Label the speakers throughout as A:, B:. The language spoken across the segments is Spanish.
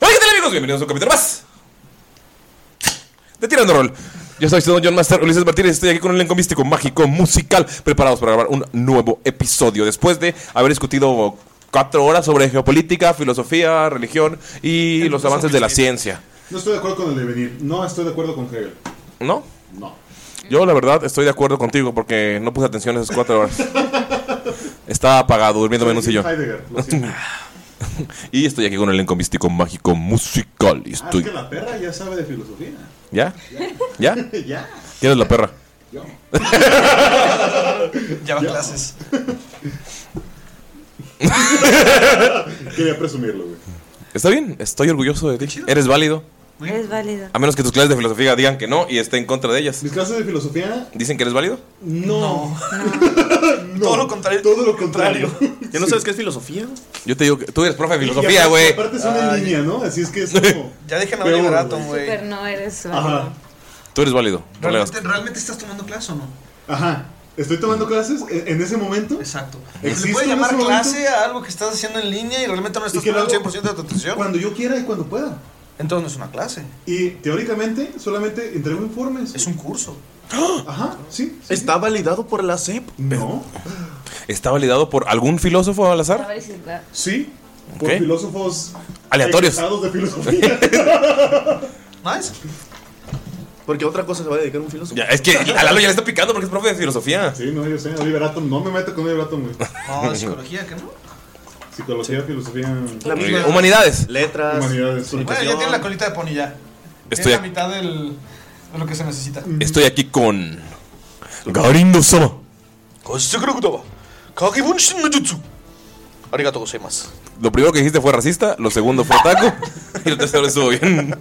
A: Hola, ¿qué tal amigos? Bienvenidos a un capítulo más de Tirando Rol. Yo soy Don John Master Ulises Martínez. Estoy aquí con un elenco místico, mágico, musical, preparados para grabar un nuevo episodio. Después de haber discutido cuatro horas sobre geopolítica, filosofía, religión y los avances de la ciencia.
B: No estoy de acuerdo con el devenir. No estoy de acuerdo con Hegel.
A: ¿No?
B: No.
A: Yo, la verdad, estoy de acuerdo contigo porque no puse atención esas cuatro horas.
B: Ah,
A: Estaba apagado, durmiéndome en un sillón.
B: Heidegger. lo siento.
A: Y estoy aquí con un elenco místico, mágico, musical. Y
B: Ah, es
A: estoy.
B: que la perra ya sabe de filosofía.
A: ¿Ya? ¿Ya?
B: ya.
A: ¿Quién es la perra?
B: Yo.
C: Ya va clases.
B: Quería presumirlo, güey.
A: Está bien, estoy orgulloso de ti. Eres válido.
D: Es válido.
A: A menos que tus clases de filosofía digan que no y esté en contra de ellas.
B: Mis clases de filosofía,
A: ¿Dicen que eres válido?
B: no. No.
C: Todo lo contrario.
B: Todo lo contrario.
E: ¿Ya no sabes qué es filosofía?
A: Yo te digo que tú eres profe de
B: Y
A: filosofía,
B: aparte-
A: güey.
B: Aparte son en línea, ¿no? Así es que es como.
C: Ya dejen
B: Peor,
C: hablar barato,
B: güey.
C: güey.
D: Pero no eres válido.
B: Ajá.
A: Tú eres válido. No le hagas-
C: ¿Realmente, realmente estás tomando clase o no?
B: Ajá. Estoy tomando clases en en ese momento.
C: Exacto.
B: ¿Existe
C: ¿Le puedes
B: en
C: llamar
B: ese momento?
C: clase a algo que estás haciendo en línea y realmente no
B: Y
C: estás
B: que lo
C: poniendo
B: hago
C: el 100% de tu atención?
B: Cuando yo quiera y cuando pueda.
C: Entonces no es una clase,
B: Y teóricamente solamente entrego informes.
C: es un curso.
B: Ajá, sí. sí.
E: ¿Está validado por la E CEP?
B: No.
A: ¿Está validado por algún filósofo al azar?
B: Sí. Por
A: Ok.
B: filósofos.
A: Aleatorios.
B: egresados de filosofía.
C: Nice.
E: Porque otra cosa se va a dedicar un filósofo.
A: Ya, es que a Lalo ya le está picando porque es profe de filosofía.
B: sí, no, yo sé. Oliver Atom. No me meto con Oliver Atom, güey.
C: No,
E: Ah,
C: de psicología, ¿qué no?
B: Psicología, filosofía,
E: La
A: Muy bien.
E: misma.
A: Humanidades.
E: Letras.
B: humanidades.
C: Bueno, ya tiene la colita de pony ya.
A: Estoy
C: Tiene la
A: aquí.
C: mitad del, de lo que se necesita.
B: Mm.
A: Estoy aquí con. Garindo Sama.
C: Arigato gozaimasu.
A: Lo primero que dijiste fue racista, lo segundo fue taco y lo tercero estuvo bien.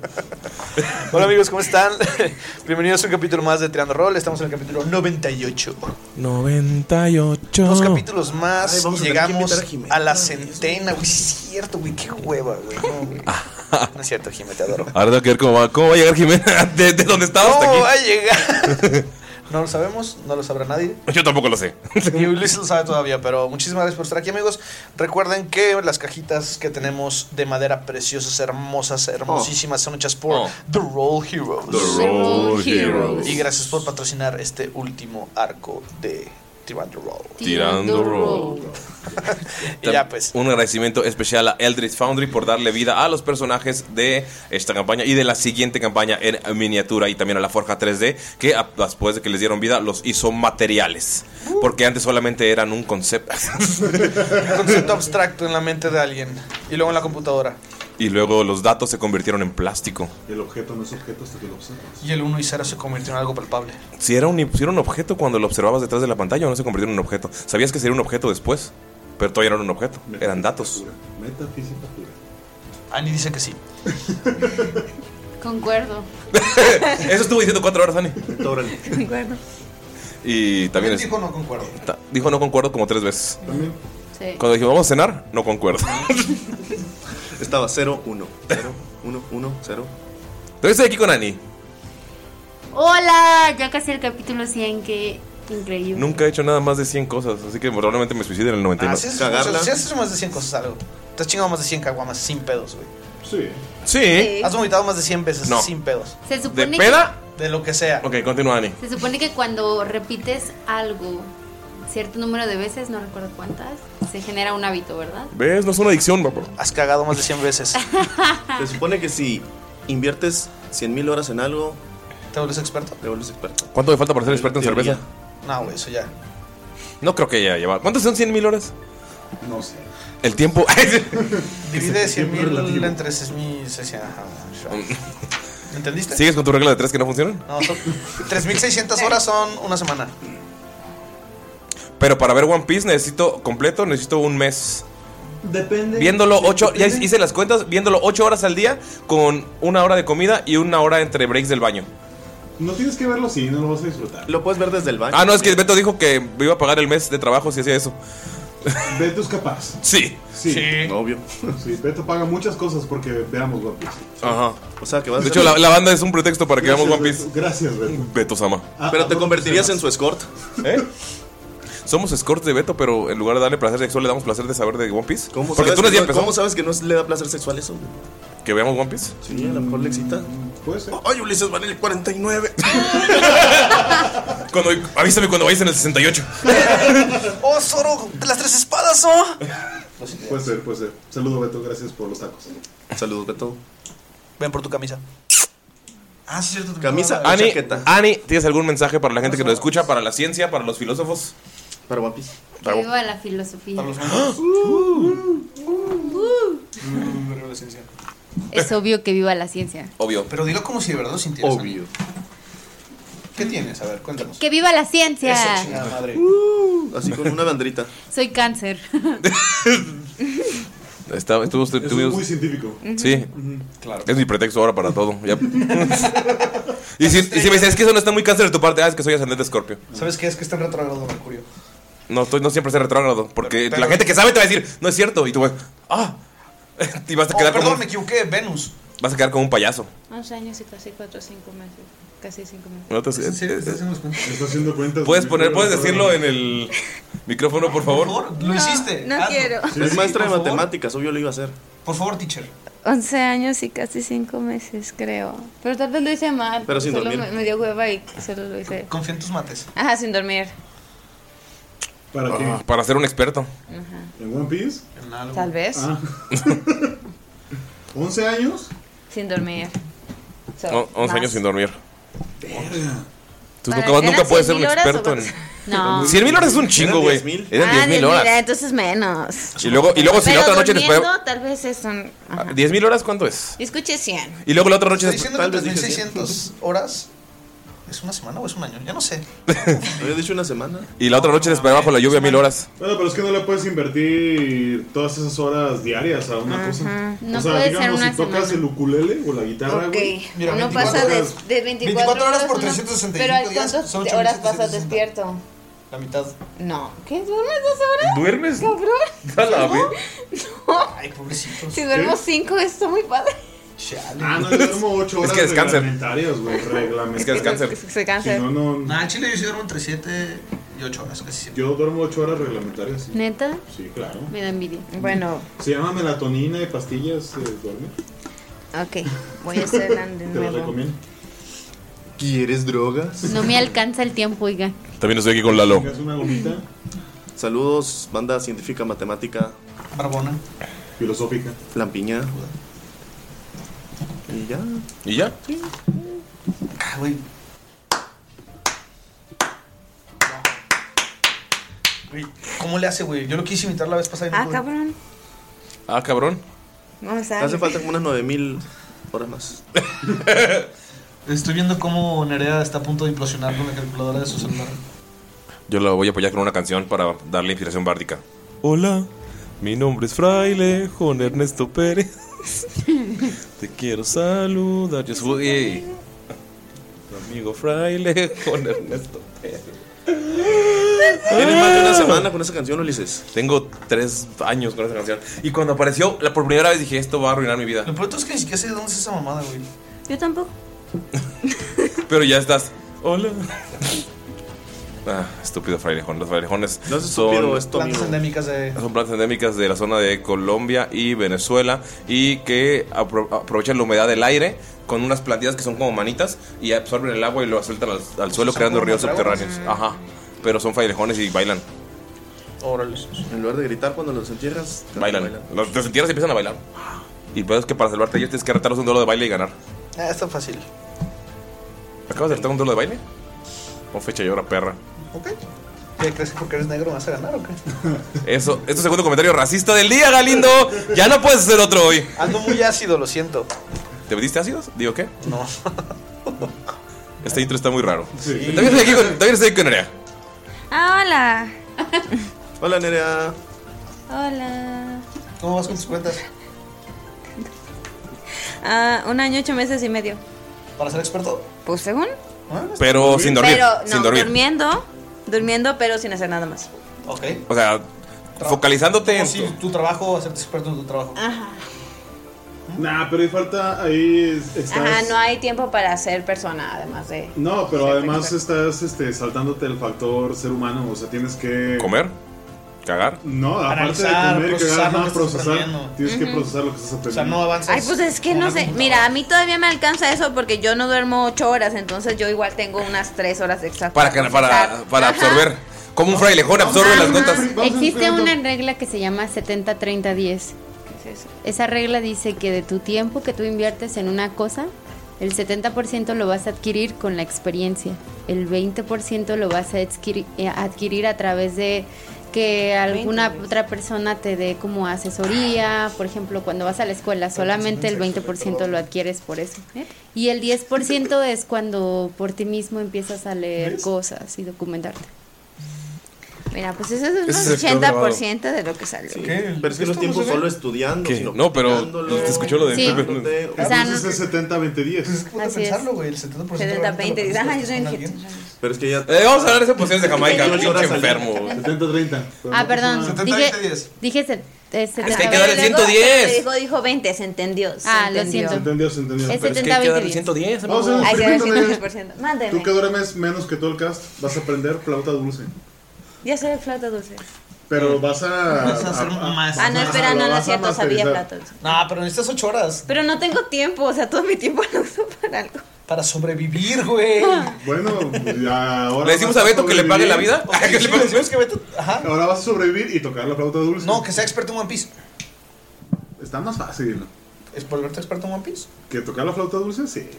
C: Hola amigos, ¿cómo están? Bienvenidos a un capítulo más de Tirando Roll. Estamos en el capítulo 98.
A: 98.
C: Dos capítulos más
E: Ay, vamos
C: y
E: a tener que
C: llegamos
E: invitar a Jimena.
C: a, la centena, güey. Sí, es cierto, güey. Qué hueva, güey. No, güey.
E: Ah.
C: No es cierto, Jimena, te adoro.
A: Ahora tengo que ver cómo va, cómo va a llegar Jimena de, de donde estaba hasta
C: ¿Cómo va a
A: aquí.
C: llegar? No lo sabemos, no lo sabrá nadie.
A: Yo tampoco lo sé.
C: Y Ulises lo sabe todavía, pero muchísimas gracias por estar aquí, amigos. Recuerden que las cajitas que tenemos de madera preciosas, hermosas, hermosísimas, son hechas por
A: Oh.
C: The Roll Heroes.
A: Roll
D: Heroes.
C: Y gracias por patrocinar este último arco de Tirando Roll.
A: Tirando roll.
C: Y ya pues.
A: Un agradecimiento especial a Eldritch Foundry por darle vida a los personajes de esta campaña y de la siguiente campaña en miniatura y también a la Forja 3D, que a- después de que les dieron vida los hizo materiales.
C: Uh.
A: Porque antes solamente eran un concepto.
C: Un concepto abstracto en la mente de alguien y luego en la computadora.
A: Y luego los datos se convirtieron en plástico.
B: El objeto no es objeto hasta que lo observas.
C: Y el 1 y 0 se convirtió en algo palpable.
A: Si era, un, si era un objeto cuando lo observabas detrás de la pantalla o no se convirtió en un objeto. Sabías que sería un objeto después, pero todavía no era un objeto. Eran datos.
B: Metafísica pura.
C: Ani dice que sí.
F: Concuerdo.
A: Eso estuvo diciendo cuatro horas, Ani.
F: Concuerdo.
A: Y también es-
C: Dijo no concuerdo.
A: ta- dijo no concuerdo como tres veces.
F: Sí.
A: Cuando dije vamos a cenar, no concuerdo.
E: Estaba 0, 1, 0, 1, 1, 0.
A: Pero estoy aquí con Ani.
F: Hola, ya casi el capítulo 100, qué increíble.
A: Nunca he hecho nada más de 100 cosas, así que probablemente me suicide en el
C: Ah,
A: 99.
C: sí, haces-
E: Cagarla.
C: sí haces más de 100 cosas, algo. Te has chingado más de 100 caguamas sin pedos, güey.
B: Sí.
A: Sí.
C: Has vomitado más de 100 veces
A: No.
C: sin pedos.
F: Se
A: ¿De
F: supone que-
A: peda?
C: De lo que sea.
A: Ok, continúa, Ani.
F: Se supone que cuando repites algo cierto número de veces, no recuerdo cuántas, se genera un hábito, ¿verdad?
A: ¿Ves? No es una adicción, papá.
C: Has cagado más de 100 veces.
E: Se supone que si inviertes 100 mil horas en algo,
C: ¿Te vuelves experto?
E: te vuelves experto.
A: ¿Cuánto me falta para ser experto en
E: Teoría.
A: cerveza?
C: No, güey, eso ya.
A: No creo que ya lleva. ¿Cuántas son 100 mil horas?
B: No sé.
A: El tiempo.
C: Divide 100 mil
B: relativo.
C: entre 6.600. Ajá, ¿Entendiste?
A: ¿Sigues con tu regla de tres que no funcionan?
C: No, son 3.600 horas son una semana.
A: Pero para ver One Piece necesito completo, necesito un mes.
E: Depende.
A: Viéndolo ocho, ya hice las cuentas, viéndolo ocho horas al día con una hora de comida y una hora entre breaks del baño.
B: No tienes que verlo así, no lo vas a disfrutar.
E: Lo puedes ver desde el baño.
A: Ah, no, es que Beto dijo que me iba a pagar el mes de trabajo si hacía eso.
B: Beto es capaz.
A: Sí.
B: Sí. sí.
E: Obvio.
B: Beto paga muchas cosas porque veamos One Piece.
A: Ajá.
E: O sea, que vas
A: De
E: a
A: hecho, la, la banda es un pretexto para que veamos One
B: Gracias,
A: Piece.
B: Beto. Gracias, Beto.
A: Beto Sama.
B: Ah,
E: Pero te
B: ah,
E: convertirías en
B: no,
E: su escort.
A: ¿Eh? Somos escorts de Beto, pero en lugar de darle placer sexual, le damos placer de saber de One Piece.
E: ¿Cómo
A: Porque
E: Pues, sabes,
A: tú nos
E: que,
A: ya
E: no, ¿Cómo
A: empezamos.
E: sabes que no le da placer sexual eso?
A: Que veamos One Piece.
E: Sí, a lo mejor le excita.
B: Puede ser.
E: Ay, Ulises van en el 49.
A: Cuando, avísame cuando vayas en el 68.
C: ¡Oh, Zoro! de ¡Las tres espadas, oh!
B: Puede ser, puede ser. Saludo, Beto. Gracias por los tacos.
E: Saludos, Beto.
C: Ven por tu camisa. Ah, sí, cierto. tu
E: Camisa,
C: mamá.
A: Ani,
E: chaqueta.
A: Ani, ¿tienes algún mensaje para la gente que nos escucha, para la ciencia, para los filósofos?
E: Para One Piece.
F: Que viva la filosofía.
C: Para los
A: ¡Ah!
C: monos.
A: ¡Uh!
F: Es obvio que viva la ciencia.
A: Obvio.
C: Pero dilo como si de verdad lo sintieras. Ani. ¿Qué tienes? A ver, cuéntanos.
F: Que viva la ciencia.
C: Eso,
D: Ah.
C: chingada madre. Uh.
E: Así con una banderita.
F: Soy cáncer.
A: Está, estuvo-
B: Eso
A: tuvimos-
B: es muy científico.
A: Sí. Es mi pretexto ahora para todo. ya. y, si, y si me dices, es que eso no está muy cáncer de tu parte, ah, es que soy ascendente escorpio.
C: ¿Sabes qué? Es que está en retrogrado Mercurio.
A: No, estoy, no siempre se retrógrado, porque
C: Pero-
A: la gente que sabe te va a decir, no es cierto, y tú vas, ah, y vas a
C: Oh,
A: quedar,
C: perdón,
A: como,
C: me equivoqué. Venus.
A: vas a quedar como un payaso.
F: 11 años y casi 4 o 5 meses. Casi 5 meses.
A: No te-
C: ¿En serio?
A: eh,
C: ¿Estás haciendo los cuentos?
B: Está haciendo cuentas.
A: puedes poner, puedes decirlo en el micrófono,
C: Por
A: por favor.
C: favor, lo hiciste.
D: no
C: Hazlo.
D: quiero.
E: es
B: sí,
E: maestra de
C: por favor.
E: matemáticas, obvio lo iba a hacer.
C: Por favor, teacher.
F: 11 años y casi 5 meses, creo. Pero tal vez lo hice mal.
E: Pero sin
F: solo
E: dormir.
F: Me, me dio hueva y solo lo hice.
C: Confía en tus mates.
F: Ajá, sin dormir.
B: ¿Para
A: Ah,
B: qué?
A: Para ser un experto.
B: ¿En One Piece?
C: En algo.
F: Tal vez.
B: Ah. ¿11 años?
F: Sin dormir. So,
A: O- 11 años
F: más.
A: sin dormir. Tú
F: Para-
A: nunca, vas- nunca
F: ¿eran
A: puedes ser
F: 100.000
A: un
F: horas o
A: experto en...
F: cuántas? No.
A: 100 mil horas es un chingo, güey.
E: 10,000.
A: Eran
F: Ah,
A: 10 mil
F: Dios, mira,
A: horas.
F: entonces menos.
A: Y luego, y luego si la
F: Pero
A: otra noche te
F: durmiendo,
A: espera...
F: tal vez es un... ajá.
A: 10 mil horas, ¿cuánto es?
F: Escuché 100.
A: Y luego la otra noche
C: ¿Estás
A: te
C: diciendo
E: Tal
C: que
E: vez dije cien.
C: 3.600 horas es una semana o es un año? Ya no sé.
E: Había dicho una semana.
A: Y la otra noche te esperaba bajo la lluvia mil horas.
B: Bueno, pero es que no le puedes invertir todas esas horas diarias a una cosa.
F: No
B: o sea,
F: puede ser
B: digamos,
F: una
B: si tocas
F: semana.
B: el ukulele o la guitarra,
F: Ok,
B: güey.
C: Mira,
F: uno
C: 24
F: pasa de,
B: horas.
F: de 24,
C: 24 horas por
F: uno-
C: 365
F: Pero ¿a
C: días
F: cuántas
C: son
F: horas
C: 8.760.
F: pasas despierto?
C: La mitad.
F: No. ¿Qué? ¿Duermes 12 horas?
A: ¿Duermes?
F: ¿Cabrón?
A: A la vez.
C: Ay, pobrecitos.
F: Si duermo 5, está muy padre.
C: Chale.
B: Ah, no, yo duermo 8
A: Es
B: horas
A: que descansen.
B: reglamentarias, güey. Reglamentarias.
A: Es que descansen.
F: Se, se
B: Si
F: cansa.
B: no, no.
C: Nah, en Chile yo sí duermo entre 7 y 8 horas, casi siempre.
B: Yo duermo 8 horas reglamentarias. Sí,
F: ¿Neta?
B: sí claro.
F: Me da envidia. Bueno,
B: Se llama melatonina y pastillas, eh, duerme.
F: ok. Voy a hacer de
B: Te las
F: nuevo.
B: recomiendo.
E: ¿Quieres drogas?
F: No me alcanza el tiempo, oigan.
A: También estoy aquí con Lalo.
B: Tengas una gomita
E: Saludos, banda científica, matemática,
C: Barbona.
B: filosófica.
E: lampiña. Y ya.
A: ¿Y ya?
C: Ah, güey. Güey, ¿Cómo le hace, güey? Yo lo quise imitar la vez pasada y no
D: Ah,
C: pude.
D: cabrón.
A: Ah, cabrón.
D: No me
E: Te
D: sale.
E: hace falta como unas 9000 horas más.
C: Estoy viendo cómo Nerea está a punto de implosionar con la calculadora de su celular.
A: Yo la voy a apoyar con una canción para darle inspiración bárdica. Hola, mi nombre es Fraile Juan Ernesto Pérez. Te quiero saludar. Yo soy tu amigo Fraile Juan Ernesto Pérez. Ah.
E: Tienes más de una semana con esa canción, Ulises.
A: Tengo tres años con esa canción. Y cuando apareció la por primera vez dije, esto va a arruinar mi vida.
C: Lo pronto es que ni siquiera sé dónde es esa mamada, güey.
D: Yo tampoco.
A: Pero ya estás. Hola. Ah, estúpido frailejón. Los frailejones son,
C: plantas endémicas de.
A: son plantas endémicas de la zona de Colombia y Venezuela y que apro- aprovechan la humedad del aire con unas plantillas que son como manitas y absorben el agua y lo sueltan al, al suelo
E: Son
A: creando
E: como eh.
A: ríos
E: mandrágoras.
A: subterráneos. Ajá. Pero son frailejones y bailan.
C: Órale.
E: En lugar de gritar cuando los entierras, te
A: Bailan. Los, los entierras y empiezan a bailar. Y el pedo es que para salvarte ellos tienes que retarlos un duelo de baile y ganar.
C: Ah, está fácil.
A: ¿Acabas de retar un duelo de baile? O fecha y hora, perra.
C: ¿Qué crees que porque eres negro vas a ganar o qué?
A: Eso, es tu segundo comentario racista del día, Galindo. Ya no puedes hacer otro hoy.
C: Ando muy ácido, lo siento.
A: ¿Te metiste ácidos? ¿Digo qué?
C: No.
A: Este intro está muy raro. También estoy aquí con, también estoy aquí con Nerea.
D: Ah, hola.
E: Hola, Nerea.
D: Hola.
C: ¿Cómo vas con tus cuentas?
D: Ah, un año, ocho meses y medio.
C: ¿Para ser experto?
D: Pues según.
A: Pero sin dormir.
D: Pero, no,
A: sin dormir.
D: durmiendo. Durmiendo, pero sin hacer nada más.
C: Ok.
A: O sea, focalizándote en.
C: Sí, tu trabajo, hacerte experto en tu trabajo.
D: Ajá.
B: Nah, pero ahí falta. Ahí es- estás.
F: Ajá,
B: no,
F: no hay tiempo para ser persona, además de.
B: pero además estás este, saltándote el factor ser humano. O sea, tienes que.
A: ¿Comer? ¿Cagar?
B: No, aparte
C: Analizar,
B: de comer y
C: procesar
B: cagar,
C: lo
B: ajá,
C: que estás aprendiendo.
B: procesar. Tienes que
D: Ujú.
B: procesar lo que estás aprendiendo.
C: O sea, no avanzas.
D: Ay, pues es que no sé. Mira, a mí todavía me alcanza eso porque yo no duermo ocho horas, entonces yo igual tengo unas tres horas exactas.
A: Para, que- para, para absorber. Como un frailejón absorbe las gotas.
F: Existe una regla que se llama 70-30-10. Esa regla dice que de tu tiempo que tú inviertes en una cosa, el 70% lo vas a adquirir con la experiencia, el 20% lo vas a adquiri- eh, adquirir a través de que alguna otra persona te dé como asesoría, por ejemplo, cuando vas a la escuela, solamente el 20% lo adquieres por eso. ¿eh? Y el 10% es cuando por ti mismo empiezas a leer cosas y documentarte.
D: Mira, pues eso es
A: Ese es el
D: un
A: peor grabado.
D: 80% de lo que salió.
E: Pero es que los tiempos solo estudiando.
A: ¿Qué?
E: sino
A: No, pero
E: aplicándolo,
A: te escuchó lo de
E: Sí.
A: Pepe.
D: O sea, no-
B: Entonces ah, pues es 70, 20, 10.
D: Así es.
C: pensarlo, güey. El 70%
D: 70, 20, dices, ajá, yo soy ingeniería.
E: Pero es que ya.
A: Eh, vamos a hablar de esas posiciones de Jamaica,
E: Ocho horas
A: pinche
E: al día.
A: enfermo.
B: 70, 30.
F: Ah, perdón.
C: 70,
F: dije,
C: 20, 10.
F: dije se- eh,
A: Es que hay
F: 70.
A: que darle
D: Luego,
A: 110.
D: pero Dijo, dijo 20, se entendió. se
F: Ah, lo
D: entendió.
F: siento.
B: Entendió, se entendió.
F: Es
A: Pero es que
F: 70,
A: hay que darle
F: 20.
A: 110.
B: Vamos a
A: amigo.
D: Hay que dar
B: Experimento,
D: 110%. Mándeme.
B: Tú que duermes menos que todo el cast, vas a aprender flauta dulce.
D: Ya sé flauta dulce.
B: Pero vas a.
C: Vas a hacer más.
D: Ah, no,
C: Ajá,
D: espera,
B: lo
D: no, no es
B: vas a
D: cierto, sabía
B: masterizar.
D: flauta dulce.
C: No, pero necesitas 8 horas
D: Pero no tengo tiempo, o sea, todo mi tiempo lo uso para algo.
C: para sobrevivir, güey.
B: Bueno, ya ahora.
A: ¿Le decimos
B: vas
A: a Beto que le pague la
B: sobrevivir.
A: vida?
C: Ok, sí, pero tienes que vete- Ajá.
B: Ahora vas a sobrevivir y tocar la flauta dulce.
C: No, que sea experto en One Piece.
B: Está más fácil.
C: ¿Es volverte experto en One Piece?
B: ¿Que tocar la flauta dulce? Sí.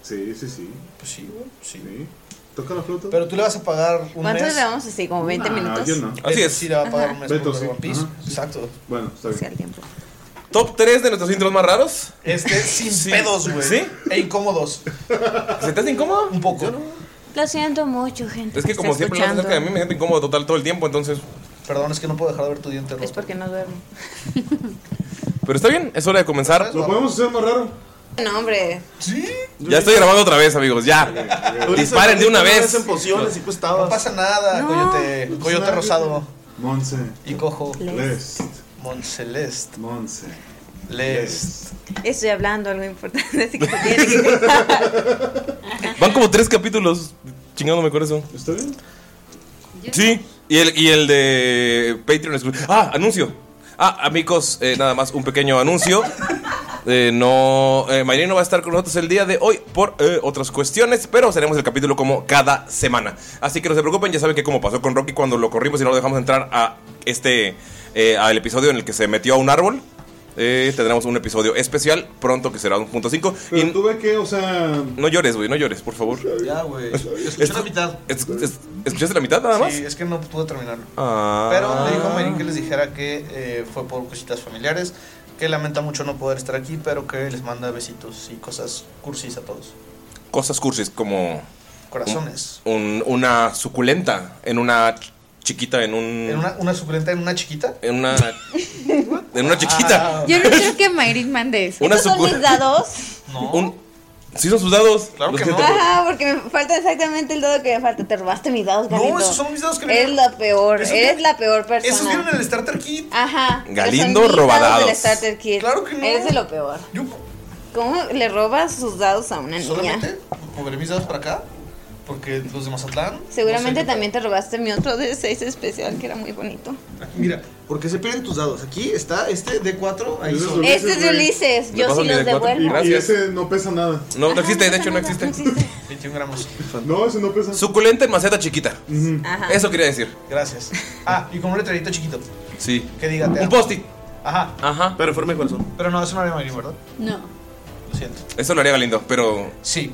B: Sí, sí, sí.
C: Pues sí, güey. Sí.
B: sí. Toca la flauta
C: Pero tú le vas a pagar un
D: ¿Cuánto
C: mes.
D: le damos así? ¿Como 20
B: Ah,
D: minutos?
B: yo no.
A: Así es.
C: Sí, le va a pagar un mes
B: Beto,
C: por ver
B: sí,
C: One Piece.
B: ajá.
C: Exacto.
B: Bueno, está
D: Sí, al
B: bien.
D: tiempo.
A: Top 3 de nuestros intros más raros.
C: Este sin
A: Sí.
C: pedos, güey.
A: ¿Sí?
C: E incómodos.
A: ¿Se te hace incómodo?
C: Un poco.
D: Lo siento mucho, gente.
A: Es que
D: me
A: como
D: está
A: siempre lo haces cerca de mí,
D: escuchando.
A: me siento incómodo total todo el tiempo, entonces.
C: Perdón, es que no puedo dejar de ver tu diente
D: Es
C: roto.
D: porque no duermo.
A: Pero está bien, es hora de comenzar.
B: ¿Lo podemos hacer más raro?
D: No, hombre.
C: Sí.
A: Ya estoy grabando otra vez, amigos, ya.
E: Ulises,
A: Disparen de una
E: no
A: vez.
E: hacen pociones y
C: No
E: costabas.
C: pasa nada, coyote. Coyote rosado.
B: Monse.
C: Y cojo.
B: Lest.
C: Moncelest.
B: Monse.
C: Lest.
D: Estoy hablando algo importante, así que se tiene que...
A: Van como tres capítulos chingándome con eso.
B: ¿Está bien?
A: Sí, y el, y el de Patreon exclu- Ah, anuncio. Ah, amigos, eh, nada más un pequeño anuncio. Eh, no, eh, Mayrin no va a estar con nosotros el día de hoy por eh, otras cuestiones, pero seremos el capítulo como cada semana. Así que no se preocupen, ya saben que como pasó con Rocky cuando lo corrimos y no lo dejamos entrar a este, eh, al episodio en el que se metió a un árbol, eh, tendremos un episodio especial pronto que será 1.5.
B: Pero
A: Y
B: tuve que, o sea.
A: no llores, güey, no llores, por favor.
C: Ya, güey. Escuché la mitad.
A: Es- es- ¿Escuchaste la mitad nada más?
C: Sí, es que no pude terminarlo.
A: Ah.
C: Pero me dijo Marín que les dijera que eh, fue por cositas familiares. que lamenta mucho no poder estar aquí, pero que les manda besitos y cosas cursis a todos.
A: Cosas cursis como.
C: Corazones.
A: un- una suculenta en una ch- chiquita, en un.
C: ¿En una, una suculenta en una chiquita?
A: En una. en una
C: Ah.
A: chiquita.
F: Yo no creo que Mayrin mande eso.
A: Una ¿Estos son sucu- mis
D: dados?
A: Un- ¿Sí son sus dados? Claro que
D: Ajá, porque me falta exactamente el dado que me falta. Te robaste mis dados, Galindo.
C: esos son mis dados que
D: Eres
C: vinieron-
D: la peor,
C: Esos
D: eres
C: vinieron-
D: la peor persona.
C: esos vinieron en el Starter Kit.
D: Ajá.
A: Galindo
D: Son mis dados
A: robadados.
D: del Starter Kit. Claro
C: que no.
D: Eres de lo peor. ¿Cómo le robas sus dados a una niña?
C: Solamente moveré mis dados para acá, porque los de Mazatlán.
D: Seguramente
C: no sé.
D: también te robaste mi otro de 6 especial que era muy bonito.
G: Mira, porque se pierden tus dados. Aquí está este D4. Ahí son.
D: Este es de Ulises, yo sí los devuelvo.
B: Y, y ese no pesa nada.
A: No, no existe, de hecho no existe.
C: 21 gramos.
B: No, ese no pesa.
A: Suculenta en maceta chiquita.
C: Ajá.
A: Eso quería decir.
C: Gracias. Ah, y con un letrerito chiquito.
A: Sí.
C: Que diga. Un
A: post-it.
C: Ajá.
A: Ajá.
E: Pero forma de corazón.
C: Pero no, eso no haría Mayrin, ¿verdad?
F: No.
C: Lo siento.
A: Eso lo haría Galindo, pero.
C: Sí.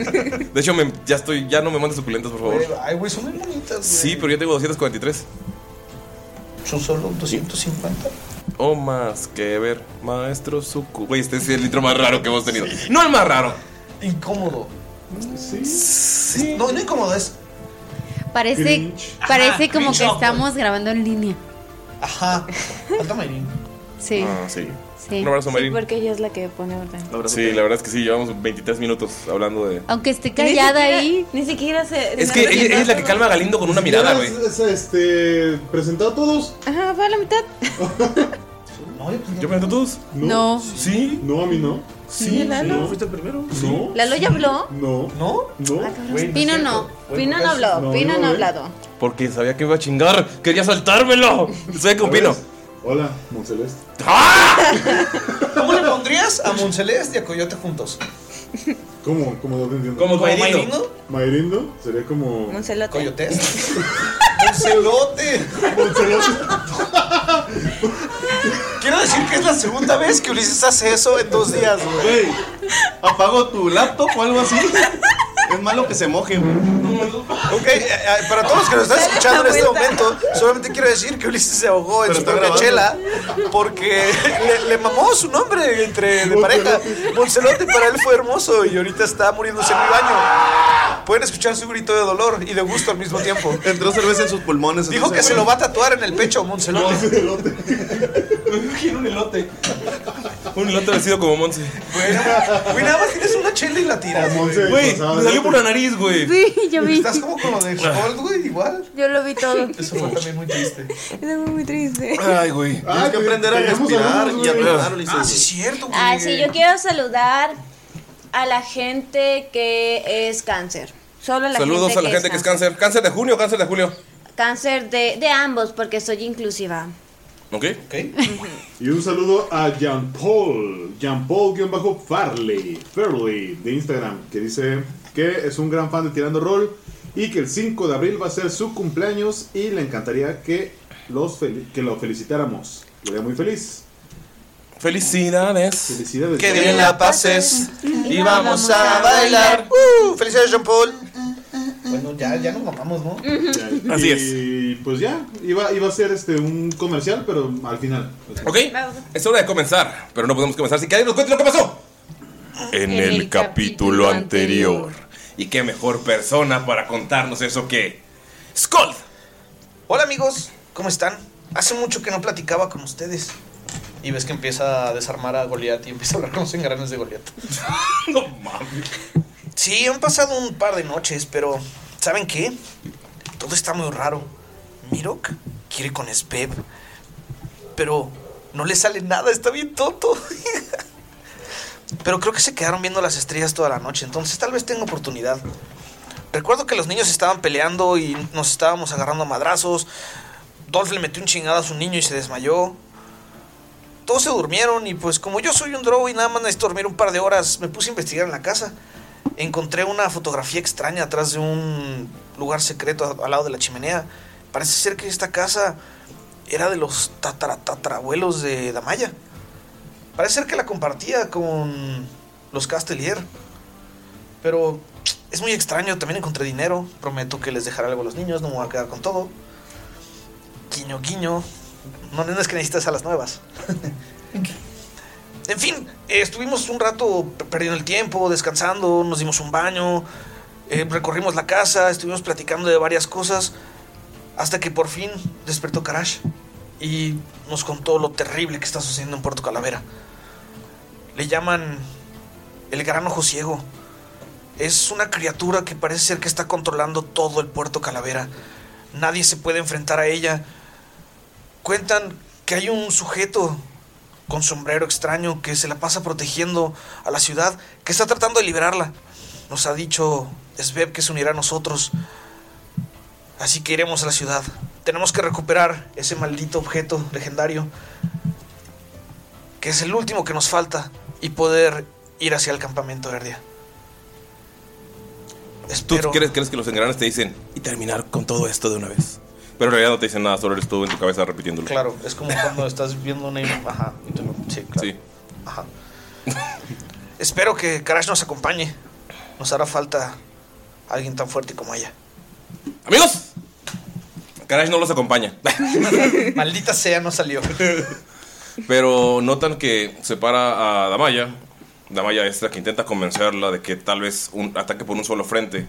A: de hecho, me- ya estoy. Ya no me mandes suculentas, por favor.
C: Ay, güey, son muy bonitas.
A: Sí, pero yo tengo 243.
C: Son solo 250.
A: O más que ver, maestro Suku. Güey, este es el intro más raro que hemos tenido. No el más raro.
C: Incómodo. Sí. No, no incómodo, es.
F: Parece,
C: Cringe.
F: parece
C: Ajá,
F: como
C: cringe
F: que
C: awkward.
F: estamos grabando en línea.
C: Ajá. Falta Mayrin.
F: Sí.
A: Ah, sí.
F: Sí.
A: Un abrazo, Mayrin.
D: porque ella es la que pone orden.
A: Sí, la verdad es que sí, llevamos 23 minutos hablando de.
F: Aunque esté
D: callada
F: ahí.
D: Ni siquiera se.
A: Es que ella, ella es la que calma a Galindo con una mirada, güey.
B: Es, este, presentado a todos.
D: Ajá, fue a la mitad.
C: pues,
A: ¿Yo presenté a todos?
D: No.
A: ¿Sí?
B: No, a mí no.
D: Sí, Lalo.
B: ¿No fuiste el primero? No.
D: ¿Lalo ya habló?
B: No.
C: ¿No?
B: No.
D: Ah, Pino no. Pino no habló.
A: No,
D: Pino
A: no,
D: no ha
A: eh.
D: hablado.
A: Porque sabía que me iba a chingar. Quería saltármelo. Soy con Pino.
B: Hola, Monceleste.
A: ¡Ah!
C: ¿Cómo le pondrías a Moncelés y a Coyote juntos?
B: ¿Cómo? ¿Cómo no te entiendo?
C: ¿Como ¿Como Mairindo?
B: Mairindo sería como.
D: Moncelote.
C: ¿Coyotes? ¡Moncelote! Quiero decir que es la segunda vez que Ulises hace eso en dos días, güey.
E: ¿Apago tu laptop o algo así? Es malo que se moje, güey.
C: Ok, eh, eh, para todos los que nos están escuchando en este momento, solamente quiero decir que Ulises se ahogó en su
E: Pero está
C: propia chela porque le, le mamó su nombre entre de pareja. Moncelote para él fue hermoso y ahorita está muriéndose en mi baño. Pueden escuchar su grito de dolor y de gusto al mismo tiempo.
E: Entró cerveza en sus pulmones.
C: Dijo que se lo va a tatuar en el pecho, Moncelote.
A: un elote. Un elote vestido como Monse.
C: Güey, nada más tienes una chela y la tiras.
A: Güey, me salió por la nariz, güey.
F: Sí, yo vi.
C: Estás como con lo de Holt, güey, igual.
D: Yo lo vi todo.
C: Eso fue también muy triste.
D: Era muy triste.
A: Ay, güey.
E: Tienes que aprender a respirar y a perdonar, Ulises.
C: Ah, sí, es cierto, güey.
D: Ah, sí, yo quiero saludar a la gente que es cáncer. Solo a la
A: Saludos
D: gente
A: a la gente que es cáncer. ¿Cáncer de junio o cáncer de julio?
D: Cáncer de, de ambos, porque soy inclusiva.
A: ¿Ok?
B: Y un saludo a Jean Paul, Jean Paul-Farley, Farley de Instagram, que dice que es un gran fan de Tirando Roll y que el 5 de abril va a ser su cumpleaños y le encantaría que, los fel- que lo felicitáramos. Lo veo muy feliz.
A: Felicidades.
B: Felicidades.
C: Que bien la pases y vamos a bailar. Uh, felicidades, Jean Paul. Bueno, ya, ya nos mamamos, ¿no?
A: Así es.
B: Y pues ya, iba, iba a ser este un comercial, pero al final.
A: ¿Ok? Es hora de comenzar, pero no podemos comenzar sin que alguien nos cuente lo que pasó. En
B: el
A: el capítulo anterior. Y qué mejor persona para contarnos eso que. ¡Scold!
C: Hola, amigos, ¿cómo están? Hace mucho que no platicaba con ustedes. Y ves que empieza a desarmar a Goliat y empieza a hablar con los engranes de Goliat.
A: no mames.
C: Sí, han pasado un par de noches, pero ¿saben qué? Todo está muy raro. Mirok quiere con Speb, pero no le sale nada, está bien tonto. pero creo que se quedaron viendo las estrellas toda la noche, entonces tal vez tenga oportunidad. Recuerdo que los niños estaban peleando y nos estábamos agarrando a madrazos. Dolph le metió un chingado a su niño y se desmayó. Todos se durmieron y pues como yo soy un drogo y nada más necesito dormir un par de horas, me puse a investigar en la casa encontré una fotografía extraña atrás de un lugar secreto a- al lado de la chimenea. Parece ser que esta casa era de los tatara- tatarabuelos de Damaya. Parece ser que la compartía con los Castelier. Pero es muy extraño, también encontré dinero. Prometo que les dejaré algo a los niños, no me voy a quedar con todo. Guiño, guiño. No, no es que necesitas alas nuevas. En fin, eh, estuvimos un rato p- perdiendo el tiempo, descansando, nos dimos un baño, eh, recorrimos la casa, estuvimos platicando de varias cosas, hasta que por fin despertó Karash y nos contó lo terrible que está sucediendo en Puerto Calavera. Le llaman el gran ojo ciego. Es una criatura que parece ser que está controlando todo el Puerto Calavera. Nadie se puede enfrentar a ella. Cuentan que hay un sujeto con sombrero extraño que se la pasa protegiendo a la ciudad, que está tratando de liberarla. Nos ha dicho Sveb que se unirá a nosotros. Así que iremos a la ciudad. Tenemos que recuperar ese maldito objeto legendario, que es el último que nos falta, y poder ir hacia el campamento Erdia.
A: ¿Tú crees, crees que los engranes te dicen y terminar con todo esto de una vez? Pero en realidad no te dicen nada, solo eres tú en tu cabeza repitiéndolo.
C: Claro, es como cuando estás viendo una... im- Ajá, y tú no- sí, claro.
A: Sí.
C: Ajá. Espero que Karash nos acompañe. Nos hará falta alguien tan fuerte como ella.
A: Amigos, Karash no los acompaña.
C: Maldita sea, no salió.
A: Pero notan que separa a Damaya. Damaya es la que intenta convencerla de que tal vez un ataque por un solo frente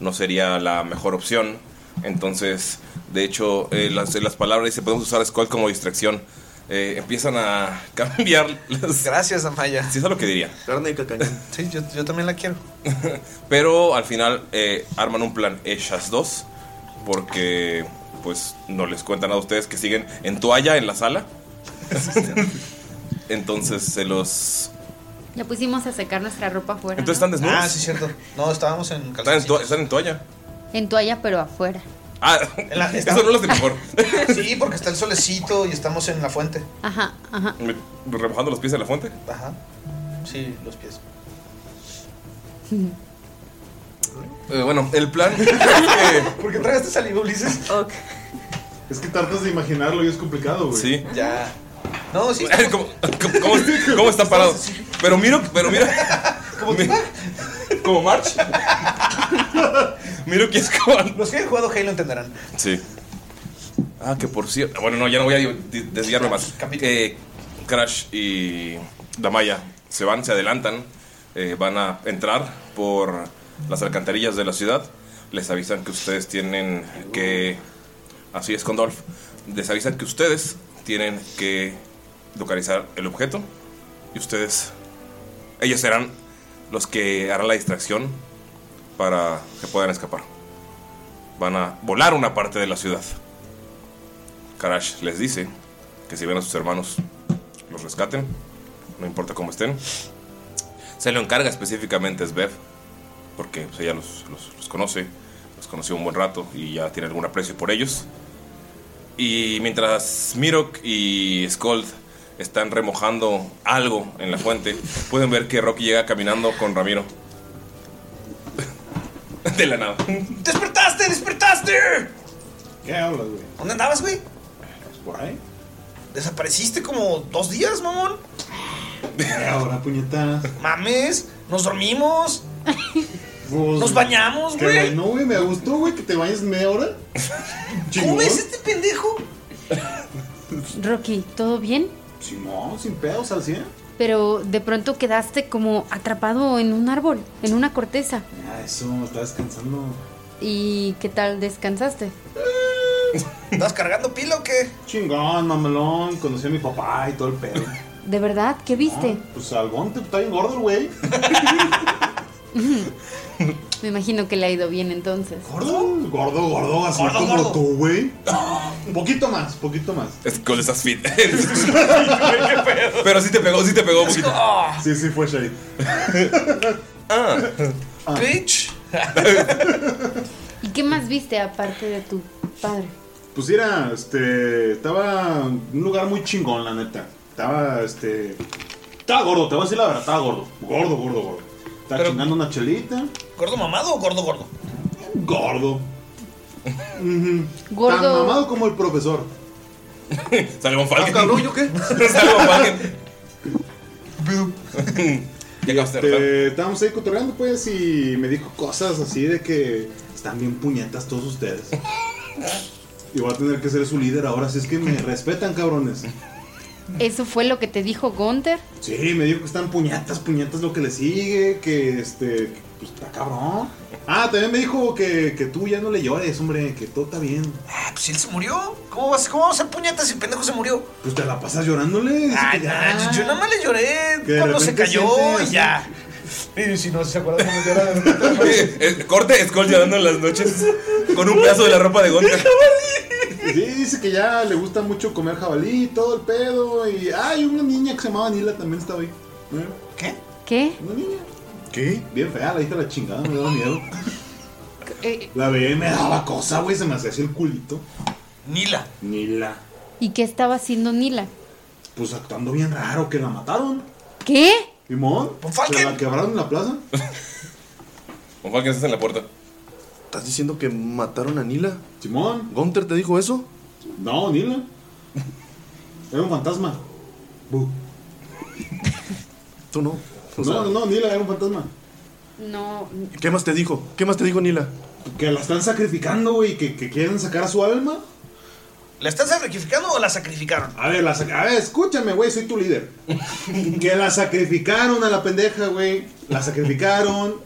A: no sería la mejor opción. Entonces, de hecho, eh, las, las palabras dice, podemos usar a Skull como distracción. Eh, empiezan a cambiar las...
C: Gracias, Damaya.
A: Sí, eso es lo que diría.
E: Carne y cacaña.
C: Sí, yo, yo también la quiero.
A: Pero al final eh, arman un plan ellas dos. Porque pues no les cuentan a ustedes que siguen en toalla en la sala. Entonces se los...
F: Ya pusimos a secar nuestra ropa afuera.
A: Entonces están desnudos.
C: Ah, sí, cierto. No, estábamos en
A: Están en, to- están en toalla.
F: En toalla, pero afuera.
A: Ah,
C: la-
A: eso no lo hace mejor.
C: Sí, porque está el solecito y estamos en la fuente.
F: Ajá, ajá.
A: ¿Remojando los pies en la fuente?
C: Ajá. Sí, los pies.
A: Eh, bueno, el plan...
C: ¿Por qué tragaste saliva, este Ulises?
B: Eh, Es que tratas de imaginarlo y es complicado, güey.
A: Sí.
C: Ya. No, sí.
A: ¿Cómo, cómo- cómo- cómo están parados? Pero miro, pero mira. mi- Como March. Miro que es como.
C: Los que han jugado Halo entenderán.
A: Sí. Ah, que por cierto. Bueno, no, ya no voy a di- di- desviarme más. Eh, Crash y Damaya se van, se adelantan. eh, van a entrar por las alcantarillas de la ciudad. Les avisan que ustedes tienen que. Así es con Dolph. Les avisan que ustedes tienen que localizar el objeto. Y ustedes. Ellos serán los que harán la distracción para que puedan escapar van a volar una parte de la ciudad. Karash les dice que si ven a sus hermanos, los rescaten, no importa cómo estén. Se lo encarga específicamente a Svev, porque pues, ella los, los- los conoce, los conoció un buen rato y ya tiene algún aprecio por ellos. Y mientras Mirok y Skold están remojando algo en la fuente, pueden ver que Rocky llega caminando con Ramiro. De la nada.
C: ¡Despertaste! ¡Despertaste!
B: ¿Qué hablas, güey?
C: ¿Dónde andabas, güey?
B: Por ahí.
C: Desapareciste como dos días, mamón.
B: Ahora, puñetas.
C: Mames, nos dormimos. Nos
B: Pues,
C: bañamos,
B: Qué
C: güey.
B: bueno, güey. Me gustó, güey, que te bañes media hora.
C: ¿Cómo
B: Chingón.
C: ves este pendejo?
F: Rocky, ¿todo bien?
B: Simón, sin pedos al 100.
F: Pero de pronto quedaste como atrapado en un árbol, en una corteza.
B: Ah, eso, está descansando.
F: ¿Y qué tal descansaste?
C: ¿Estás cargando pila o qué?
B: Chingón, mamelón. Conocí a mi papá y todo el pedo.
F: ¿De verdad? ¿Qué viste?
B: Pues algón te está bien gordo, el güey.
F: Me imagino que le ha ido bien entonces.
B: Gordo, gordo, gordo, así
F: Gordo,
B: como
F: gordo.
B: tú, güey. Poquito más, poquito más.
A: Skull, estás fit. Pero sí te pegó, sí te pegó un poquito.
B: Sí, sí, fue Shade.
A: Ah.
C: Bitch.
F: ¿Y qué más viste aparte de tu padre?
B: Pues era, este, estaba en un lugar muy chingón, la neta. Estaba, este, estaba gordo, te voy a decir la verdad, estaba gordo. Gordo, gordo, gordo. Estaba chingando una chelita.
C: ¿Gordo mamado o gordo gordo?
B: Gordo. Ujú.
F: Gordo.
B: Tan mamado como el profesor.
A: Sale Von Falken.
B: Ah, cabrón, ¿yo qué?
A: Sale Von Falken. Ya acabaste de arreglar.
B: Este, estábamos ahí cotorreando, pues, y me dijo cosas así de que están bien puñetas todos ustedes. Y voy a tener que ser su líder ahora, si es que me respetan, cabrones.
F: Eso fue lo que te dijo Gunther.
B: Sí, me dijo que están puñetas, puñetas lo que le sigue, que este. Pues está cabrón. Ah, también me dijo que, que tú ya no le llores, hombre, que todo está bien.
C: Ah, pues él se murió. ¿Cómo vas, cómo vas a hacer puñetas si el pendejo se murió?
B: Pues te la pasas llorándole. dice
C: Ay,
B: que
C: nah,
B: ya.
C: yo, yo nada más le lloré
B: Que de
C: cuando se
B: repente
C: cayó
B: siente
C: y
B: así.
C: ya. Y si no se acuerdan cómo llora
A: Eh, Corte, Skull llorando en las noches con un pedazo de la ropa de Gonta.
B: Sí, dice que ya le gusta mucho comer jabalí y todo el pedo. Y hay una niña que se llamaba Nila también estaba ahí. ¿eh?
C: ¿Qué?
F: ¿Qué?
B: Una niña. ¿Qué? Bien fea, la hija de la chingada, me daba miedo.
F: Eh,
B: La veía y me daba cosa, güey, se me hacía así el culito.
C: Nila.
B: Nila.
F: ¿Y qué estaba haciendo Nila?
B: Pues actuando bien raro, que la mataron.
F: ¿Qué?
B: Limón,
C: Pues,
B: se la quebraron en la plaza.
A: Con Falken estás en la puerta.
E: ¿Estás diciendo que mataron a Nila?
B: Simón.
E: ¿Gunter te dijo eso?
B: No, Nila. Era un fantasma. Bu.
E: Tú no.
B: No, no, no, Nila era un fantasma.
F: No.
E: ¿Qué más te dijo? ¿Qué más te dijo Nila?
B: Que la están sacrificando, güey, que, que quieren sacar a su alma.
C: ¿La están sacrificando o la sacrificaron?
B: A ver, la sac- a ver, escúchame, güey, soy tu líder. que la sacrificaron a la pendeja, güey. La sacrificaron.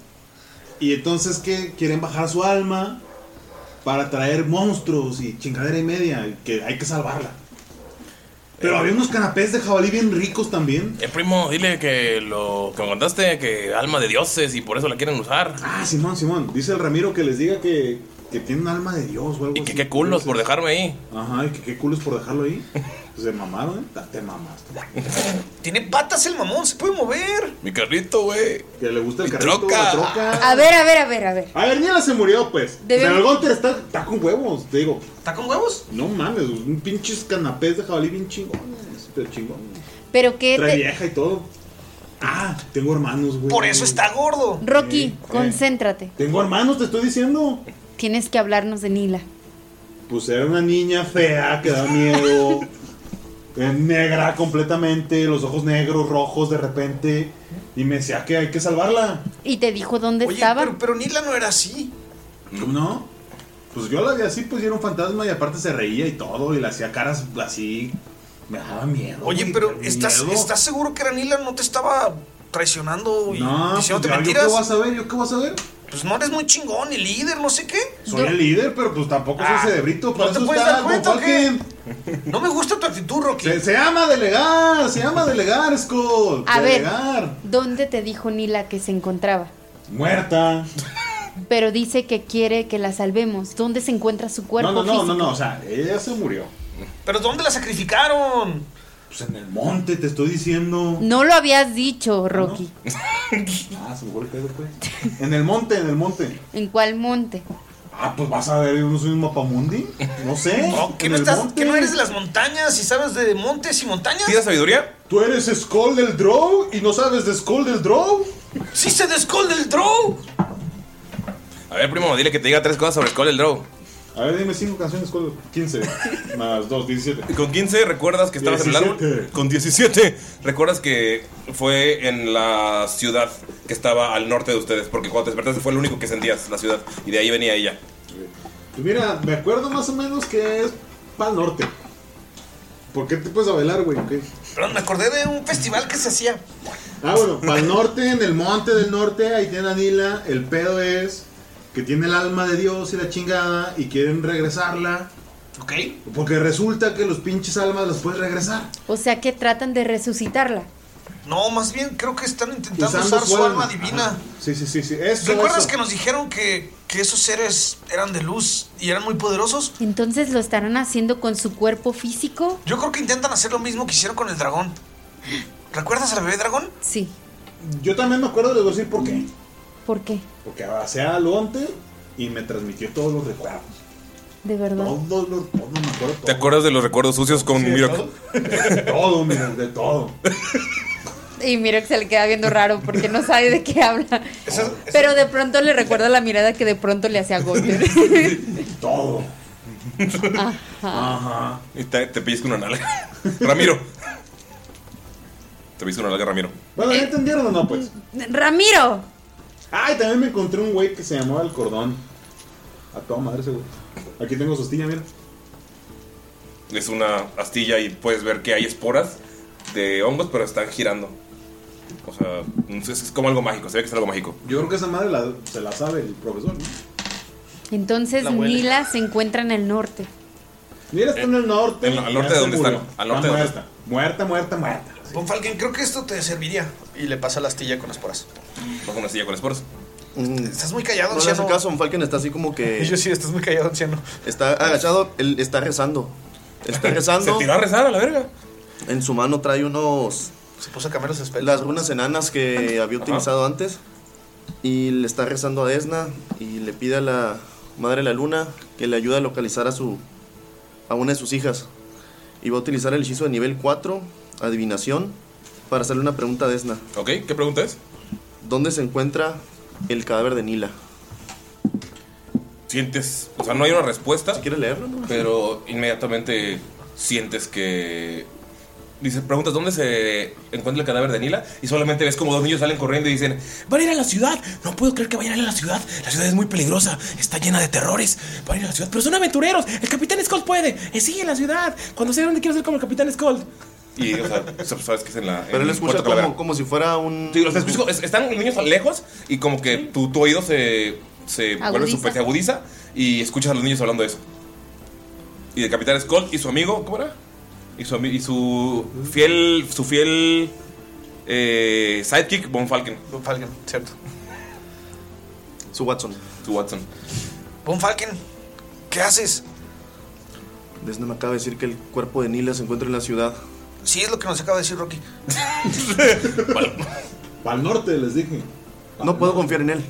B: Y entonces que quieren bajar su alma para traer monstruos y chingadera y media. y Que hay que salvarla. Pero había unos canapés de jabalí bien ricos también.
H: Eh, primo, dile que lo que me contaste, que alma de dioses y por eso la quieren usar.
B: Ah, Simón, Simón. Dice el Ramiro que les diga que, que tienen alma de Dios o algo así.
H: Que qué culos por dejarme ahí.
B: Ajá, y que qué culos por dejarlo ahí. Pues se mamaron, ¿eh? Te mamaste.
C: Tiene patas el mamón, se puede mover.
A: Mi carrito, güey.
B: Que le gusta el
A: carrito.
B: la troca.
D: A ver, a ver, a ver, a ver.
B: A ver, Niela se murió, pues.
D: Debe-
B: Pero el Gunter está, está con huevos, te digo.
C: ¿Está con huevos?
B: No mames, un pinches canapés de jabalí bien chingones, pero chingón.
F: ¿Pero qué
B: Trae
F: te...
B: vieja y todo. Ah, tengo hermanos, güey.
C: Por eso está gordo.
F: Rocky,
B: Eh,
F: concéntrate.
B: Tengo hermanos, te estoy diciendo.
F: Tienes que hablarnos de Nila.
B: Pues era una niña fea que da miedo. eh, negra completamente, los ojos negros, rojos de repente. Y me decía que hay que salvarla.
F: Y te dijo dónde
C: Oye,
F: estaba.
C: pero, pero Nila no era así.
B: ¿Cómo no? Pues yo la vi así, pues y era un fantasma y aparte se reía y todo, y le hacía caras así. Me daba miedo.
C: Oye,
B: güey,
C: pero
B: qué
C: ¿estás,
B: miedo.
C: ¿estás seguro que era Nila? ¿No te estaba traicionando y
B: No, pues,
C: diciéndote
B: ya, ¿yo
C: mentiras?
B: qué vas a ver? ¿Yo qué vas a ver?
C: Pues no eres muy chingón y líder, no sé qué.
B: Soy el líder, pero pues tampoco soy
C: Ah,
B: cerebrito.
C: ¿no
B: Para
C: te
B: eso
C: puedes
B: está
C: dar cuenta
B: Von
C: o qué?
B: Falken.
C: No me gusta tu actitud, Rocky.
B: Se, se ama delegar, se ama delegar, Skull.
F: A ver,
B: delegar.
F: ¿dónde te dijo Nila que se encontraba?
B: Muerta.
F: Pero dice que quiere que la salvemos. ¿Dónde se encuentra su cuerpo?
B: No, no, no,
F: físico?
B: no, no, o sea, ella se murió.
C: ¿Pero dónde la sacrificaron?
B: Pues en el monte, te estoy diciendo.
F: No lo habías dicho, Rocky.
B: Ah, se me fue el pedo, pues. En el monte, en el monte.
F: ¿En cuál monte?
B: Ah, pues vas a ver, yo no soy un mapamundi. No sé.
C: No, ¿que,
B: en
C: no
B: el
C: estás-
B: monte.
C: que no eres de las montañas y sabes de montes y montañas?
A: ¿Tienes sabiduría?
B: ¿Tú eres Skull del Drow y no sabes de Skull del Drow?
C: ¡Sí se descolde el draw!
A: A ver, primo, dile que te diga tres cosas sobre Skull el Drow.
B: A ver, dime cinco canciones, Skull. 15 más 2, 17.
A: Con 15 recuerdas que estabas en el
B: 17.
A: árbol. Con 17 recuerdas que fue en la ciudad que estaba al norte de ustedes. Porque cuando te despertaste fue el único que sentías, la ciudad. Y de ahí venía ella.
B: Pues mira, me acuerdo más o menos que es pa'l norte. ¿Por qué te puedes a bailar, güey? ¿Qué?
C: Perdón, me acordé de un festival que se hacía.
B: Ah, bueno, pa'l norte, en el monte del norte, ahí tiene a Nila. El pedo es que tiene el alma de Dios y la chingada y quieren regresarla.
C: ¿Ok?
B: Porque resulta que los pinches almas las puedes regresar.
F: O sea que tratan de resucitarla.
C: No, más bien creo que están intentando
B: Usando
C: usar su alma
B: Ajá.
C: divina.
B: Sí, sí, sí, sí. Eso,
C: ¿Recuerdas
B: eso.
C: que nos dijeron que, que esos seres eran de luz y eran muy poderosos?
F: Entonces lo estarán haciendo con su cuerpo físico.
C: Yo creo que intentan hacer lo mismo que hicieron con el dragón. ¿Recuerdas al bebé dragón?
F: Sí.
B: Yo también me acuerdo, les voy a decir por qué.
F: ¿Por qué?
B: Porque abracé al Onte y me transmitió todos los recuerdos.
F: De verdad.
B: Todos los, todos, me acuerdo
A: ¿Te acuerdas de los recuerdos sucios con Mirok?
B: todo. De todo, mira, de todo.
F: Y mira que se le queda viendo raro porque no sabe de qué habla. Pero de pronto le recuerda la mirada que de pronto le hacía Golden.
B: Todo.
A: Ah. Y te, te pellizca una nalga. Ramiro. Te pellizca una nalga, Ramiro.
B: Bueno, ¿ya entendieron o no, pues?
F: ¡Ramiro!
B: Ay, también me encontré un güey que se llamaba El Cordón. A toda madre ese güey. Aquí tengo su astilla, mira.
A: Es una astilla y puedes ver que hay esporas de hongos, pero están girando. O sea, es, es como algo mágico, se ve que es algo mágico.
B: Yo creo que esa madre la- se la sabe el profesor, ¿no?
F: Entonces
A: La huele.
F: Nila se encuentra en el norte.
B: Mira, está en el norte.
A: Eh, En- al norte de donde están. Al norte de donde
B: muerta. Muerta, muerta, muerta.
C: Von Falken, creo que esto te serviría. Y le pasa la astilla con esporas.
A: Bajo una silla con esporas.
C: Mm, Estás muy callado,
E: No le hace
C: anciano.
E: caso, Falken está así como que.
C: Yo sí, estás muy callado, anciano.
E: Está agachado, él está rezando. Está rezando.
C: Se tiró a rezar
A: a la verga.
E: En su mano trae unos.
C: Se puso a cambiar los espejos.
E: Las runas enanas que había utilizado antes. Y le está rezando a Esna. Y le pide a la madre de la luna que le ayude a localizar a su. a una de sus hijas. Y va a utilizar el hechizo de nivel 4, adivinación, para hacerle una pregunta a Esna.
A: Ok, ¿qué pregunta es?
E: ¿Dónde se encuentra el cadáver de Nila?
A: Sientes, o sea, no hay una respuesta. Si quieres leerlo, Pero inmediatamente sientes que. Dice, preguntas dónde se encuentra el cadáver de Nila y solamente ves como dos niños salen corriendo y dicen, Van a ir a la ciudad. No puedo creer que vayan a ir a la ciudad. La ciudad es muy peligrosa. Está llena de terrores. Van a ir a la ciudad. Pero son aventureros. El capitán Skull puede. Eh, sí, en la ciudad. Cuando sea grande quiero ser como el capitán Skull. y, o sea, pues, sabes que es en la.
E: Pero
A: en
E: él escucha
A: Puerto Calavera.
E: como, como si fuera un.
A: Sí, los escucho, es- están los niños lejos y como que tu, tu oído se, se
E: Agudiza.
A: vuelve súper se agudiza y escuchas a los niños hablando de eso. Y el capitán Scott y su amigo, ¿cómo era? Y su, ami- y su fiel, su fiel eh, sidekick, Von Falken.
C: Von Falken, cierto.
E: Su Watson.
A: Su Watson.
C: Von Falken, ¿qué haces?
E: Desna me acaba de decir que el cuerpo de Nila se encuentra en la ciudad.
C: Sí, es lo que nos acaba de decir Rocky.
E: Para el norte, les dije. No puedo confiar en él.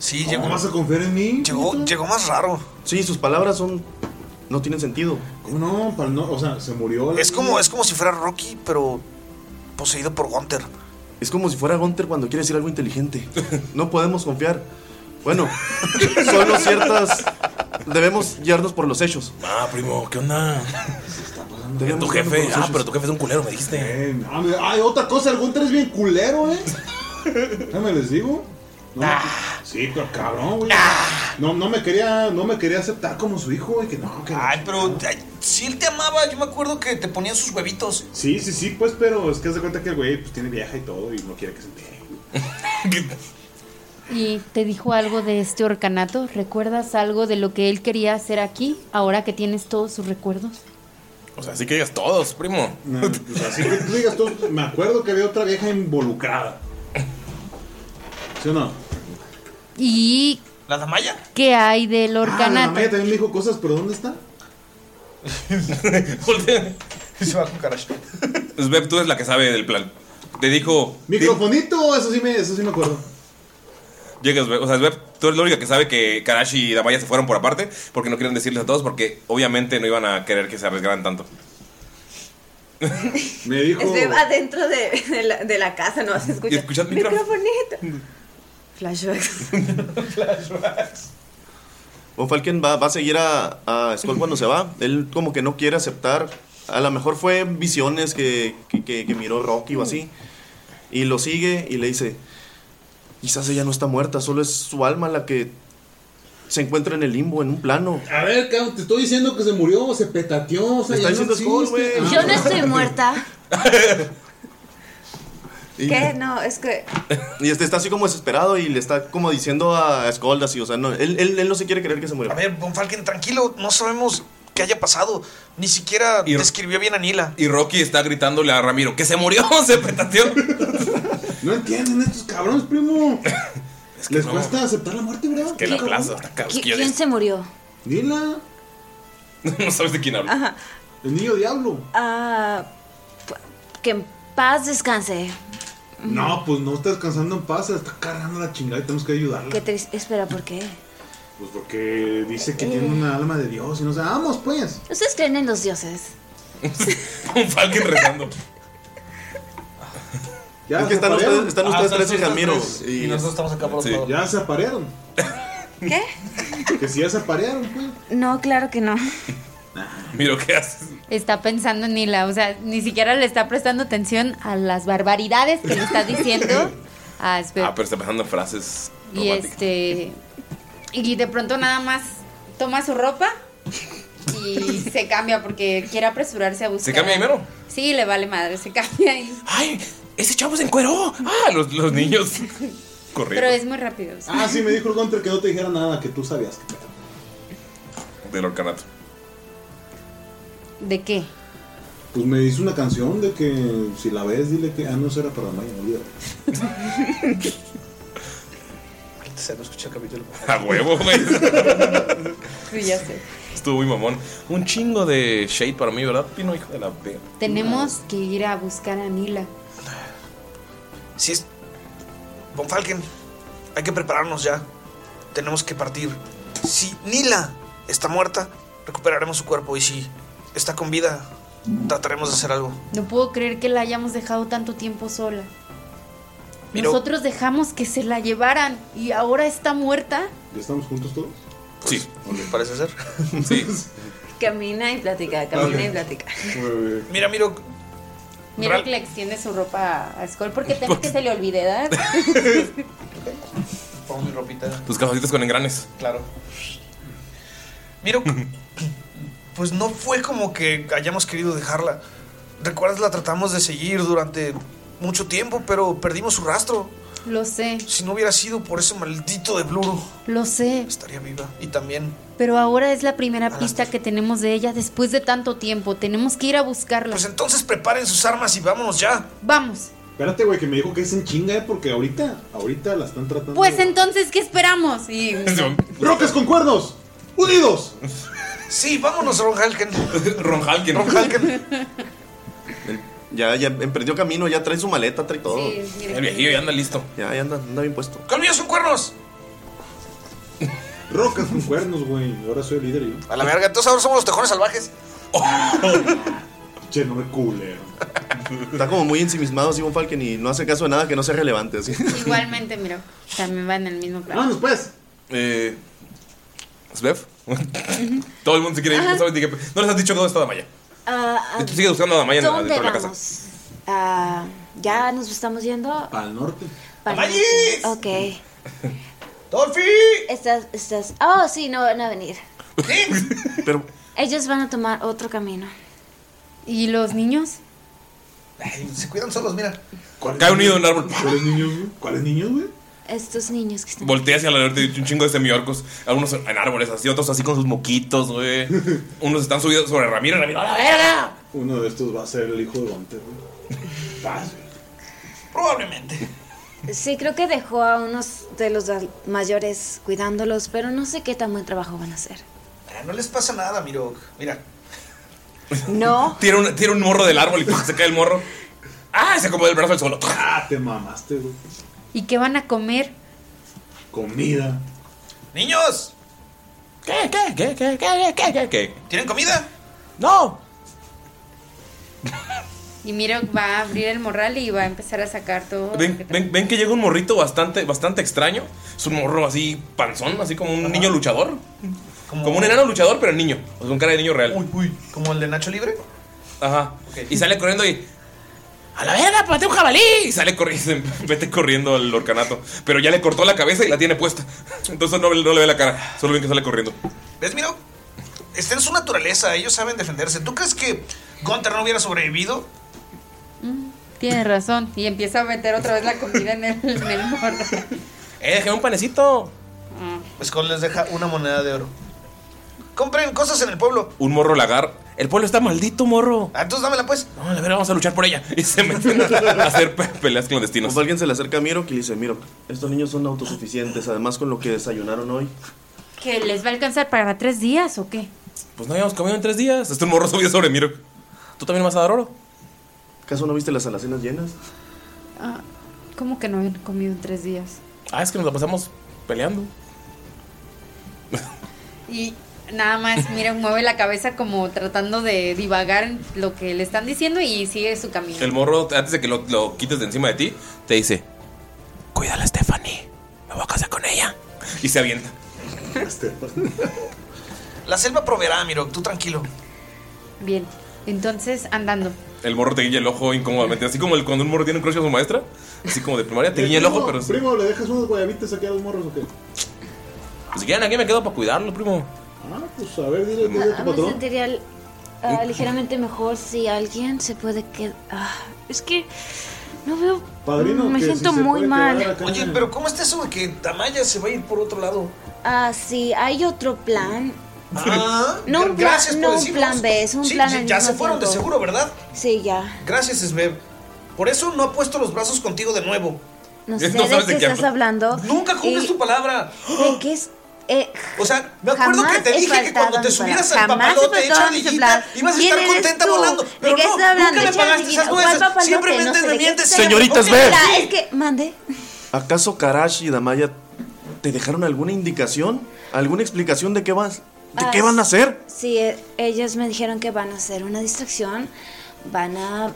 C: Sí,
E: llegó. ¿Vas a confiar en mí?
C: Llegó, llegó más raro.
E: Sí, sus palabras son. No tienen sentido.
B: No, para no, o sea, se murió.
C: Es como, es como si fuera Rocky, pero poseído por Gunter.
E: Es como si fuera Gunter cuando quiere decir algo inteligente. No podemos confiar. Bueno, solo ciertas. Debemos guiarnos por los hechos.
A: Ah, primo, ¿qué onda?
E: Debemos
A: Tu
E: guiarnos por
A: jefe.
E: los
A: Ah,
E: hechos.
A: pero tu jefe es un culero, me dijiste.
B: Ay, otra cosa, el Gunter es bien culero, ¿eh? Déjame les digo. No,
C: Ah.
B: Sí, pero cabrón, güey. No, no me quería, no me quería aceptar como su hijo, güey, que no, que
C: Ay, pero si él te amaba, Ah, yo me acuerdo que te ponían sus huevitos.
B: Sí, sí, sí, pues, pero es que haz de cuenta que el güey pues, tiene vieja y todo y no quiere que se entere.
F: Y te dijo algo de este orcanato. ¿Recuerdas algo de lo que él quería hacer aquí, ahora que tienes todos sus recuerdos?
A: O sea, así que digas todos, primo.
B: Pues así que tú digas, tú, me acuerdo que había otra vieja involucrada. ¿Sí o no?
F: ¿Y
C: ¿La Damaya?
F: qué hay del
B: Ah, la
F: orcanato?
B: mamá ya también me dijo cosas, pero ¿dónde está?
C: Se va con carajo.
A: Sveb, tú eres la que sabe del plan. Te dijo,
B: Microfonito, eso sí me, eso sí me acuerdo.
A: Llegas, o sea, Sveb, tú eres la única que sabe que Karashi y Damaya se fueron por aparte porque no quieren decirles a todos porque obviamente no iban a querer que se arriesgaran tanto.
B: Me dijo...
D: Estoy adentro de, de la, de la casa, no se escucha.
A: ¿Y escuchas micrófono?
D: Microfonito. Flashbacks.
E: Von Falken va, va a seguir a, a Skull cuando se va. Él como que no quiere aceptar. A lo mejor fue visiones que, que- que- que miró Rocky o así. Y lo sigue y le dice, quizás ella no está muerta, solo es su alma la que se encuentra en el limbo, en un plano.
B: A ver, cabrón, te estoy diciendo que se murió, se petateó, o sea,
E: Está
B: ya no
E: diciendo Skull,
B: existe.
E: güey.
D: Yo no estoy muerta.
E: Y-
D: ¿Qué? No, es que.
E: Y este está así como desesperado y le está como diciendo a Skull así, o sea, no, él, él- él no se quiere creer que se murió.
C: A ver, Von Falken, tranquilo, no sabemos qué haya pasado. Ni siquiera
A: Y-
C: describió bien a Nila.
A: Y Rocky está gritándole a Ramiro que se murió, se petateó.
B: No entienden estos cabrones, primo. Les
A: no.
B: cuesta aceptar la muerte, ¿verdad?
A: Que la
B: Cabrón.
A: plaza está cabrón.
D: ¿Qui- ¿Quién se murió?
B: Nila,
A: No sabes de quién hablo.
D: Ajá.
B: el niño diablo.
D: Ah, pu- que en paz descanse.
B: No, pues no está descansando en paz, se está cargando la chingada y tenemos que ayudarla.
D: Que te espera, ¿por qué?
B: Pues porque dice que
D: Uh.
B: tiene una alma de Dios y no sé, vamos pues.
D: Ustedes creen en los dioses.
A: Un Falken rezando.
E: Es que están ustedes- Ah, están ustedes tres y Ramiro,
B: Y,
E: y- Y nosotros estamos acá por Sí. otro lado.
B: Ya se aparearon.
D: ¿Qué?
B: Que si ya se aparearon, pues.
F: No, claro que no.
A: Miro, ¿qué haces?
F: Está pensando en Nila, o sea, ni siquiera le está prestando atención a las barbaridades que le está diciendo a Sveb.
A: Ah, pero está pensando en frases.
F: Y este. Y de pronto nada más toma su ropa
D: y se cambia porque quiere apresurarse a buscar.
A: ¿Se cambia primero?
D: Sí, le vale madre, se cambia y...
A: ¡Ay! ¡Ese chavo se encueró!
B: Ah,
A: los, los niños.
D: Pero es muy rápido. o sea.
B: Ah, sí, me dijo el Gunter que no te dijera nada, que tú sabías que pedo.
A: Del orcanato.
F: ¿De qué?
B: Pues me hizo una canción de que si la ves, dile que. Ah, no, eso era para Maya, olvídalo.
C: Se no escuché el capítulo.
A: A huevo, güey.
F: Sí, ya sé.
A: Estuvo muy mamón. Un chingo de shade para mí, ¿verdad, Pino? Hijo de la B.
F: Tenemos que ir a buscar a Nila.
C: Sí, es. Von Falken, hay que prepararnos ya. Tenemos que partir. Si Nila está muerta, recuperaremos su cuerpo. Y si está con vida, trataremos de hacer algo.
F: No puedo creer que la hayamos dejado tanto tiempo sola.
C: Miro-
F: Nosotros dejamos que se la llevaran y ahora está muerta.
B: ¿Ya estamos juntos todos?
A: sí.
C: Parece ser.
A: Sí.
D: Camina y platica, camina y
C: Ok.
D: platica.
C: Mira, miro.
D: Mira que le extiende su ropa a Skull porque teme que se le olvide dar.
C: Pongo mi ropita.
A: Tus calzoncitos con engranes.
C: Claro. Miro. Pues no fue como que hayamos querido dejarla. Recuerdas, la tratamos de seguir durante mucho tiempo, pero perdimos su rastro.
F: Lo sé,
C: Si no hubiera sido por ese maldito de Bluro,
F: lo sé.
C: estaría viva. Y también,
F: Pero ahora es la primera pista que tenemos de ella después de tanto tiempo. Tenemos que ir a buscarla.
C: Pues entonces preparen sus armas y vámonos ya.
F: Vamos.
B: Espérate, güey, que me dijo que es en chinga, ¿eh? Porque ahorita, ahorita la están tratando.
F: Pues entonces, ¿qué esperamos? Y
B: ¡Rocas con cuernos! ¡Unidos!
C: Sí, vámonos, Ron Halken.
A: Ron Halken.
C: Ron Halken.
E: Ya, ya emprendió camino, ya trae su maleta, trae todo.
C: Sí, mira. El viejillo
A: ya anda listo.
E: Ya, ya anda, anda bien puesto.
C: ¡Colmillos son cuernos!
B: Rocas con cuernos, güey. Ahora soy el líder yo.
C: A la verga, entonces ahora somos los tejones salvajes.
A: Oh.
B: Che, no me culero.
E: Está como muy ensimismado así Von Falken y no hace caso de nada que no sea relevante. Así.
F: Igualmente, mira, también va en el mismo plan.
B: Vámonos, pues.
A: Eh. ¿Svev? Todo el mundo se quiere ir.
D: Ajá.
A: no saben ni qué- No les has dicho dónde está Damaya. Tú Sigues buscando a Damaya en la-
D: Ah, ¿Dónde
A: dentro de la casa.
D: vamos? Ah, ya nos estamos yendo.
C: Ah,
B: Al norte.
D: para-
C: ¡Amayis!
D: Ok.
C: ¡Dolphy!
D: Estás, estás. Oh, sí, no van a venir.
E: Pero-
D: Ellos van a tomar otro camino.
F: ¿Y los niños?
C: Ay, se cuidan solos, Pues mira.
A: Cae unido en un árbol.
B: ¿Cuáles niños, güey? ¿Cuáles niños, güey?
D: Estos niños que están.
A: Voltea hacia la norte y un chingo de semiorcos. Algunos en árboles así, otros así con sus moquitos, güey. Unos están subidos sobre Ramiro. Ramiro, ¡a la verga!
B: Uno de estos va a ser el hijo de Gunter, güey. Paz, güey.
C: Probablemente.
D: Sí, creo que dejó a unos de los da- mayores cuidándolos, pero no sé qué tan buen trabajo van a hacer.
C: Ah, No les pasa nada, Miro. Mira.
D: No.
A: Tira un, tira un morro del árbol y ¡pum! se cae el morro. ¡Ah! Se acomoda el brazo al suelo.
B: ¡Ah! Te mamaste, güey.
F: ¿Y qué van a comer?
B: Comida.
C: ¡Niños!
A: ¿Qué, qué, qué, qué, qué, qué, qué, qué?
C: ¿Tienen comida?
A: ¡No!
F: Y mira, va a abrir el morral y va a empezar a sacar todo.
A: Ven, ven- ven que llega un morrito bastante, bastante extraño. Es un morro así panzón, así como un niño luchador. Como, un enano luchador, pero niño. o sea, con cara de niño real.
C: Uy, uy. ¿Como el de Nacho Libre?
A: Ajá. Y sale corriendo y. ¡A la verga, pues, pate un jabalí! Y sale corriendo, vete corriendo al orcanato. Pero ya le cortó la cabeza y la tiene puesta. Entonces no, no le ve la cara. Solo ven que sale corriendo.
C: ¿Ves, Miro? Está en su naturaleza, ellos saben defenderse. ¿Tú crees que Gunther no hubiera sobrevivido?
F: Mm, Tienes razón. Y empieza a meter otra vez la comida en el, en el morral.
A: ¡Eh, dejé un panecito!
C: Skull Pues les deja una moneda de oro. Compren cosas en el pueblo.
A: Un morro lagar. El pueblo está maldito, morro.
C: Ah, entonces dámela pues.
A: No, a la verga, vamos a luchar por ella. Y se meten a hacer pe- peleas clandestinas.
E: Pues alguien se le acerca a Miro y le dice, Miro, estos niños son autosuficientes, además con lo que desayunaron hoy.
F: ¿Que les va a alcanzar para tres días o qué?
A: Pues no habíamos comido en tres días. Este morro subió sobre Miro. ¿Tú también vas a dar oro?
E: ¿Acaso no viste las alacenas llenas?
F: Ah, ¿Cómo que no han comido en tres días?
A: Ah, es que nos la pasamos peleando.
F: Y nada más, mira, mueve la cabeza como tratando de divagar en lo que le están diciendo y sigue su camino.
A: El morro, antes de que lo, lo quites de encima de ti, te dice: Cuídala, Stephanie. Me voy a casar con ella. Y se avienta.
B: Este.
C: La selva proveerá, Miro, tú tranquilo.
F: Bien, entonces andando.
A: El morro te guiña el ojo incómodamente. Así como el, cuando un morro tiene un crush a su maestra. Así como de primaria, te guiña el ojo,
B: Eh, Primo,
A: pero.
B: Primo, ¿le dejas unos guayabites aquí a los morros o qué?
A: Pues, Si quieren, aquí me quedo para cuidarlo, primo.
B: Ah, pues a ver, dile, dile a tu
I: Me
B: patrón.
I: sentiría ah, ligeramente mejor si alguien se puede quedar. es que no veo. me siento muy mal.
C: Oye, pero ¿cómo está eso de que Tamaya se va a ir por otro lado?
I: Ah, sí, hay otro plan.
C: Ah,
I: No un
C: gra-
I: plan-
C: gracias
I: no
C: por
I: un
C: decirnos.
I: plan B, es un
C: Sí,
I: plan
C: sí,
I: al
C: Ya
I: mismo
C: se fueron de
I: tiempo.
C: seguro, ¿verdad?
I: Sí, ya.
C: Gracias, Sveb. Por eso no ha puesto los brazos contigo de nuevo.
I: No sé de qué estás hablando.
C: Nunca cumples tu palabra.
I: ¿De qué es? Eh,
C: O sea, me acuerdo
I: jamás
C: que te
I: he
C: dije que
I: faltado
C: cuando
I: a
C: te
I: mi palabra.
C: subieras al
I: Jamás he
C: papalote
I: faltado a
C: hecha
I: mi
C: liguita,
I: plan.
C: ibas a
I: ¿Quién
C: estar
I: eres
C: contenta
I: tú?
C: volando.
I: ¿De
C: Pero
I: qué
C: no,
I: estás hablando?
C: nunca me
I: Echa
C: pagaste
I: liguita.
C: esas
I: ¿Cuál
C: nueces.
I: papalote?
C: Siempre
I: No
C: vendes
I: sé
C: me
I: de qué
C: mientes.
I: estás hablando.
E: Señoritas,
I: Mira,
E: ve.
I: Es que, mande.
E: ¿Acaso Karash y Damaya te dejaron alguna indicación? ¿Alguna explicación de qué vas? ¿De
I: Ah,
E: qué van a hacer?
I: Sí, eh, ellas me dijeron que van a hacer una distracción, van a,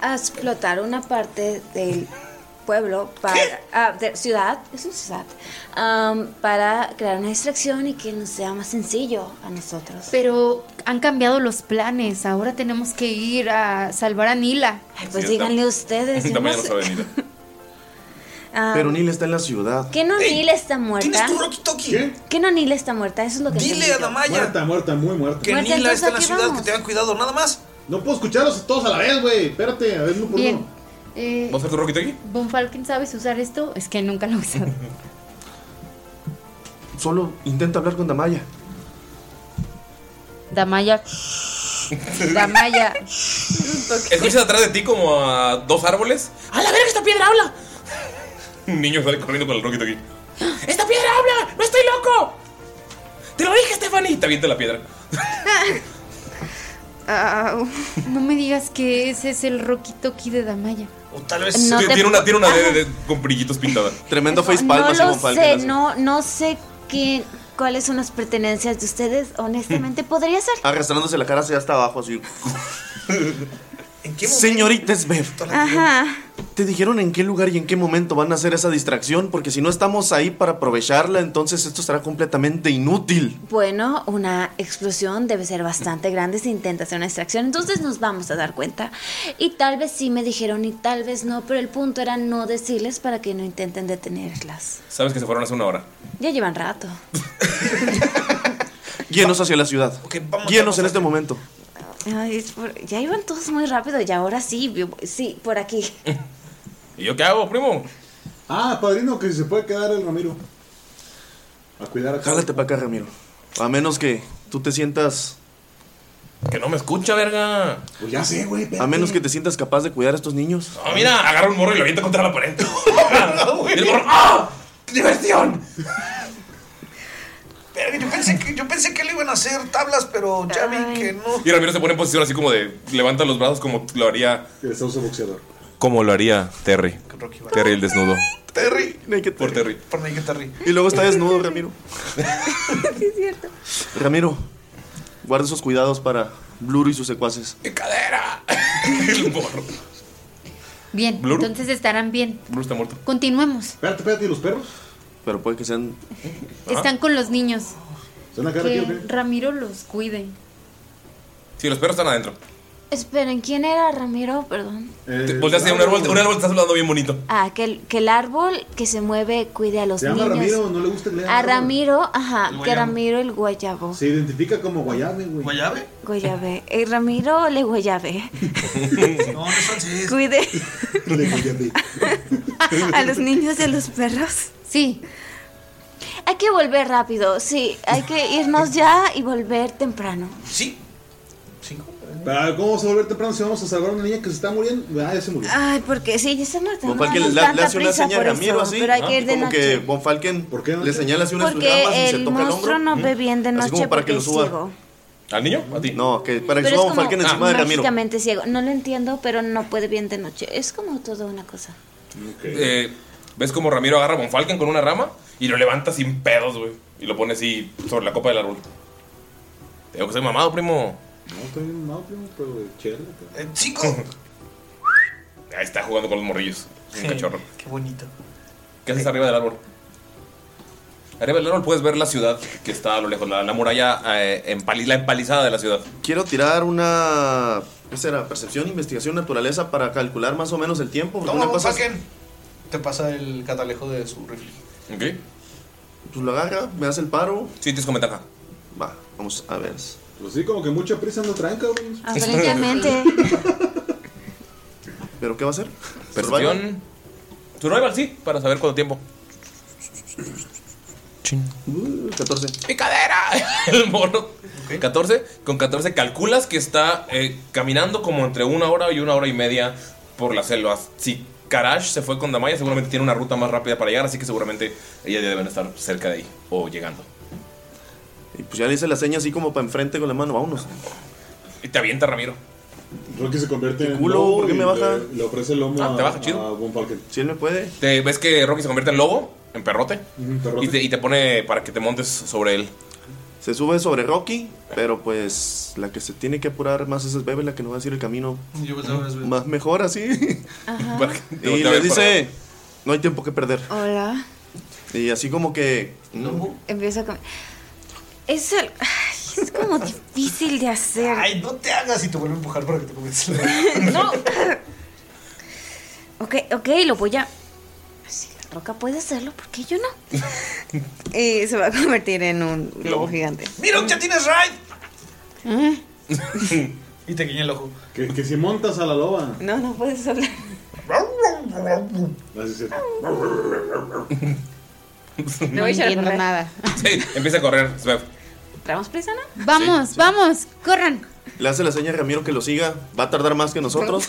I: a explotar una parte del pueblo para ah, de- ciudad, es una ciudad, am, para crear una distracción y que nos sea más sencillo a nosotros.
F: Pero han cambiado los planes. Ahora tenemos que ir a salvar a Nila.
I: pues Sí, díganle está- ustedes, yo
E: Damaya
I: no sé.
E: sabe Nila.
I: Ah,
E: Pero Nila está en la ciudad.
I: ¿Que no Nila está muerta?
E: ¿Qué?
I: ¿Que no Nila está muerta? Eso es lo que entendí yo.
B: Muerta, muerta, muy muerta.
I: Que Muerta, Nila está en entonces, la ¿a qué ciudad, vamos? que
C: tengan cuidado, nada más.
B: No puedo escucharlos todos a la vez, güey. Espérate, a ver, uno por
F: Bien.
B: uno.
F: Eh,
A: ¿Vas a hacer tu roquito aquí?
F: ¿Von Falken sabes usar esto? Es que nunca lo he usado.
E: Solo intenta hablar con Damaya.
F: Damaya. Damaya.
A: Escuchas atrás de ti como a dos árboles.
J: ¡A la verga, esta piedra habla!
A: Un niño sale corriendo con el roquito aquí.
J: ¡Esta piedra habla! ¡No estoy loco!
A: ¡Te lo dije, Stephanie! Y te avienta la piedra.
F: Au. no me digas que ese es el roquitoki de Damaya.
C: O tal
F: vez- No
A: Sí,
F: te
A: tiene, una,
F: pu-
A: tiene una D de- de- con brillitos pintada.
E: Tremendo face
I: No lo sé, no, no sé qué, cuáles son las pertenencias de ustedes. Honestamente, podría ser.
E: Arrastrándose Ah, la cara hacia hasta abajo, así. Señorita Svev,
I: Ajá.
E: ¿te dijeron en qué lugar y en qué momento van a hacer esa distracción? Porque si no estamos ahí para aprovecharla, entonces esto será completamente inútil.
I: Bueno, una explosión debe ser bastante grande si intenta hacer una extracción, entonces nos vamos a dar cuenta. Y tal vez sí me dijeron y tal vez no, pero el punto era no decirles para que no intenten detenerlas.
A: Sabes que se fueron hace una hora.
I: Ya llevan rato.
E: Guíenos hacia la ciudad. Guíenos en este momento.
I: Ay, es por- ya iban todos muy rápido y ahora sí, vi- sí, por aquí.
A: ¿Y yo qué hago, primo?
B: Ah, padrino, que si se puede quedar el Ramiro.
E: A cuidar Jálate para acá, Ramiro. A menos que tú te sientas.
A: Que no me escucha, verga.
E: Pues
B: ya sé, güey.
E: A menos que te sientas capaz de cuidar a estos niños.
A: Ah, mira, agarra un morro y lo avienta contra la pared. Y el morro, ¡ah! ¡Diversión!
C: Verga, yo pensé que, yo pensé que le iban a hacer tablas, pero ya vi que no.
A: Y Ramiro se pone en posición así como de levanta los brazos como lo haría.
B: El sauce boxeador.
A: Como lo haría Terry. Terry el desnudo.
E: Terry,
A: Por Terry.
C: Por Naked Terry.
E: Y luego está desnudo, Ramiro.
C: sí, es cierto.
E: Ramiro, guarda esos cuidados para Bluro y sus secuaces.
A: el morro.
F: Bien,
E: Blur.
F: entonces estarán bien.
E: Bluro está muerto.
F: Continuemos.
B: Espérate, espérate, ¿y los perros?
E: Pero puede que sean. Ah.
F: Están con los niños.
B: ¿Están acá
F: Que Ramiro los cuide.
A: Sí, los perros están adentro.
I: Esperen, ¿quién era Ramiro? Perdón.
B: Eh,
A: Te volteas hacia un árbol, un árbol te está saludando bien bonito.
I: Ah, que el, que el árbol que se mueve cuide a los
B: Se
I: niños.
B: llama Ramiro, no le gusta que le hagan
I: A
B: árbol.
I: Ramiro, ajá,
B: El
I: que
B: guayabo.
I: Ramiro el guayabo.
B: Se identifica como Guayabe, güey.
C: ¿Guayabe?
I: Guayabé. Eh, Ramiro le guayabé. Cuide
B: Le Guayabe.
I: a los niños y a los perros. Sí. Hay que volver rápido, sí. Hay que irnos ya y volver temprano.
C: Sí.
B: Pero, ¿Cómo vamos a volver temprano si vamos a salvar a una niña que se está muriendo? Ah, ya se murió.
I: Ay, porque sí, ya se nos
E: Von
I: no
E: Falken le,
I: damos tanta
E: le hace una
I: prisa
E: seña a
I: por
E: Ramiro
I: eso,
E: así.
I: Pero hay que
E: y
I: ir de
E: como que
I: noche.
E: Von Falken le señala así una de sus
I: Porque
E: ramas y se
I: el
E: toca el hombro.
I: monstruo no ve bien de
E: Así como
I: noche
E: para
I: porque
E: que lo
I: es
E: suba.
I: ciego.
A: ¿Al niño? ¿A ti?
E: No, que para que
I: Pero es
E: suba Von
I: como
E: Falken encima de Ramiro.
I: mágicamente ciego. No lo entiendo, pero no puede bien de noche. Es como toda una cosa.
A: Eh, ¿Ves como Ramiro agarra a Bonfalken con una rama y lo levanta sin pedos, güey? Y lo pone así sobre la copa del árbol. Tengo que ser mamado, primo.
B: No, estoy bien mal, primo, pero chévere.
E: Eh,
B: pero-
A: Ahí está jugando con los morrillos. Es Un cachorro.
C: Qué bonito.
A: ¿Qué haces arriba del árbol? Arriba del árbol puedes ver la ciudad que está a lo lejos, la, la muralla, eh, empali- la empalizada de la ciudad.
E: Quiero tirar una. ¿Qué será? Percepción, investigación, naturaleza para calcular más o menos el tiempo. porque
C: Toma,
E: una
C: Von
E: cosa es-
C: Falken. Te pasa el catalejo de su rifle.
A: Ok.
E: pues lo agarra, me hace el paro.
A: Sí, tienes con ventaja.
E: Va, vamos a ver.
B: Pues sí, como que mucha prisa no traen, cabrón.
I: Aparentemente.
E: ¿Pero qué va a hacer?
A: Percepción. Survival, sí, para saber cuánto tiempo.
E: Uh, 14.
A: ¡Picadera! El mono. 14. Con 14 calculas que está eh, caminando como entre una hora y una hora y media por las selvas. Si Karash se fue con Damaya, seguramente tiene una ruta más rápida para llegar, así que seguramente ella ya deben estar cerca de ahí o llegando.
E: Y pues ya le hice la seña así como para enfrente con la mano, vámonos.
A: Y te avienta Ramiro.
B: Rocky se convierte en
E: culo,
B: lobo
E: ¿por qué
B: y
E: me baja?
B: Le, le ofrece el lomo
A: Ah,
B: a,
A: te baja, chido.
B: a Von Falken.
E: Si él me puede.
A: Te ves que Rocky se convierte en lobo, en perrote,
B: Ujú, perrote.
A: Y, te, y te pone para que te montes sobre él.
E: Se sube sobre Rocky, pero pues la que se tiene que apurar más es Bebe, la que nos va a decir el camino
G: Yo pensaba que era Bebe.
E: más mejor así.
A: Ah.
I: Ajá.
E: y
A: voltea a ver
E: le dice, no hay tiempo que perder.
I: Hola.
E: Y así como que... mm, No.
I: Empiezo a comer. Es, el- ay, es como difícil de hacer.
G: Ay, no te hagas y te vuelvo a empujar para que te comiences la
I: No. ok, ok, lo voy a. Si la roca puede hacerlo, ¿por qué yo no? y se va a convertir en un lobo gigante.
C: ¡Mira, ya tienes raid!
B: y te guiña el ojo. Que, que si montas a la loba.
I: No, no puedes hablar.
B: Así se-
F: No entiendo nada.
A: Sí, empieza a correr. Svev.
I: ¿Traemos prisa,
F: no? Vamos, vamos, corran.
E: Le hace la seña a Ramiro que lo siga. Va a tardar más que nosotros.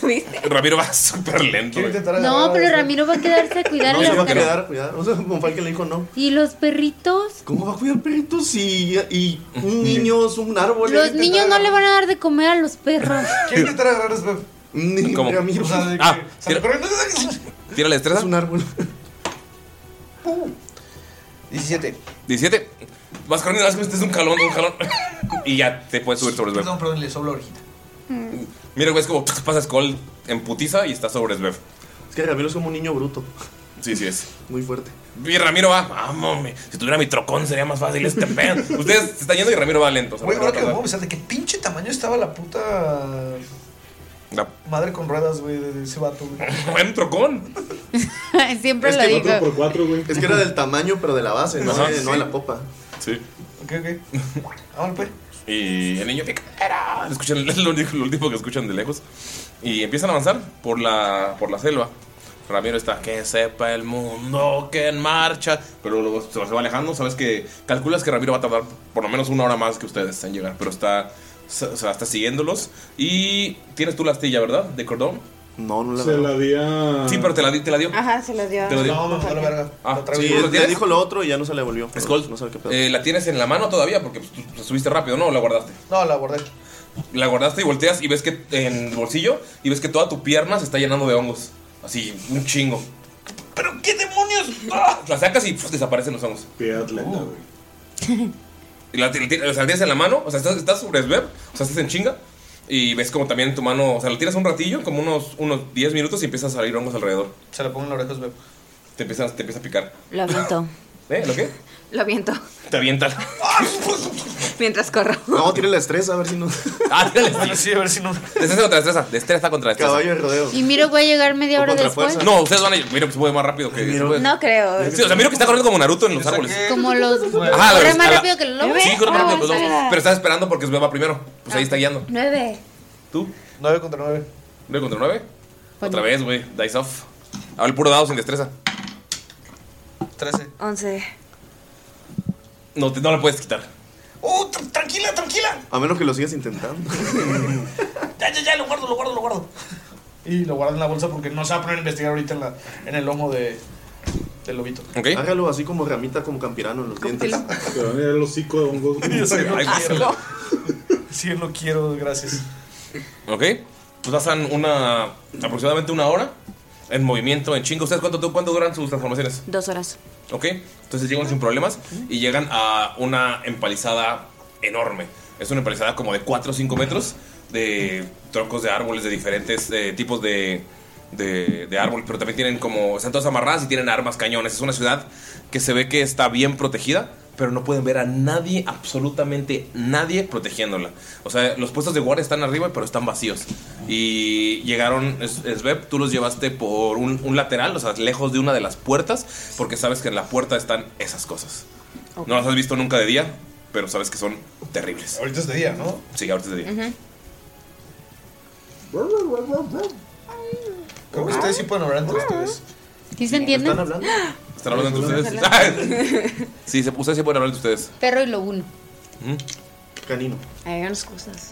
A: Ramiro va súper lento.
F: No, pero Ramiro va a quedarse a cuidar
E: No,
F: las
E: se va a
F: casas.
E: quedar, cuidado. O sea, Monfalque le dijo no.
F: ¿Y los perritos?
E: ¿Cómo va a cuidar perritos si y un niño es un árbol? eh,
F: Los niños no le van a dar de comer a los perros.
E: ¿Quién intentar agarrar a Svev? Ni
A: ¿Cómo?
E: Ramiro.
A: Ah, tira, tira la destreza.
E: Es un árbol.
A: 17. 17. Vas corriendo, vas corriendo, este es un jalón, un jalón. Y ya te puedes subir sobre Svev.
C: Perdón, perdón, le sobró la orejita. Mm.
A: Mira, güey, es como pasa Skull en putiza y está sobre Svev.
E: Es que Ramiro es como un niño bruto.
A: Sí, sí es.
E: Muy fuerte.
A: Y Ramiro va, vámonos. Si tuviera mi trocón sería más fácil este pedo. Ustedes se están yendo y Ramiro va lento. o sea,
C: Güey,
A: no
C: ahora
A: va a
C: que me
A: tardar.
C: pongo a pensar de qué pinche tamaño estaba la puta
A: La-
C: madre con ruedas, güey, de de ese vato, güey.
A: Buen trocón.
F: Siempre lo digo.
B: por 4 güey.
E: Es que era del tamaño, pero de la base, no,
A: Ajá,
E: de, no
A: sí.
E: de la popa.
A: Sí.
C: Ok, ok. Ahora, pues.
A: Y el niño pica. Lo Ah, Escuchan, es lo, único- lo último que escuchan de lejos. Y empiezan a avanzar por la, por la selva. Ramiro está, que sepa el mundo que en marcha. Pero luego se va se va alejando. Sabes que calculas que Ramiro va a tardar por lo menos una hora más que ustedes en llegar. Pero está, o sea, está siguiéndolos. Y tienes tú la astilla, ¿verdad? De cordón.
E: No, no
B: Se la di a.
A: Sí, pero te la, di- te la dio.
C: Ah.
I: Ajá, se lo dio.
A: Te lo dio.
I: No, me la verga.
A: Ah,
E: Sí,
A: ¿tú la
E: él le
A: tienes?
E: dijo lo otro y ya no se le volvió. pero
A: Skull,
E: No sabe qué pedo.
A: eh, ¿la tienes en la mano todavía? Porque pues, tú tú subiste rápido, ¿no? ¿O la guardaste?
C: No, la guardé.
A: La guardaste y volteas y ves que en el bolsillo y ves que toda tu pierna se está llenando de hongos. Así, un chingo. ¿Pero qué demonios? ¡Ah! La sacas y pues, desaparecen los hongos.
C: Oh.
A: Y la, ti- ti- o sea, la tienes en la mano, o sea, estás, estás sobre Sveb, o sea, estás en chinga. Y ves como también en tu mano, o sea, la tiras un ratillo, como unos, unos 10 minutos y empiezan a salir hongos alrededor.
C: Se la pongo en la oreja, Sveb.
A: Te empiezan, te empieza a picar.
I: Lo aviento.
A: ¿Eh? ¿Lo qué?
I: Lo aviento
A: Te avientan.
I: mientras corro.
E: No, tiene la estrés, a ver si no.
A: Ah, tírale. Sí,
C: a ver si no.
A: Destreza contra destreza. Destreza contra destreza.
E: Caballo de rodeo.
F: Y Miro voy a llegar media hora
A: Contra
F: después.
A: fuerza. No, ustedes van a. Miro que se mueve más rápido que. se puede.
I: No creo.
A: Sí, o sea, miro Pues, que está corriendo como Naruto en los árboles.
F: Como los.
A: Ajá,
F: Corre
A: la
F: más
A: verdad, a la-
F: rápido que los lobos.
A: Sí, corre más rápido que los
F: Ah,
A: lobos.
F: espera.
A: Pero estás esperando porque Sveb va primero. Pues ahí está guiando.
I: Nueve.
A: ¿Tú?
C: 9 contra 9.
A: 9 contra 9.
F: Pues
A: Otra vez, güey. Dice off. Ahora el puro dado sin destreza.
C: 13.
I: Once.
A: No, te- no lo puedes quitar.
C: ¡Oh, tr- tranquila, tranquila!
E: A menos que lo sigas intentando.
C: Ya, ya, ya, lo guardo, lo guardo, lo guardo. Y lo guardo en la bolsa porque no se va a poner a investigar ahorita en, la, en el lomo de, del lobito.
E: Hágalo así como ramita, como campirano en los dientes.
B: Te van a ir el hocico de hongos. güey.
C: Yo soy-
A: Ay, güey.
C: Sí, lo quiero, gracias.
A: Ok. Pues pasan una. aproximadamente una hora. En movimiento, en chingo. ¿Ustedes cuánto, cuánto duran sus transformaciones?
I: Dos horas.
A: ¿Ok? Entonces llegan sin problemas y llegan a una empalizada enorme. Es una empalizada como de 4 o 5 metros de troncos de árboles de diferentes eh, tipos de, de, de árbol, pero también tienen como. Están todas amarradas y tienen armas, cañones. Es una ciudad que se ve que está bien protegida, pero no pueden ver a nadie, absolutamente nadie, protegiéndola. O sea, los puestos de guardia están arriba, pero están vacíos. Y llegaron, Es- Sveb, tú los llevaste por un, un lateral, o sea, lejos de una de las puertas, porque sabes que en la puerta están esas cosas. No las has visto nunca de día, pero sabes que son terribles.
K: Ahorita es de día, ¿no?
A: Sí, ahorita es de día.
K: Creo que ustedes sí pueden hablar entre ustedes.
F: ¿Sí se entiende?
K: ¿Están hablando?
A: ¿Están hablando entre ustedes? ¡Ah! sí, se- ustedes se pueden hablar entre ustedes.
F: Perro y lo uno.
A: Mm. Canino.
I: Hagan excusas.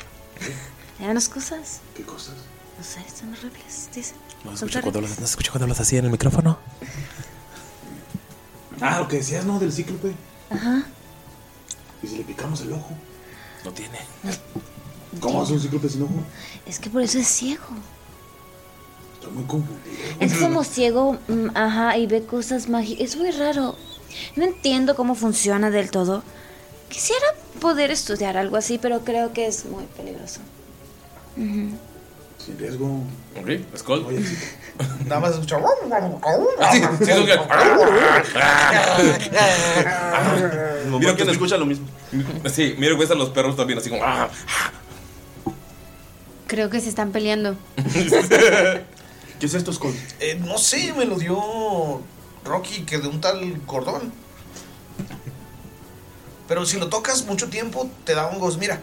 I: Hagan excusas.
B: ¿Qué cosas?
I: No sé, son horribles, dicen.
H: No
I: son
H: escucho cuando
I: terribles.
H: hablas, no escucho cuando hablas así en el micrófono.
B: Ah, lo que decías, ¿no? Del cíclope.
I: Ajá.
B: Y si le picamos el ojo.
H: No tiene.
B: ¿Cómo hace un cíclope sin ojo?
I: Es que por eso es ciego.
B: Estoy muy confundido.
I: Es como ciego, mm, ajá, y ve cosas mágicas. Es muy raro. No entiendo cómo funciona del todo. Quisiera poder estudiar algo así, pero creo que es muy peligroso. Ujú.
B: Sin riesgo.
A: Ok, Skull.
K: Nada más escucha.
C: Ah,
A: Sí, sí, es un
E: Como
A: Mira
E: que no escucha lo mismo.
A: Sí, mira que están los perros también así como. "Ah".
F: Creo que se están peleando.
E: ¿Qué es esto, Skull?
C: Eh, no sé, me lo dio Rocky, que de un tal cordón. Pero si lo tocas mucho tiempo, te da hongos, mira.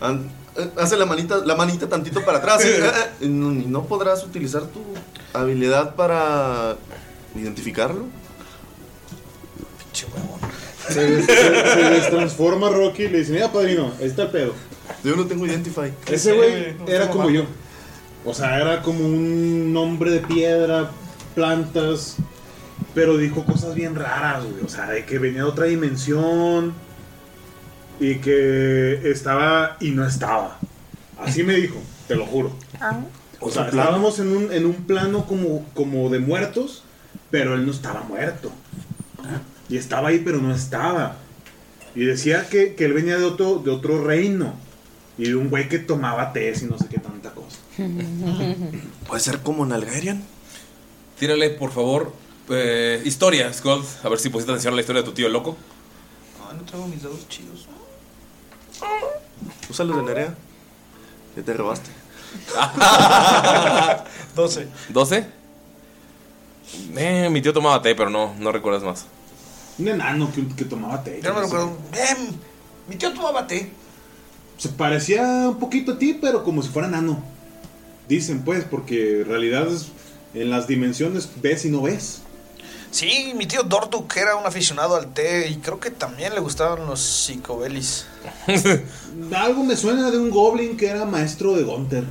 E: An- eh, Hace la manita, la manita tantito para atrás. Eh, eh, No, ni- no podrás utilizar tu habilidad para identificarlo.
B: Se, les- se- se les transforma Rocky y le dicen, mira padrino, ahí está el pedo.
E: Yo no tengo Identify.
B: Ese güey
E: No
B: era
E: tengo
B: como
E: mapa.
B: yo. O sea, era como un hombre de piedra, plantas, pero dijo cosas bien raras, güey. O sea, de que venía de otra dimensión y que estaba y no estaba. Así me dijo, te lo juro. O sea, estábamos en un, en un plano como, como de muertos, pero él no estaba muerto. Y estaba ahí, pero no estaba. Y decía que, que él venía de otro, de otro reino. Y de un güey que tomaba té y no sé qué tanta cosa.
E: ¿Puede ser como Nalgarian?
A: Tírale, por favor. eh, historia, Skull. A ver si pusiste atención a la historia de tu tío loco.
C: Ah, no traigo mis dedos chidos.
E: Úsalo de Nerea. Que te robaste.
K: 12.
A: ¿12? Eh, mi tío tomaba té, pero no, no recuerdas más.
B: Un enano que, que tomaba té.
C: Yo no me
B: no sé.
C: recuerdo. Em, mi tío tomaba té.
B: Se parecía un poquito a ti, pero como si fuera enano. Dicen pues, porque en realidad es- en las dimensiones ves y no ves.
C: Sí, mi tío Dortuk era un aficionado al té y creo que también le gustaban los psicobelis.
B: Algo me suena de un goblin que era maestro de Gunther.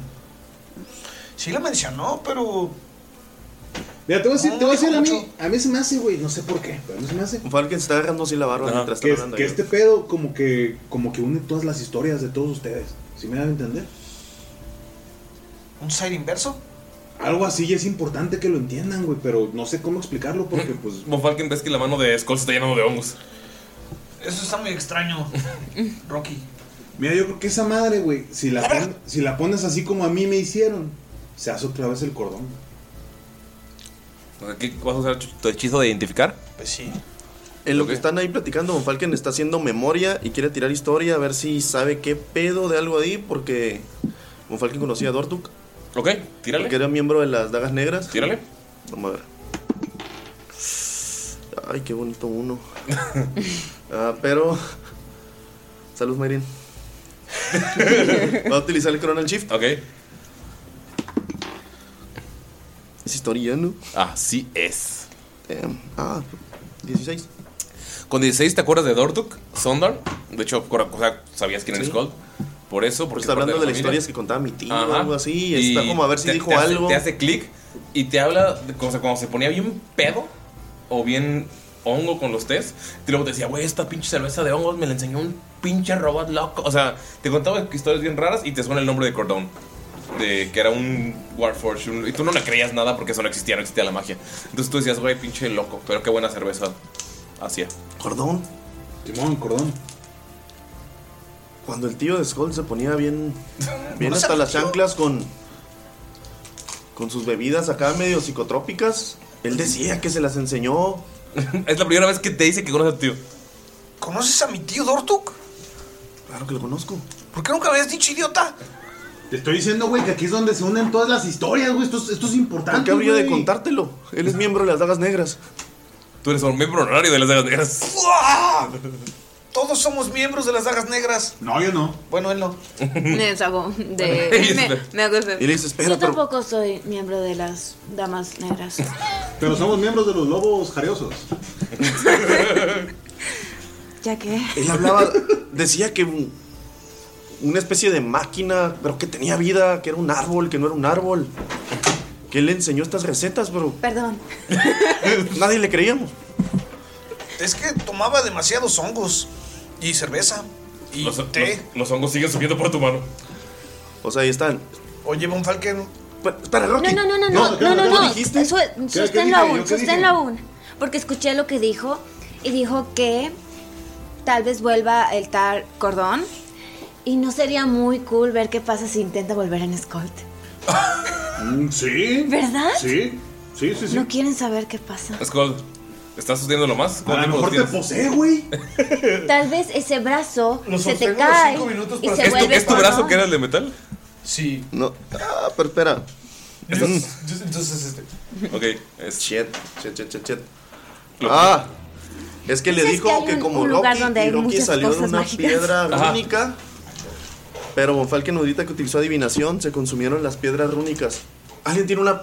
C: Sí lo mencionó, pero... Ah,
B: Mira, te voy a decir,
C: No,
B: te voy a,
C: dijo
B: decir a mí, a mí se me hace, güey, no sé por qué, pero a mí se me hace.
E: Falken se está agarrando así la barba mientras está
B: que,
E: hablando.
B: que
E: ahí.
B: este pedo como que, como que une todas las historias de todos ustedes. ¿Sí me dan a entender?
C: ¿Un side inverso?
B: Algo así y es importante que lo entiendan, güey, pero no sé cómo explicarlo porque pues...
A: Von Falken, ves que la mano de Skull se está llenando de hongos.
C: Eso está muy extraño, Rocky.
B: Mira, yo creo que esa madre, güey, si la, pon- si la pones así como a mí me hicieron, se hace otra vez el cordón.
A: O sea, ¿qué vas a usar tu hechizo de identificar?
C: Pues sí.
E: En lo que están ahí platicando, Von Falken está haciendo memoria y quiere tirar historia a ver si sabe qué pedo de algo ahí, porque Von Falken conocía a Dortuk.
A: Ok, tírale.
E: Porque era miembro de las Dagas Negras.
A: Tírale.
E: Vamos a ver. Ay, qué bonito uno. Ah, pero. Salud, Mayrin. Va a utilizar el Chronal Shift.
A: Ok.
E: Es historia, ¿no?
A: Así es.
E: ah, 16.
A: Con 16 te acuerdas de Dortuk, Sondar. De hecho, cor- o sea, sabías quién era
E: Sí.
A: Skull. Por eso, porque.
E: Está
A: es parte
E: hablando de las
A: familia.
E: historias que contaba mi tío
A: Ajá.
E: o algo así.
A: Y
E: está como a ver si
A: te-
E: dijo
A: te hace-
E: algo.
A: te hace clic y te habla de cosa cuando se ponía bien pedo o bien hongo con los test. Y luego te decía, güey, esta pinche cerveza de hongos me la enseñó un pinche robot loco. O sea, te contaba historias bien raras y te suena el nombre de Cordón. De que era un Warforge. un- y tú no le creías nada porque eso no existía, no existía la magia. Entonces tú decías, güey, pinche loco. Pero qué buena cerveza hacía.
E: Cordón.
B: Timón, cordón.
E: Cuando el tío de Skull se ponía bien. Bien
B: No
E: hasta
B: seas
E: las chanclas con. Con sus bebidas acá medio psicotrópicas. Él decía que se las enseñó.
A: es la primera vez que te dice que conoces a tu tío.
C: ¿Conoces a mi tío Dortuk?
E: Claro que lo conozco.
C: ¿Por qué nunca me habías dicho, idiota?
B: Te estoy diciendo, güey, que aquí es donde se unen todas las historias, güey. Esto, es- esto es importante.
E: ¿Por qué habría de
B: güey.
E: contártelo? Él es miembro de las Dagas Negras.
A: Tú eres un miembro honorario de las de las negras.
C: ¡No! Todos somos miembros de las dagas negras.
B: No, yo no.
C: Bueno, él no.
I: Me sabo de.
C: Y
I: Me,
C: dice-
I: me hago ese-
B: y le dice, espera,
I: Yo
B: pero-
I: tampoco soy miembro de las damas negras.
B: Pero somos miembros de los lobos jariosos.
I: Ya que.
E: Él hablaba, decía que un- una especie de máquina, pero que tenía vida, que era un árbol, que no era un árbol. Que él le enseñó estas recetas, pero
I: Perdón.
E: nadie le creíamos.
C: Es que tomaba demasiados hongos y cerveza. Y
A: Los,
K: ¿eh?
C: té.
A: los- los hongos siguen subiendo por tu mano.
E: O sea, ahí están.
C: Oye, Von Falken.
E: Espera,
I: No, no, no, no, no, no, no, no. Eso-
C: qué
I: Susténlo
C: dije? ¿Yo
I: aún,
C: qué
I: susténlo
C: dije?
I: aún. Porque escuché lo que dijo y dijo que tal vez vuelva el tal cordón. Y no sería muy cool ver qué pasa si intenta volver en Scott.
B: Mm, sí.
I: ¿Verdad?
B: Sí. Sí, sí, sí.
I: No quieren saber qué pasa.
A: Skull, ¿estás sosteniéndolo más?
B: A lo mejor te posee, güey.
I: Tal vez ese brazo
A: Lo
I: se te
A: sostengo los
I: cae
A: cinco
I: y se
A: ¿Es tu,
I: vuelve
A: es tu
I: con-
A: brazo que era el de metal?
E: Sí. No. Ah, pero espera. Mm.
K: Entonces, este.
A: Ok.
E: Shit, shit, shit, shit, shit. Ah, es que le
I: Dices que
E: dijo
I: hay
E: que,
I: un-
E: como
I: un lugar
E: Rocky,
I: donde hay
E: y Rocky
I: muchas
E: salió de
I: cosas
E: una
I: mágicas.
E: piedra
I: Ajá.
E: rúnica. Pero Bonfalken ahorita que utilizó adivinación, se consumieron las piedras rúnicas. ¿Alguien tiene una,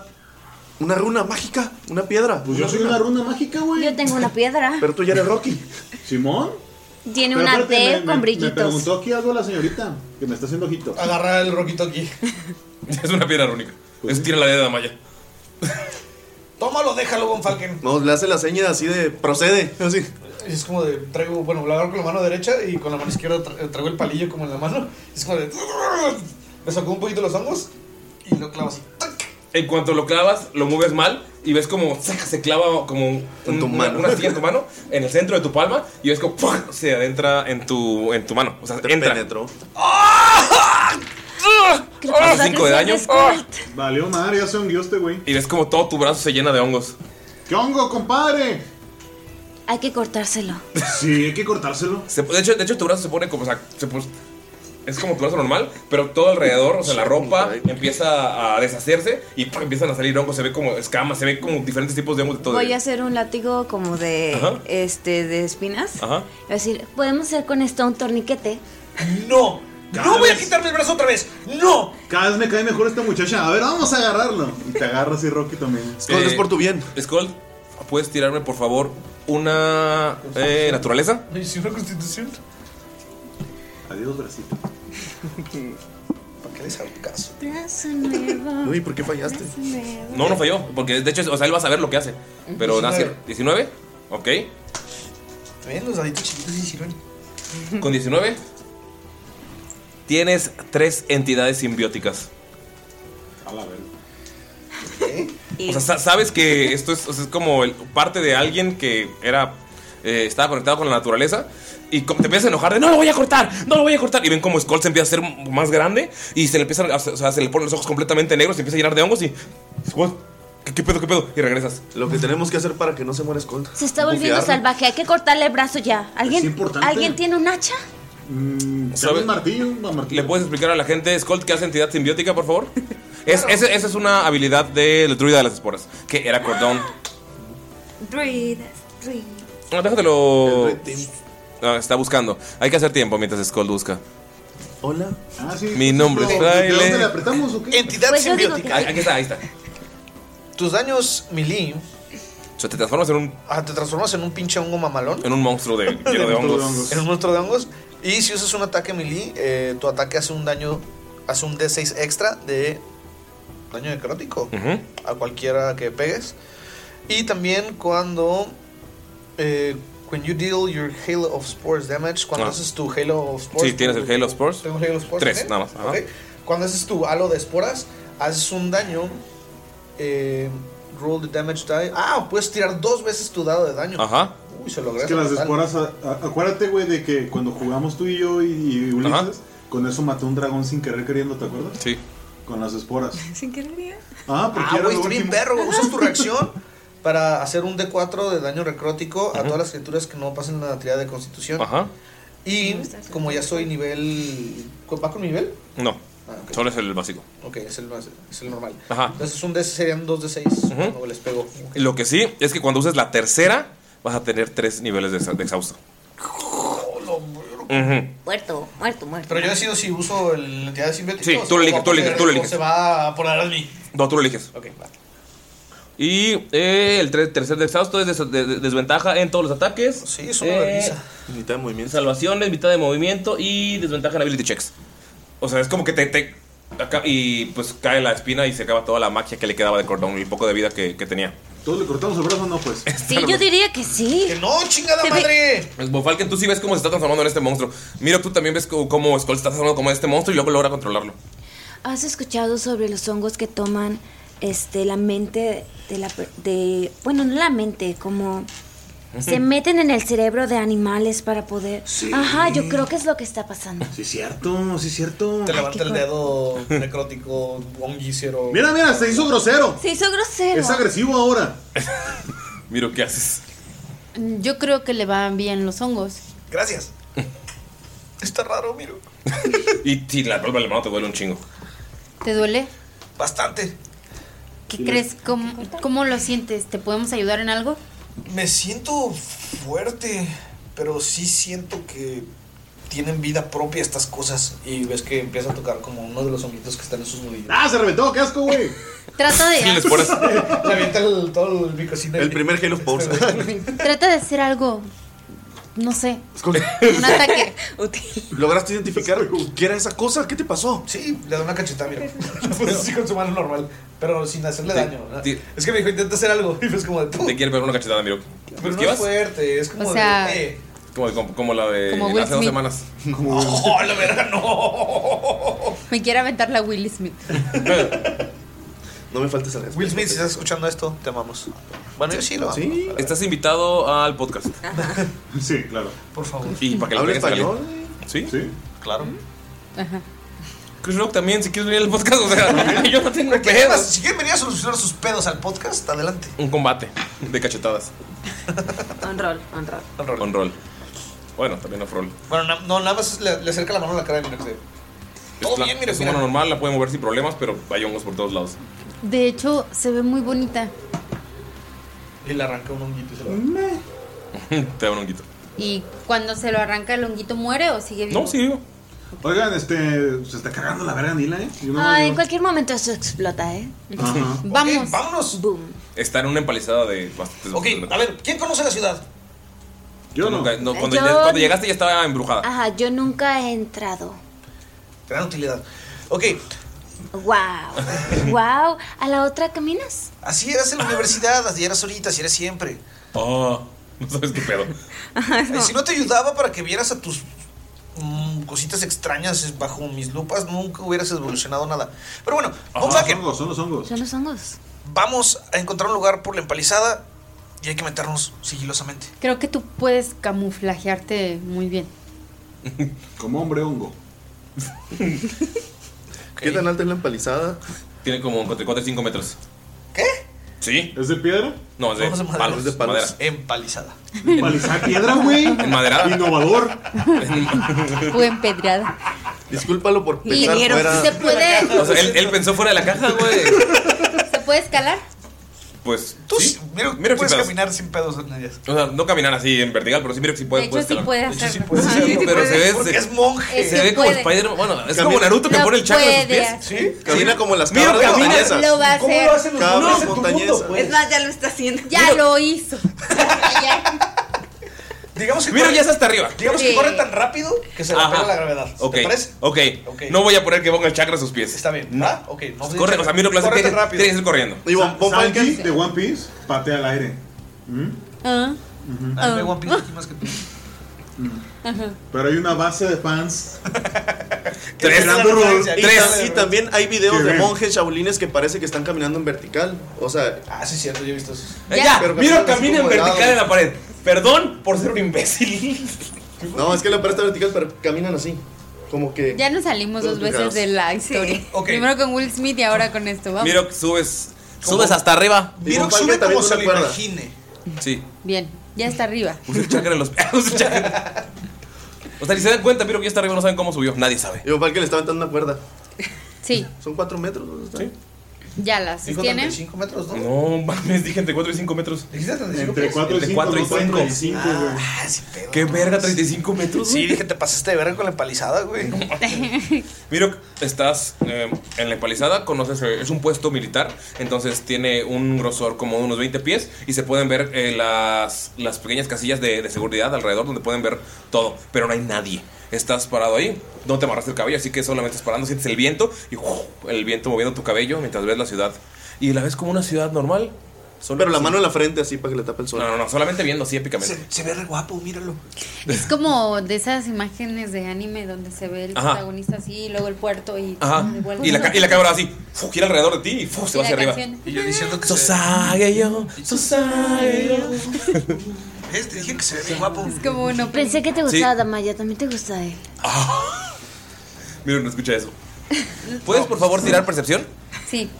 E: una runa mágica? ¿Una piedra?
B: Pues yo soy una runa mágica, güey.
I: Yo tengo una piedra.
E: Pero tú ya eres Rocky.
B: ¿Simón?
I: Tiene
B: Pero
I: una
B: espérate,
I: T
B: me- me-
I: con
B: Me
I: brillitos.
B: preguntó aquí algo la señorita, que me está haciendo ojitos.
K: Agarra el roquito aquí.
A: Es una piedra rúnica.
B: Pues
A: Es tira la idea de la malla.
C: Tómalo, déjalo, Von Falken.
E: Nos le hace la seña así de procede.
A: Ah,
E: Así.
K: Es como de, traigo, bueno, la agarro con la mano derecha y con la mano izquierda tra- eh, traigo el palillo como en la mano. Es como de, me sacó un poquito los hongos y lo clavo así.
A: En cuanto lo clavas, lo mueves mal y ves como ¡zac! se clava como un- una, una astilla en tu mano, en el centro de tu palma y ves como ¡pum! se adentra en tu, en tu mano. O sea, entra.
I: Creo que
A: Hace
I: está
A: 5 de daño.
I: creciendo Skull.
B: Ah,
A: Valió madre, ya se hundió este güey. Y ves como todo tu brazo se llena de hongos.
B: ¿Qué hongo, compadre?
I: Hay que cortárselo.
A: Sí, hay que cortárselo. de, hecho, de hecho, tu brazo se pone como. O sea, se pos- es como tu brazo normal, pero todo alrededor, o sea, la ropa empieza a deshacerse y ¡pum! empiezan a salir hongos. Se ve como escamas, se ve como diferentes tipos de hongos de todo.
I: Voy a hacer un látigo como de
A: Ajá.
I: este de espinas.
A: Ajá.
I: Es decir, podemos hacer con esto un torniquete.
C: ¡No! ¡No voy a quitarme el brazo otra vez! ¡No!
B: Cada vez me cae mejor esta muchacha. A ver, vamos a agarrarlo. Y te agarras y Rocky también.
A: Eh,
E: bien.
A: Skull, ¿puedes tirarme, por favor, una eh, naturaleza?
K: Oye, sí, una constitución.
B: Adiós, bracito.
K: ¿Para qué les hago caso?
I: Brazo nuevo.
E: Uy, ¿por qué fallaste?
I: brazo nuevo.
A: No, no falló, porque de hecho, o sea, él va a saber lo que hace. Pero nada,
K: 19.
A: 19, ok.
K: También los daditos chiquitos y sirven.
A: Con 19, tienes tres entidades simbióticas.
B: A la verga.
A: O sea, sa- sabes que esto es, o sea, es como el- parte de alguien que era eh, estaba conectado con la naturaleza y como te empiezas a enojar de no lo voy a cortar, no lo voy a cortar. Y ven como Skull se empieza a hacer más grande y se le empiezan, a- o sea, se le ponen los ojos completamente negros, se empieza a llenar de hongos y Skull, ¿qué, qué pedo, qué pedo? Y regresas.
E: Lo que tenemos que hacer para que no se muera Skull.
I: Se está volviendo salvaje, hay que cortarle el brazo ya. ¿Alguien, ¿alguien tiene un hacha?
C: Mm,
A: ¿Sabes? ¿Le puedes explicar a la gente, Skull, qué hace entidad simbiótica, por favor? Es, ese- esa es una habilidad del druida de las esporas, que era cordón.
C: Ah.
I: Breathe, breathe.
A: No, déjatelo. Ah, está buscando. Hay que hacer tiempo mientras Skull busca.
E: Hola.
B: Ah, sí.
A: Mi nombre es
C: ¿De- de- de
A: Fraile.
C: dónde la-
B: ¿Apretamos o qué?
C: Entidad
A: Pues yo digo
C: simbiótica.
A: que- Ahí- aquí está, ahí está.
C: Tus daños melee.
A: O sea, te transformas en un,
C: Ah, te transformas en un pinche hongo mamalón.
A: en un monstruo de, lleno de, hongos.
C: En un monstruo de hongos. Y si usas un ataque melee, eh, tu ataque hace un daño. Hace un D6 extra de daño necrótico
A: Ujú.
C: a cualquiera que pegues. Y también cuando. eh, when you deal your Halo of Spores damage, cuando
A: Ah.
C: haces tu Halo of Spores.
A: Sí, tienes el Halo of Spores.
C: Tengo Halo of Spores.
A: Tres,
C: también.
A: nada más. Ajá.
C: Ok. Cuando haces tu halo de esporas, haces un daño. eh, roll the damage die. Ah, puedes tirar dos veces tu dado de daño.
A: Ajá.
C: Uy, se logró.
B: Es que las esporas, a- a- acuérdate, güey, de que cuando jugamos tú y yo y, y Ulises, con eso mató un dragón sin querer queriendo, ¿te acuerdas?
A: Sí.
B: Con las esporas.
I: Sin querer.
B: Ah, porque
C: Ah,
B: era
C: güey,
B: lo
C: está bien
B: último.
C: perro. güey. Usas tu reacción para hacer un D4 de daño recrótico a todas las criaturas que no pasen la tirada de constitución.
A: Ajá.
C: Y como ya soy nivel. ¿Va con mi nivel?
A: No.
C: Ah, ok.
A: Solo es el básico.
C: Ok, es el, más- es el normal.
A: Ajá.
C: Entonces es un D, serían dos de 6 cuando les pego.
A: Lo que sí es que cuando uses la tercera, vas a tener tres niveles de, exa- de exhausto.
L: Muerto, muerto, muerto.
C: Pero yo decido si uso el- la entidad de Silvet.
A: Sí, tú lo eliges, tú lo eliges, tú lo eliges.
C: Se va a poner a mí.
A: No, tú lo eliges.
C: Ok, va.
A: Y eh, el tre- tercer de exhausto es des- de- de- desventaja en todos los ataques. Sí,
C: eso no avisa.
A: Mitad de movimiento. Salvaciones, mitad de movimiento y desventaja en ability checks. O sea, es como que te. te- acá- y pues cae la espina y se acaba toda la magia que le quedaba de cordón y el poco de vida que, que tenía.
B: ¿Todos le cortamos el brazo? No, pues.
L: Sí, yo diría que sí. Que
C: no, chingada
L: madre.
A: Pues Bofalken, tú sí ves cómo se está transformando en este monstruo. Mira, tú también ves cómo, cómo Skull se está transformando como este monstruo y luego logra controlarlo.
I: ¿Has escuchado sobre los hongos que toman este la mente de la per- de bueno, no la mente, como se meten en el cerebro de animales para poder
B: Sí.
I: Ajá, yo creo que es lo que está pasando.
B: Sí, cierto, sí, cierto.
C: Te levanta el dedo necrótico, Ongicero.
B: Mira, mira, se hizo grosero.
I: Se hizo grosero.
B: Es agresivo ahora.
A: Miro, ¿qué haces?
F: Yo creo que le van bien los hongos.
C: Gracias. Está raro, miro.
A: Y si la palma de la mano te duele un chingo.
F: ¿Te duele?
C: Bastante.
F: ¿Qué
A: Sí.
F: crees? ¿Cómo, ¿Cómo lo sientes? ¿Te podemos ayudar en algo?
C: Me siento fuerte, pero sí siento que tienen vida propia estas cosas. Y ves que empieza a tocar como uno de los honguitos que están en sus nudillos.
B: ¡Ah, se reventó! ¡Qué asco, güey!
F: Trata de,
B: les pones-
C: Le avienta el, todo el este bicocito.
E: El primer Halo of Power.
F: trata de hacer algo. No sé.
E: Un
F: ataque.
E: ¿Lograste identificar qué era esa cosa? ¿Qué te pasó?
C: Sí, le da una cachetada, mira. Pues sí, con su mano normal, pero sin hacerle daño. ¿no? Es que me dijo, intenta hacer algo. Y fue como de tú.
A: Te quiere pegar una cachetada, Miro.
C: Pero no es
A: ¿Esquivas?
C: fuerte, es como
F: O sea-
C: de. eh,
A: Como, como, como la de
F: Como Will
A: hace dos
F: Smith.
A: semanas.
C: ¡Oh, la verga,
F: Me quiere aventar la Will Smith.
E: No me faltes el
C: Will Smith, si estás escuchando esto, te amamos. Bueno, yo sí lo amo.
A: Sí. Estás invitado al podcast.
B: Sí, claro.
C: Por favor.
A: Y para que le
C: ¿Habla
A: pegues a alguien.
C: español?
A: ¿Sí?
B: Sí.
C: Claro.
F: Ajá.
A: Chris Rock también, si quieres venir al podcast, o sea, yo no tengo
C: ¿Qué más?
A: pedos.
C: Si quieren venir a solucionar sus pedos al podcast, adelante.
A: Un combate de cachetadas.
L: On roll, on roll.
C: On roll.
A: Bueno, también off roll.
C: Bueno, na- no, nada más le, le acerca la mano a la cara de Minox. Todo
A: Es la-
C: bien, mira,
A: Es
C: mira.
A: una mano normal, la puede mover sin problemas, pero hay hongos por todos lados.
F: De hecho, se ve muy bonita.
C: Y le arranca un honguito y se lo
A: Te da un honguito.
F: ¿Y cuando se lo arranca el honguito muere o sigue vivo?
A: sí, digo.
B: Oigan, este. Se está cagando la verga Nila, ¿eh? Yo nomás
I: Ay, en
B: digo-
I: cualquier momento eso explota, ¿eh?
A: Ajá.
F: Vamos.
C: vámonos.
I: Boom.
A: Está en una empalizada de bastantes.
C: Ok, a ver, ¿quién conoce la ciudad?
A: Yo no. cuando,
I: Yo-
A: ya- cuando llegaste ya estaba embrujada.
F: Ah.
I: Ajá, yo nunca he entrado.
C: Gran utilidad. Ok,
I: Wow. wow, a la otra caminas.
C: así eras en la universidad, así eras ahorita, así eres siempre.
A: Oh, no sabes qué pedo.
C: Y si no te ayudaba para que vieras a tus mm, cositas extrañas bajo mis lupas, nunca hubieras evolucionado nada. Pero bueno, vamos a que.
B: Son los hongos.
I: Son los hongos.
C: Vamos a encontrar un lugar por la empalizada y hay que meternos sigilosamente.
F: Creo que tú puedes camuflajearte muy bien.
B: Como hombre hongo.
E: ¿Qué tan alta es la empalizada?
A: Tiene como entre 4 y 5 metros. ¿Qué? Sí.
B: ¿Es de piedra?
A: No, es de,
C: No, es de madera.
A: palos.
C: Es de palos.
A: Madera.
C: Empalizada.
B: Empalizada piedra, güey.
A: En madera.
B: Innovador.
F: O empedrada.
E: Discúlpalo por pensar
F: Ingeniero,
E: fuera.
F: ¿se puede?
A: O sea, él, él pensó fuera de la caja, güey.
F: ¿Se puede escalar?
A: Pues.
C: Tú sí, mira,
A: mira
C: puedes
A: si pedos.
C: caminar sin pedos en ellas.
A: O sea, no caminar así en vertical, pero sí, mira, si puedes.
F: De hecho, sí puede
A: escalar.
F: hacerlo.
A: puedes
F: Ajá.
A: hacerlo, pero se ve. se-
C: monje.
A: Se ve como Spider. Bueno, es como
E: Camina-
A: Naruto que
E: Lo
A: pone el chakra en sus
F: puede
A: pies.
F: hacer.
E: Sí, Camina como las
A: Mira,
E: cabras
A: camina.
E: montañesas.
F: Lo va a
E: ¿Cómo
F: hacer.
E: lo hacen los Cabras hombres en tu montañesas. mundo, pues?
L: Es más, ya lo está haciendo.
F: Ya lo hizo.
C: Digamos que.
A: Mira, ya es hasta arriba.
C: Digamos que
F: Sí.
C: corre tan rápido que se le
A: Ajá.
C: pega la gravedad.
A: Ok,
C: ¿Te parece?
A: ok. No voy a poner que ponga el chakra a sus pies. Está
C: bien. Ah,
A: No. Pues
C: Ok, no sé.
A: Corre, o sea, miro clase
C: Corre
A: tiene,
C: tan rápido.
A: tiene que ir corriendo.
B: Y Sa-
A: Von Falken-
B: Sanji de One Piece patea al aire. ¿Mm?
F: Ah,
B: Ujú.
F: Ah.
C: Ay, One Piece aquí más que tú.
F: ajá.
B: Pero hay una base de fans.
E: Tres.
B: Esperando rol.
E: Y, tam- y también hay videos
B: Qué
E: de
B: bien.
E: monjes shaolines que parece que están caminando en vertical. O sea. Eh,
C: Ah, sí, cierto, yo he visto eso.
A: Ya, miro camina en vertical en la pared. Perdón por ser un imbécil.
E: No, es que la pared está vertical, pero caminan así. Como que.
F: Ya nos salimos dos veces de la historia. Primero con Will Smith y ahora con esto. Vamos.
A: Miro que subes. Subes hasta arriba.
C: Miro que sube como se lo imagine.
A: Sí.
F: Bien, ya está arriba.
A: Puse el chakra en los pies. Puse el chakra. O sea, ni se dan cuenta, Miro que ya está arriba, no saben cómo subió. Nadie sabe.
E: Yo, Falken le está aventando una cuerda.
F: Sí.
E: Son cuatro metros. ¿no?
F: Ya las
K: Dijo
F: sostiene.
K: 35 metros, ¿no?
A: No mames, dije entre 4 y 5 metros.
K: ¿Dijiste 35
A: Entre
K: metros?
A: 4 y 5.
K: Entre
A: 4 y 5.
K: y 5, güey.
A: Qué verga, 35 metros.
C: Ah, Sí, dije, te pasaste de verga con la empalizada, güey.
A: Miro, estás eh, en la empalizada, conoces, eh, es un puesto militar, entonces tiene un grosor como de unos 20 pies y se pueden ver eh, las, las pequeñas casillas de, de seguridad alrededor donde pueden ver todo, pero no hay nadie. Estás parado ahí, no te amarraste el cabello, así que solamente estás parando, sientes el viento y ¡uf! el viento moviendo tu cabello mientras ves la ciudad. Y la ves como una ciudad normal.
E: Pero la mano en la frente así para que le tape el sol.
A: No, no, no, solamente viendo así épicamente.
K: Se ve re guapo, míralo.
F: Es como de esas imágenes de anime donde se ve el
A: Ajá.
F: protagonista así, y luego el puerto y
A: Ajá.
F: de vuelta.
A: Y la, ca- y la cámara así, ¡fu! gira alrededor de ti y ¡fu! se
F: Y
A: va
F: la
A: hacia arriba.
F: canción.
A: Y yo diciendo
K: que
A: yo,
K: Este, dije que se ve bien guapo.
I: Es como no Pensé que te
A: Sí.
I: gustaba Damaya, también te gusta él.
A: Mira, no escucha eso. ¿Puedes por favor tirar percepción?
F: Sí.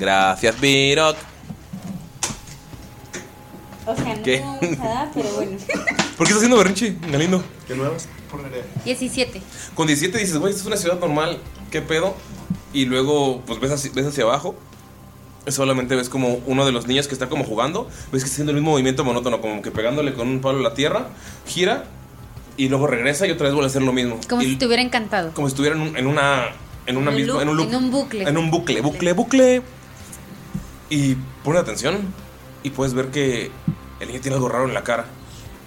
A: Gracias, Mirok.
F: O sea, no
A: ¿Qué?
F: me gustaba, pero bueno.
A: ¿Por qué estás haciendo berrinche, Galindo? ¿Qué nuevas?
F: 17.
A: Con 17 dices, güey, esta es una ciudad normal, ¿qué pedo? Y luego, pues ves, así- ves hacia abajo. Solamente ves como uno de los niños que está como jugando, ves que está haciendo el mismo movimiento monótono, como que pegándole con un palo a la tierra, gira y luego regresa y otra vez vuelve a hacer lo mismo.
F: Como
A: Y-
F: si te hubiera encantado.
A: como si estuviera en, un- en una en
F: En
A: una
F: un
A: misma
F: loop,
A: en un loop,
F: en un bucle.
A: en un bucle bucle bucle y pone atención y puedes ver que el niño tiene algo raro en la cara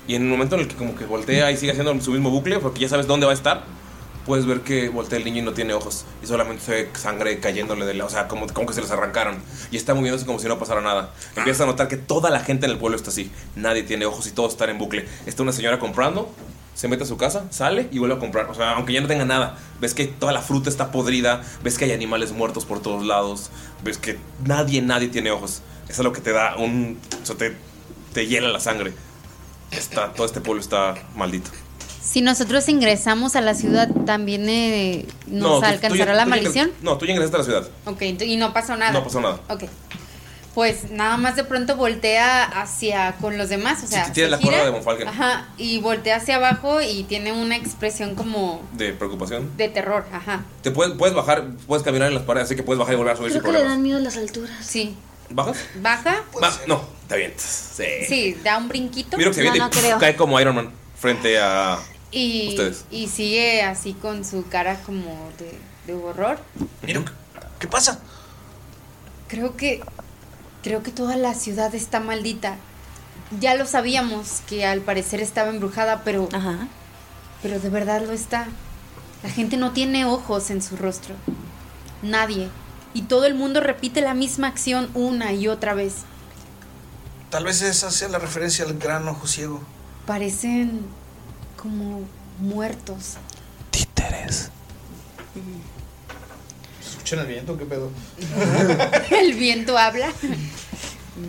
A: y en un momento en el que como que voltea y sigue haciendo su mismo bucle porque ya sabes dónde va a estar puedes ver que voltea el niño y no tiene ojos y solamente se ve sangre cayéndole de la o sea como, como que se los arrancaron y está moviéndose como si no pasara nada empiezas a notar que toda la gente en el pueblo está así nadie tiene ojos y todos están en bucle está una señora comprando se mete a su casa, sale y vuelve a comprar. O sea, aunque ya no tenga nada, ves que toda la fruta está podrida, ves que hay animales muertos por todos lados, ves que nadie, nadie tiene ojos. Eso es lo que te da un... O sea, te, te hiela la sangre. Está, todo este pueblo está maldito.
F: Si nosotros ingresamos a la ciudad, ¿también eh,
A: No,
F: nos
A: tú- tú ya-
F: alcanzará la
A: tú ya ingres-
F: maldición?
A: No, tú ya ingresaste a la ciudad.
F: Ok, ent- y no pasó nada.
A: No pasó nada.
F: Ok. Pues nada más de pronto voltea hacia con los demás, o sea,
A: tú tienes
F: se
A: la
F: gira,
A: cuerda de Monfalken.
F: Ajá, y voltea hacia abajo y tiene una expresión como
A: De preocupación.
F: de terror, ajá.
A: Te puedes, puedes bajar, puedes caminar en las paredes, así que puedes bajar y volver a subir sin problemas.
F: miedo las alturas. Sí.
A: ¿Bajas?
F: Baja.
A: Va- no, te avientas. Sí.
F: Sí, da un brinquito.
A: Miro que se avienta y pf, cae como Iron Man frente a...
F: Y,
A: Ustedes.
F: y sigue así con su cara como de, de horror.
C: ¿Qué pasa?
F: Creo que creo que toda la ciudad está maldita. Ya lo sabíamos que al parecer estaba embrujada, pero pero de verdad lo está. La gente no tiene ojos en su rostro. Nadie. Y todo el mundo repite la misma acción una y otra vez.
K: Tal vez esa sea la referencia al gran ojo ciego.
F: Parecen como muertos.
K: Teres. ¿Escuchan el viento? ¿Qué pedo?
F: El viento habla.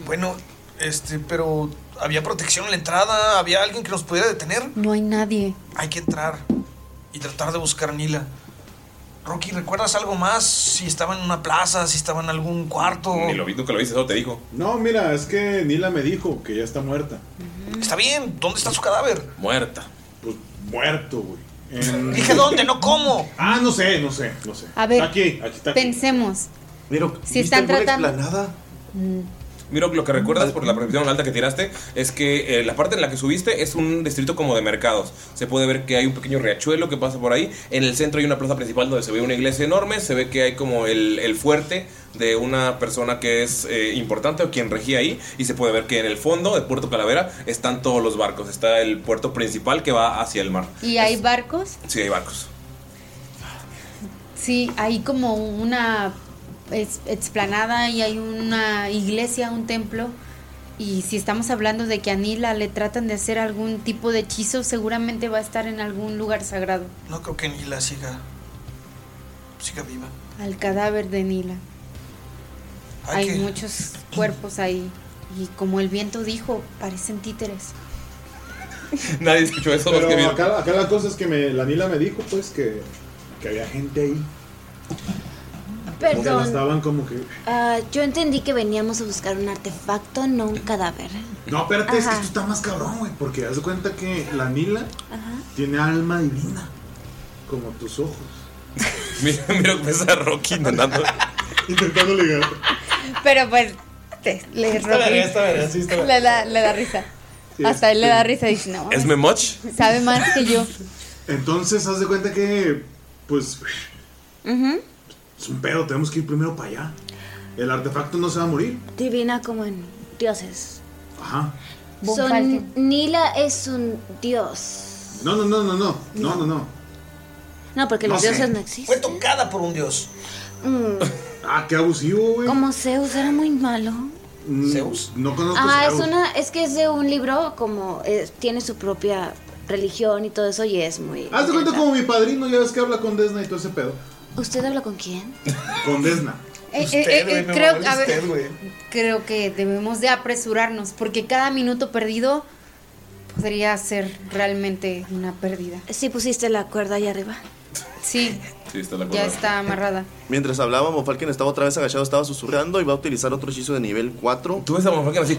K: Bueno, este, pero había protección en la entrada, había alguien que nos pudiera detener.
F: No hay nadie.
K: Hay que entrar y tratar de buscar a Nila. Rocky, ¿recuerdas algo más? Si estaba en una plaza, si estaba en algún cuarto.
A: Ni lo vi, nunca lo viste, solo te dijo.
B: No, mira, es que Nila me dijo que ya está muerta.
K: Está bien, ¿dónde está su cadáver?
A: Muerta.
B: Pues muerto, güey.
K: Dije dónde, no cómo.
B: Ah, no sé, no sé, no sé.
F: A ver,
B: Aquí, aquí está.
F: Pensemos.
E: Miro,
F: Si están tratando. Mm.
A: Miro, lo que recuerdas por la percepción alta que tiraste es que eh, la parte en la que subiste es un distrito como de mercados. Se puede ver que hay un pequeño riachuelo que pasa por ahí. En el centro hay una plaza principal donde se ve una iglesia enorme. Se ve que hay como el, el fuerte de una persona que es eh, importante o quien regía ahí. Y se puede ver que en el fondo de Puerto Calavera están todos los barcos. Está el puerto principal que va hacia el mar.
F: ¿Y hay barcos?
A: Sí, hay barcos.
F: Sí, hay como una es- explanada y hay una iglesia, un templo. Y si estamos hablando de que a Nila le tratan de hacer algún tipo de hechizo, seguramente va a estar en algún lugar sagrado.
K: No creo que Nila siga. siga viva.
F: Al cadáver de Nila.
K: Hay
F: Hay
K: que-
F: muchos cuerpos ahí. Y como el viento dijo, parecen títeres.
A: Nadie escuchó eso más
B: Pero
A: que Miro.
B: acá, acá la cosa es que me, la Nila me dijo, pues, que, que había gente ahí. Que la
I: Perdón.
B: estaban como que.
I: Ah, yo entendí que veníamos a buscar un artefacto, no un cadáver.
B: No, espérate, es que
I: Ajá.
B: esto está más cabrón, güey. Porque haz de cuenta que la Nila
I: Ajá.
B: tiene alma divina. Como tus ojos.
A: Mira, mira, ves a Rocky intentando.
B: Intentando ligar.
F: Pero pues te- le
B: Está verga,
F: rompí-
B: está verga, sí, está verga.
F: le, da, le da risa. Hasta él le da risa y dice, no,
A: ¿Es Memoch?
F: sabe más que yo.
B: Entonces, haz de cuenta que. Pues. Es un pedo, tenemos que ir primero para allá. El artefacto no se va a morir.
I: Divina como en dioses.
B: Ajá.
F: Von
I: Son-
F: Falken.
I: Nila es un dios.
B: No, no, no, no, no. No, no, no.
I: No, porque
B: No
I: los
B: sé.
I: dioses no existen.
B: Fue tocada por un dios.
I: Mm,
B: Ah, qué abusivo, güey.
I: como Zeus era muy malo.
B: Zeus. No conozco
I: Ah,
B: a
I: es
B: pues, Zeus.
I: una, es que es de un libro como eh, tiene su propia religión y todo eso y es muy.
B: Haz de cuenta como mi padrino, ya ves que habla con Desna y todo ese pedo.
I: ¿Usted habla con quién?
B: Con Desna.
F: Eh, eh, eh, eh, creo, a ver, creo que debemos de apresurarnos porque cada minuto perdido podría ser realmente una pérdida.
I: Sí pusiste la cuerda allá arriba.
F: Sí,
E: Sí, está la
F: ya está amarrada.
E: Mientras hablábamos, Falken estaba otra vez agachado, estaba susurrando y va a utilizar otro hechizo de nivel 4.
A: Tú ves a Falken así.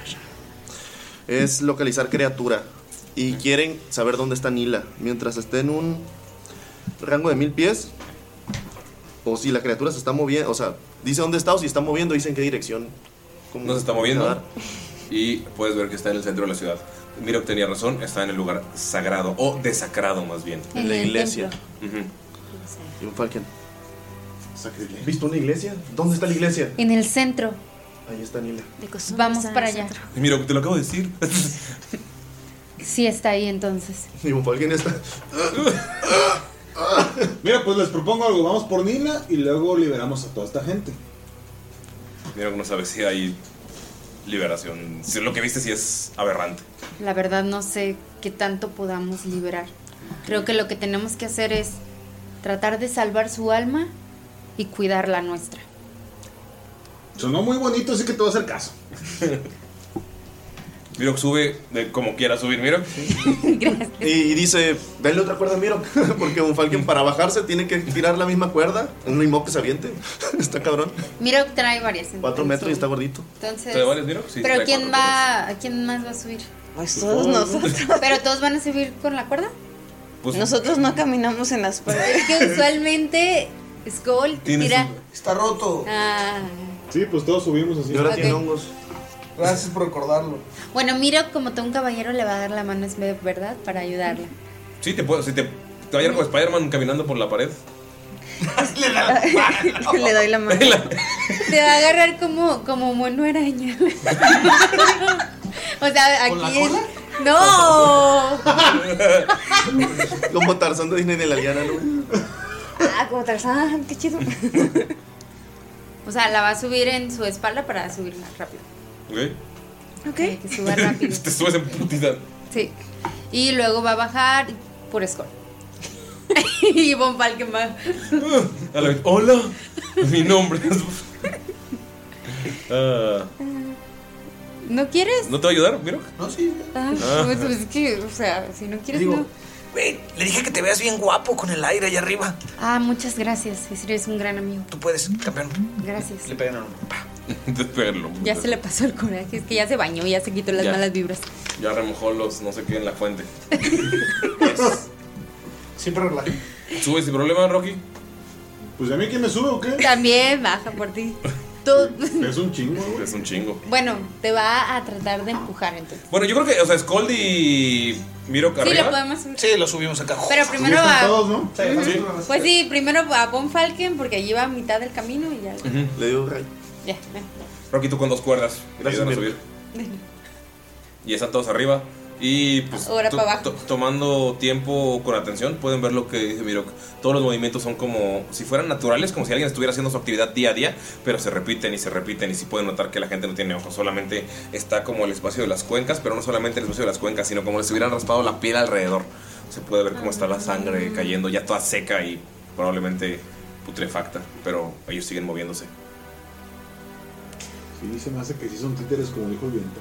E: Es localizar criatura. Y quieren saber dónde está Nila. Mientras esté en un rango de mil pies, o si la criatura se está moviendo, o sea, dice dónde está o si está moviendo, dice en qué dirección. Como-
A: No se está moviendo. Y puedes ver que está en el centro de la ciudad. Miro que tenía razón, está en el lugar sagrado o desacrado más bien.
E: En la En el iglesia.
A: Ujú.
E: Y un Falken. Sacrilegio. ¿Viste una iglesia? ¿Dónde está la iglesia?
F: En el centro,
E: Ahí está Nila.
F: vamos para allá.
A: Y Miro, te lo acabo de decir.
F: Sí está ahí entonces.
E: Y un Falken está.
B: Mira, pues les propongo algo. Vamos por Nina y luego liberamos a toda esta gente.
A: Miro que no sabe si hay liberación. Si lo que viste sí es aberrante.
F: La verdad no sé qué tanto podamos liberar. Creo que lo que tenemos que hacer es tratar de salvar su alma y cuidar la nuestra.
B: Sonó muy bonito, así que te voy a hacer caso.
A: Miro que sube de como quiera subir, Miro.
E: Y, y dice, dale otra cuerda a Miro, porque un Falken para bajarse tiene que tirar la misma cuerda, un inmo que se aviente, está cabrón,
F: Mira, trae varias. entonces.
E: cuatro metros y está gordito.
F: Entonces,
E: ¿Trae varias, Miro? Sí,
F: pero
E: trae
F: ¿quién va, ¿a quién más va a subir?
M: Pues todos
E: Oh.
M: nosotros.
F: Pero todos van a subir con la cuerda.
E: Pues,
M: Nosotros no caminamos en las paredes.
F: Es que usualmente Skull
B: Tienes
F: tira.
K: Está roto.
F: Ah.
B: Sí, pues todos subimos así.
E: Y ahora
F: Ok.
E: tiene hongos.
K: Gracias por recordarlo.
F: Bueno, Mira, como todo un caballero le va a dar la mano a Smeb, ¿verdad? Para ayudarla.
A: Sí, te puedo. Si te, te vayan como Spider-Man caminando por la pared.
M: Le doy la mano.
F: Te va a agarrar como, como mono araña. o sea,
E: ¿Con la
F: aquí es. Oh.
E: cola?
F: ¡No!
E: Como Tarzán de Disney de la liana, ¿no?
I: Ah, como Tarzán, qué chido.
F: O sea, la va a subir en su espalda para subir más rápido.
A: Ok.
F: Ok. Que suba rápido.
A: te subes en putita.
F: Sí. Y luego va a bajar por Skull. y Von Falken va.
A: Uh, A la- Hola, mi nombre es. Ah,
F: ¿No quieres?
A: ¿No te va a ayudar, Miro?
K: No, sí.
F: Ah,
A: Ah.
F: pues es que, o sea, si no quieres,
K: Digo-
F: no.
C: Güey, le dije que te veas bien guapo con el aire allá arriba.
F: Ah, muchas gracias. Eres un gran amigo.
C: Tú puedes, campeón.
F: Gracias.
K: Le pegan a uno.
A: Te pelo.
F: Ya se le pasó el coraje, es que ya se bañó, ya se quitó las
A: Ya.
F: malas vibras.
A: Ya remojó los no sé qué en la fuente.
K: Siempre relaja.
A: Sube sin problema, Rocky.
B: Pues a mí quién me sube o qué?
F: También baja por ti. Tú-
B: Es un chingo, güey.
A: Es un chingo.
F: bueno, te va a tratar de empujar entonces.
A: Bueno, yo creo que, o sea, Scold y Miro
F: Sí, lo
A: arriba.
F: podemos subir.
K: Sí, lo subimos acá.
F: Pero primero
A: están
F: a-
A: todos,
B: ¿no?
A: Sí.
F: Pues sí, primero a Von Falken porque allí va a mitad del camino y ya.
E: Le digo, "Ay,
F: ya.
A: Rocky, tú con dos cuerdas.
E: Gracias,
A: Ayúdanos a
E: Miro.
A: subir. Y están todos arriba. Y pues.
F: Ahora
A: to-
F: para abajo.
A: to- tomando tiempo con atención, pueden ver lo que dice Mirok. Todos los movimientos son como si fueran naturales, como si alguien estuviera haciendo su actividad día a día, pero se repiten y se repiten. Y si pueden notar que la gente no tiene ojos, solamente está como el espacio de las cuencas, pero no solamente el espacio de las cuencas, sino como les hubieran raspado la piel alrededor. Se puede ver cómo está la sangre cayendo, ya toda seca y probablemente putrefacta, pero ellos siguen moviéndose.
B: Sí, se me hace que sí son títeres como dijo el viento.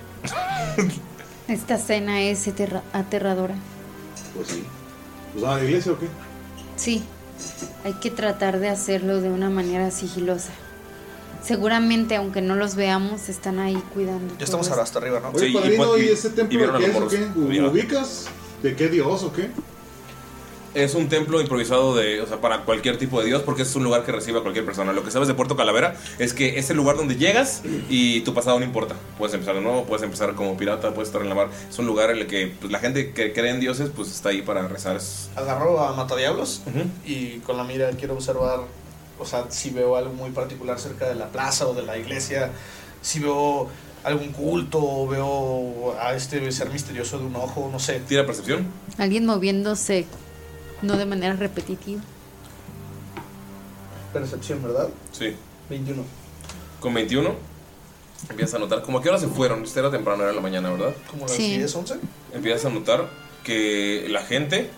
F: Esta escena es aterra- aterradora.
B: Pues sí. ¿Pues van a la iglesia o qué?
F: Sí, hay que tratar de hacerlo de una manera sigilosa. Seguramente, aunque no los veamos, están ahí cuidando.
C: Ya estamos
F: todo
C: ahora hasta arriba, ¿no?
B: Oye, padrino, ¿y, ese templo
C: pues, vieron a
B: de qué
C: los
B: es o
C: moros.
B: qué? ¿U-
C: Mira.
B: ¿Ubicas? ¿De qué dios o qué?
A: Es un templo improvisado de, o sea, para cualquier tipo de dios, porque es un lugar que recibe a cualquier persona. Lo que sabes de Puerto Calavera es que es el lugar donde llegas y tu pasado no importa. Puedes empezar de nuevo, puedes empezar como pirata, puedes estar en la mar. Es un lugar en el que pues, la gente que cree en dioses, pues está ahí para rezar. Es-
K: Agarro a Matadiablos y con la mira quiero observar, o sea, si veo algo muy particular cerca de la plaza o de la iglesia, si veo algún culto o veo a este ser misterioso de un ojo, no sé.
A: ¿Tira percepción?
F: Alguien moviéndose, no de manera repetitiva.
K: Percepción, ¿verdad?
A: Sí.
K: 21.
A: Con 21 empiezas a notar, como a qué hora se fueron, Usted era temprano, era en la mañana, ¿verdad?
K: Como las
F: Sí.
K: 10, 11.
A: empiezas a notar que la gente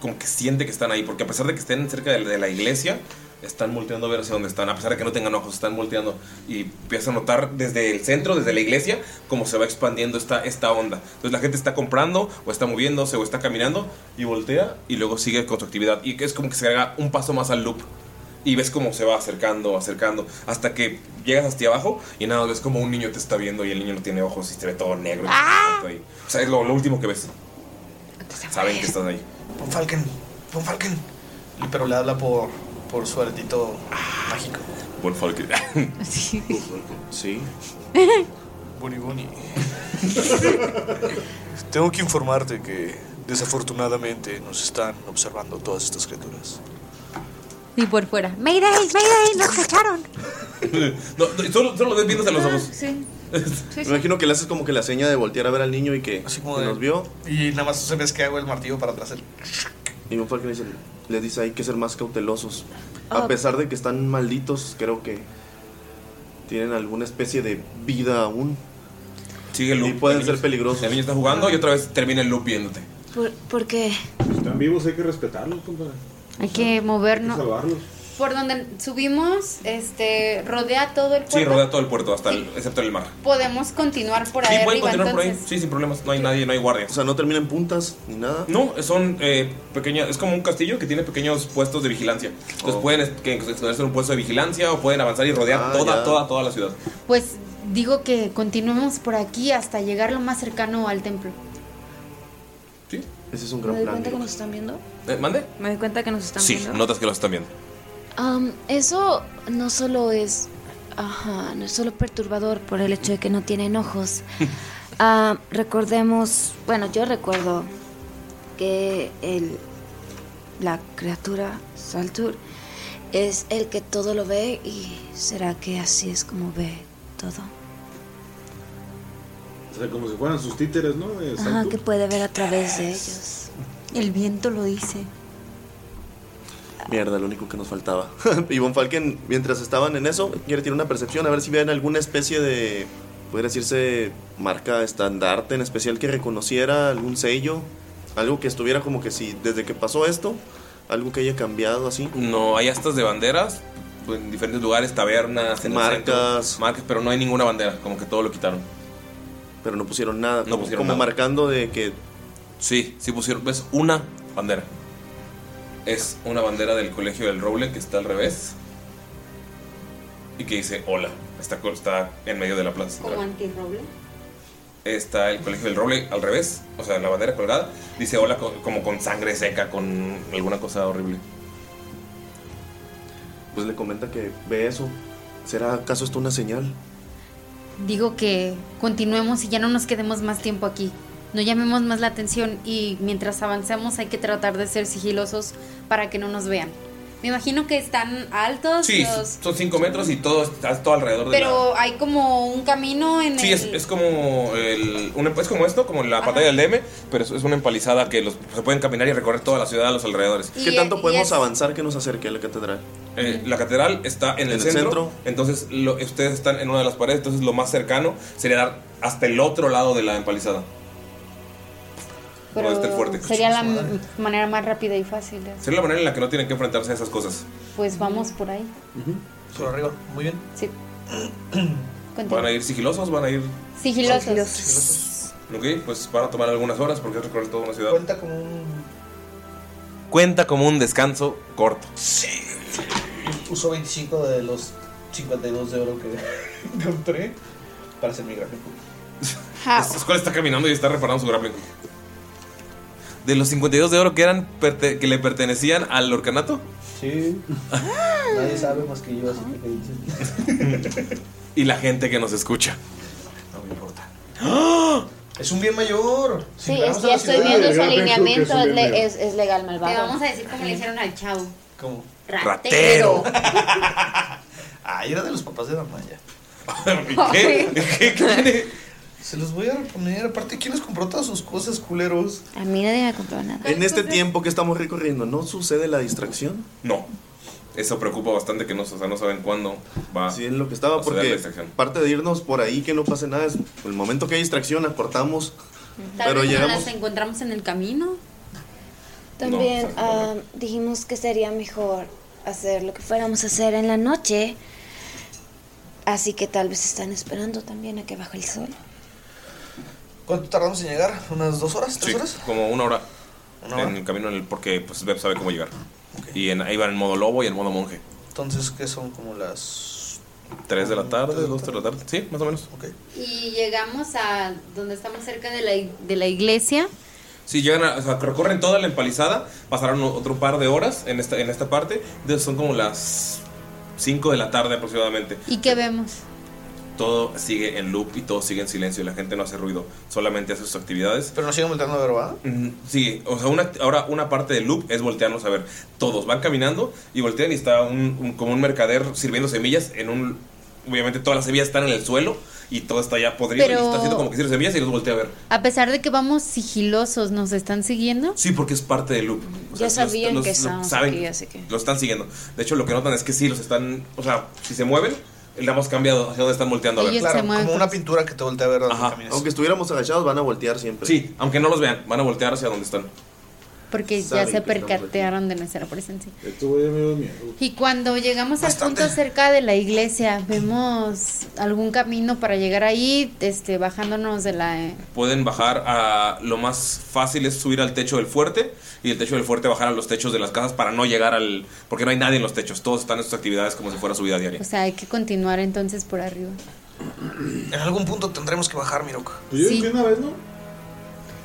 A: como que siente que están ahí, porque a pesar de que estén cerca de, de la iglesia, están volteando a ver hacia dónde están, a pesar de que no tengan ojos, están volteando y empiezas a notar desde el centro, desde la iglesia, cómo se va expandiendo esta, esta onda. Entonces la gente está comprando o está moviéndose o está caminando y voltea y luego sigue con su actividad y que es como que se haga un paso más al loop. Y ves cómo se va acercando, acercando, hasta que llegas hasta abajo y nada, ves como un niño te está viendo y el niño no tiene ojos y se ve todo negro. y todo ahí. O sea, es lo, lo último que ves. Saben que estás ahí.
K: Von Falken, Von Falken. Y- Pero le habla por, por su aretito mágico.
A: Von Falken.
K: Sí.
E: Sí.
K: Boni Boni. Tengo que informarte que desafortunadamente nos están observando todas estas criaturas.
F: Y por fuera. Mayday, Mayday, nos cacharon.
A: No, no, solo, solo lo ves viéndose a
F: Ah.
A: los ojos.
F: Sí.
E: Me imagino que le haces como que la seña de voltear a ver al niño y que que nos vio.
K: Y nada más se ves que hago el martillo para atrás.
E: Y Von Falken dice, les dice hay que ser más cautelosos.
K: Ah.
E: A pesar de que están malditos, creo que tienen alguna especie de vida aún.
A: Sigue el loop.
E: Y pueden ser peligrosos.
A: El niño está jugando y otra vez termina el loop viéndote.
I: Por, porque
B: Están vivos, hay que respetarlos, compadre.
F: Hay que
B: Hay que
F: movernos.
B: salvarlos.
F: Por donde subimos, este, rodea todo el pueblo.
A: Sí, rodea todo el puerto, hasta el- excepto el mar.
F: Podemos continuar por
A: Sí,
F: ahí
A: pueden
F: arriba,
A: continuar por ahí.
F: entonces.
A: Sí, sin problemas. No hay nadie, no hay guardia. O
E: sea, no terminan puntas ni nada.
A: No, son eh, pequeñas. Es como un castillo que tiene pequeños puestos de vigilancia. Entonces pueden es- que- esconderse en un puesto de vigilancia o pueden avanzar y rodear
E: Oh. Ah,
A: toda,
E: ya.
A: toda, toda la ciudad.
F: Pues digo que continuemos por aquí hasta llegar lo más cercano al templo.
E: Ese es un
I: me
A: gran
I: doy
A: plan.
I: cuenta que nos están viendo.
A: Eh, ¿Mande?
I: Me doy cuenta que nos están
A: Sí,
I: viendo.
A: notas que los están viendo.
I: Am, eso no solo es. Ajá, no es solo perturbador por el hecho de que no tienen ojos. Ah, recordemos. Bueno, yo recuerdo que el, la criatura Saltur es el que todo lo ve y será que así es como ve todo.
B: O sea, como si fueran sus títeres, ¿no? De
I: Ajá,
B: Saltur.
I: que puede ver a través de ellos. El viento lo dice.
E: Mierda, lo único que nos faltaba. y Von Falken, mientras estaban en eso, quiere tirar una percepción a ver si ven alguna especie de, podría decirse, marca estandarte en especial que reconociera algún sello, algo que estuviera como que si desde que pasó esto, algo que haya cambiado así.
A: No, hay astas de banderas pues, en diferentes lugares, tabernas, en el
E: Marcas.
A: centro, marcas, pero no hay ninguna bandera, como que todo lo quitaron.
E: Pero no pusieron nada,
A: no
E: como-
A: pusieron
E: como marcando de que
A: Sí, sí pusieron, ves una bandera. Es una bandera del colegio del Roble que está al revés. Y que dice hola. Está, co- está en medio de la plaza.
N: Oh,
F: Como antirroble.
A: está el colegio del roble al revés, o sea, la bandera colgada, dice hola co- como con sangre seca, con alguna cosa horrible.
E: Pues le comenta que ve eso. ¿Será acaso esto una señal?
F: Digo que continuemos y ya no nos quedemos más tiempo aquí. No llamemos más la atención y mientras avanzamos hay que tratar de ser sigilosos para que no nos vean. Me imagino que están altos
A: Sí,
F: los-
A: son 5 metros y todo está todo alrededor de la...
F: Pero hay como un camino en
A: Sí,
F: el...
A: es, es como el, un emp- es como esto, como la pantalla del DM, pero es, es una empalizada que los, se pueden caminar y recorrer toda la ciudad a los alrededores.
E: ¿Qué tanto podemos avanzar que nos acerque a la catedral?
A: Eh, la catedral está en el,
E: En el
A: centro,
E: centro.
A: entonces lo- ustedes están en una de las paredes, entonces lo más cercano sería dar hasta el otro lado de la empalizada.
F: Pero
A: donde está el fuerte.
F: Sería la m- manera más rápida y fácil.
A: Sería la manera en la que no tienen que enfrentarse a esas cosas.
F: Pues vamos por ahí.
K: Por arriba, muy bien.
F: Sí.
A: Van a ir sigilosos, van a ir
F: Sigilosos.
A: Ok, pues van a tomar algunas horas porque es recorrer toda una ciudad.
K: Cuenta como un.
A: Cuenta como un descanso corto.
K: Uso 25 de los 52 de oro que encontré para hacer mi gráfico.
A: Escuela está caminando y está reparando su grappling. de los 52 de oro que eran perte- que le pertenecían al orcanato.
C: Sí. Nadie sabe más que yo, así que
A: y la gente que nos escucha.
K: ¡Ah!
C: Es un bien mayor.
I: Sí, es- ya estoy viendo ese alineamiento, es, le- es- es legal malvado.
F: Te vamos a decir cómo le hicieron al chavo.
C: ¿Cómo?
F: Ratero.
C: Ah, era de los papás de la Maya.
F: ¿Qué?
C: Se los voy a reponer. Aparte, ¿quién les compró todas sus cosas, culeros?
I: A mí nadie me compró nada.
E: En este tiempo que estamos recorriendo, ¿no sucede la distracción?
A: No. Eso preocupa bastante que no, o sea, no saben cuándo va.
E: Sí, es lo que estaba,
A: a suceder la
E: porque
A: distracción.
E: parte de irnos por ahí que no pase nada es el momento que hay distracción, acortamos.
F: Tal
E: Pero
F: vez nos
E: llegamos-
F: las encontramos en el camino.
I: También ah, dijimos que sería mejor hacer lo que fuéramos a hacer en la noche. Así que tal vez están esperando también a que baje el sol.
C: ¿Cuánto tardamos en llegar? ¿Unas dos horas? ¿Tres
A: Sí,
C: horas?
A: como una hora.
C: ¿Una hora?
A: En el camino, en el, porque pues Beb sabe cómo llegar. Y en, ahí van en modo lobo y en modo monje.
C: Entonces, ¿qué son como las
A: 3 de la tarde, 2 de la tarde. Sí, más o menos.
F: Y llegamos a donde estamos cerca de la, de la iglesia.
A: Sí, llegan a- o sea, recorren toda la empalizada, pasarán o- otro par de horas en esta, en esta parte. Entonces son como las 5 de la tarde aproximadamente.
F: ¿Y qué vemos?
A: Todo sigue en loop y todo sigue en silencio y la gente no hace ruido, solamente hace sus actividades. Mm,
C: Pero nos siguen volteando a ver, ¿verdad?
A: Sí, o sea, una, ahora una parte del loop es voltearnos a ver. Todos van caminando y voltean y está un, un- como un mercader sirviendo semillas en un... Obviamente todas las semillas están en el suelo y todo está ya podrido
F: Pero-
A: y está haciendo como que sirve semillas y los voltea a ver.
F: A pesar de que vamos sigilosos, ¿nos están siguiendo?
A: Sí, porque es parte del loop. O
F: Ya
A: sea,
F: sabían que
A: lo
F: estábamos
A: saben,
F: aquí, así que-
A: Lo están siguiendo. De hecho, lo que notan es que sí, los están... O sea, si se mueven, la hemos cambiado hacia donde están volteando a ver.
F: pues.
C: pintura que te voltea a ver.
A: Ajá.
E: Aunque estuviéramos agachados, van a voltear siempre.
A: Sí, aunque no los vean, van a voltear hacia donde están.
F: Porque ya
A: Saben
F: se
A: que estamos
F: percatearon de nuestra presencia.
O: Esto voy a medio miedo.
F: Y cuando llegamos al punto cerca de la iglesia, vemos algún camino para llegar ahí, este, bajándonos de la... eh,
A: Pueden bajar a... Lo más fácil es subir al techo del fuerte y del techo del fuerte bajar a los techos de las casas para no llegar al... Porque no hay nadie en los techos. Todos están en sus actividades como si fuera su vida diaria.
F: O sea, hay que continuar entonces por arriba.
C: En algún punto tendremos que bajar, Mirok.
O: Pues yo dije una vez, ¿no?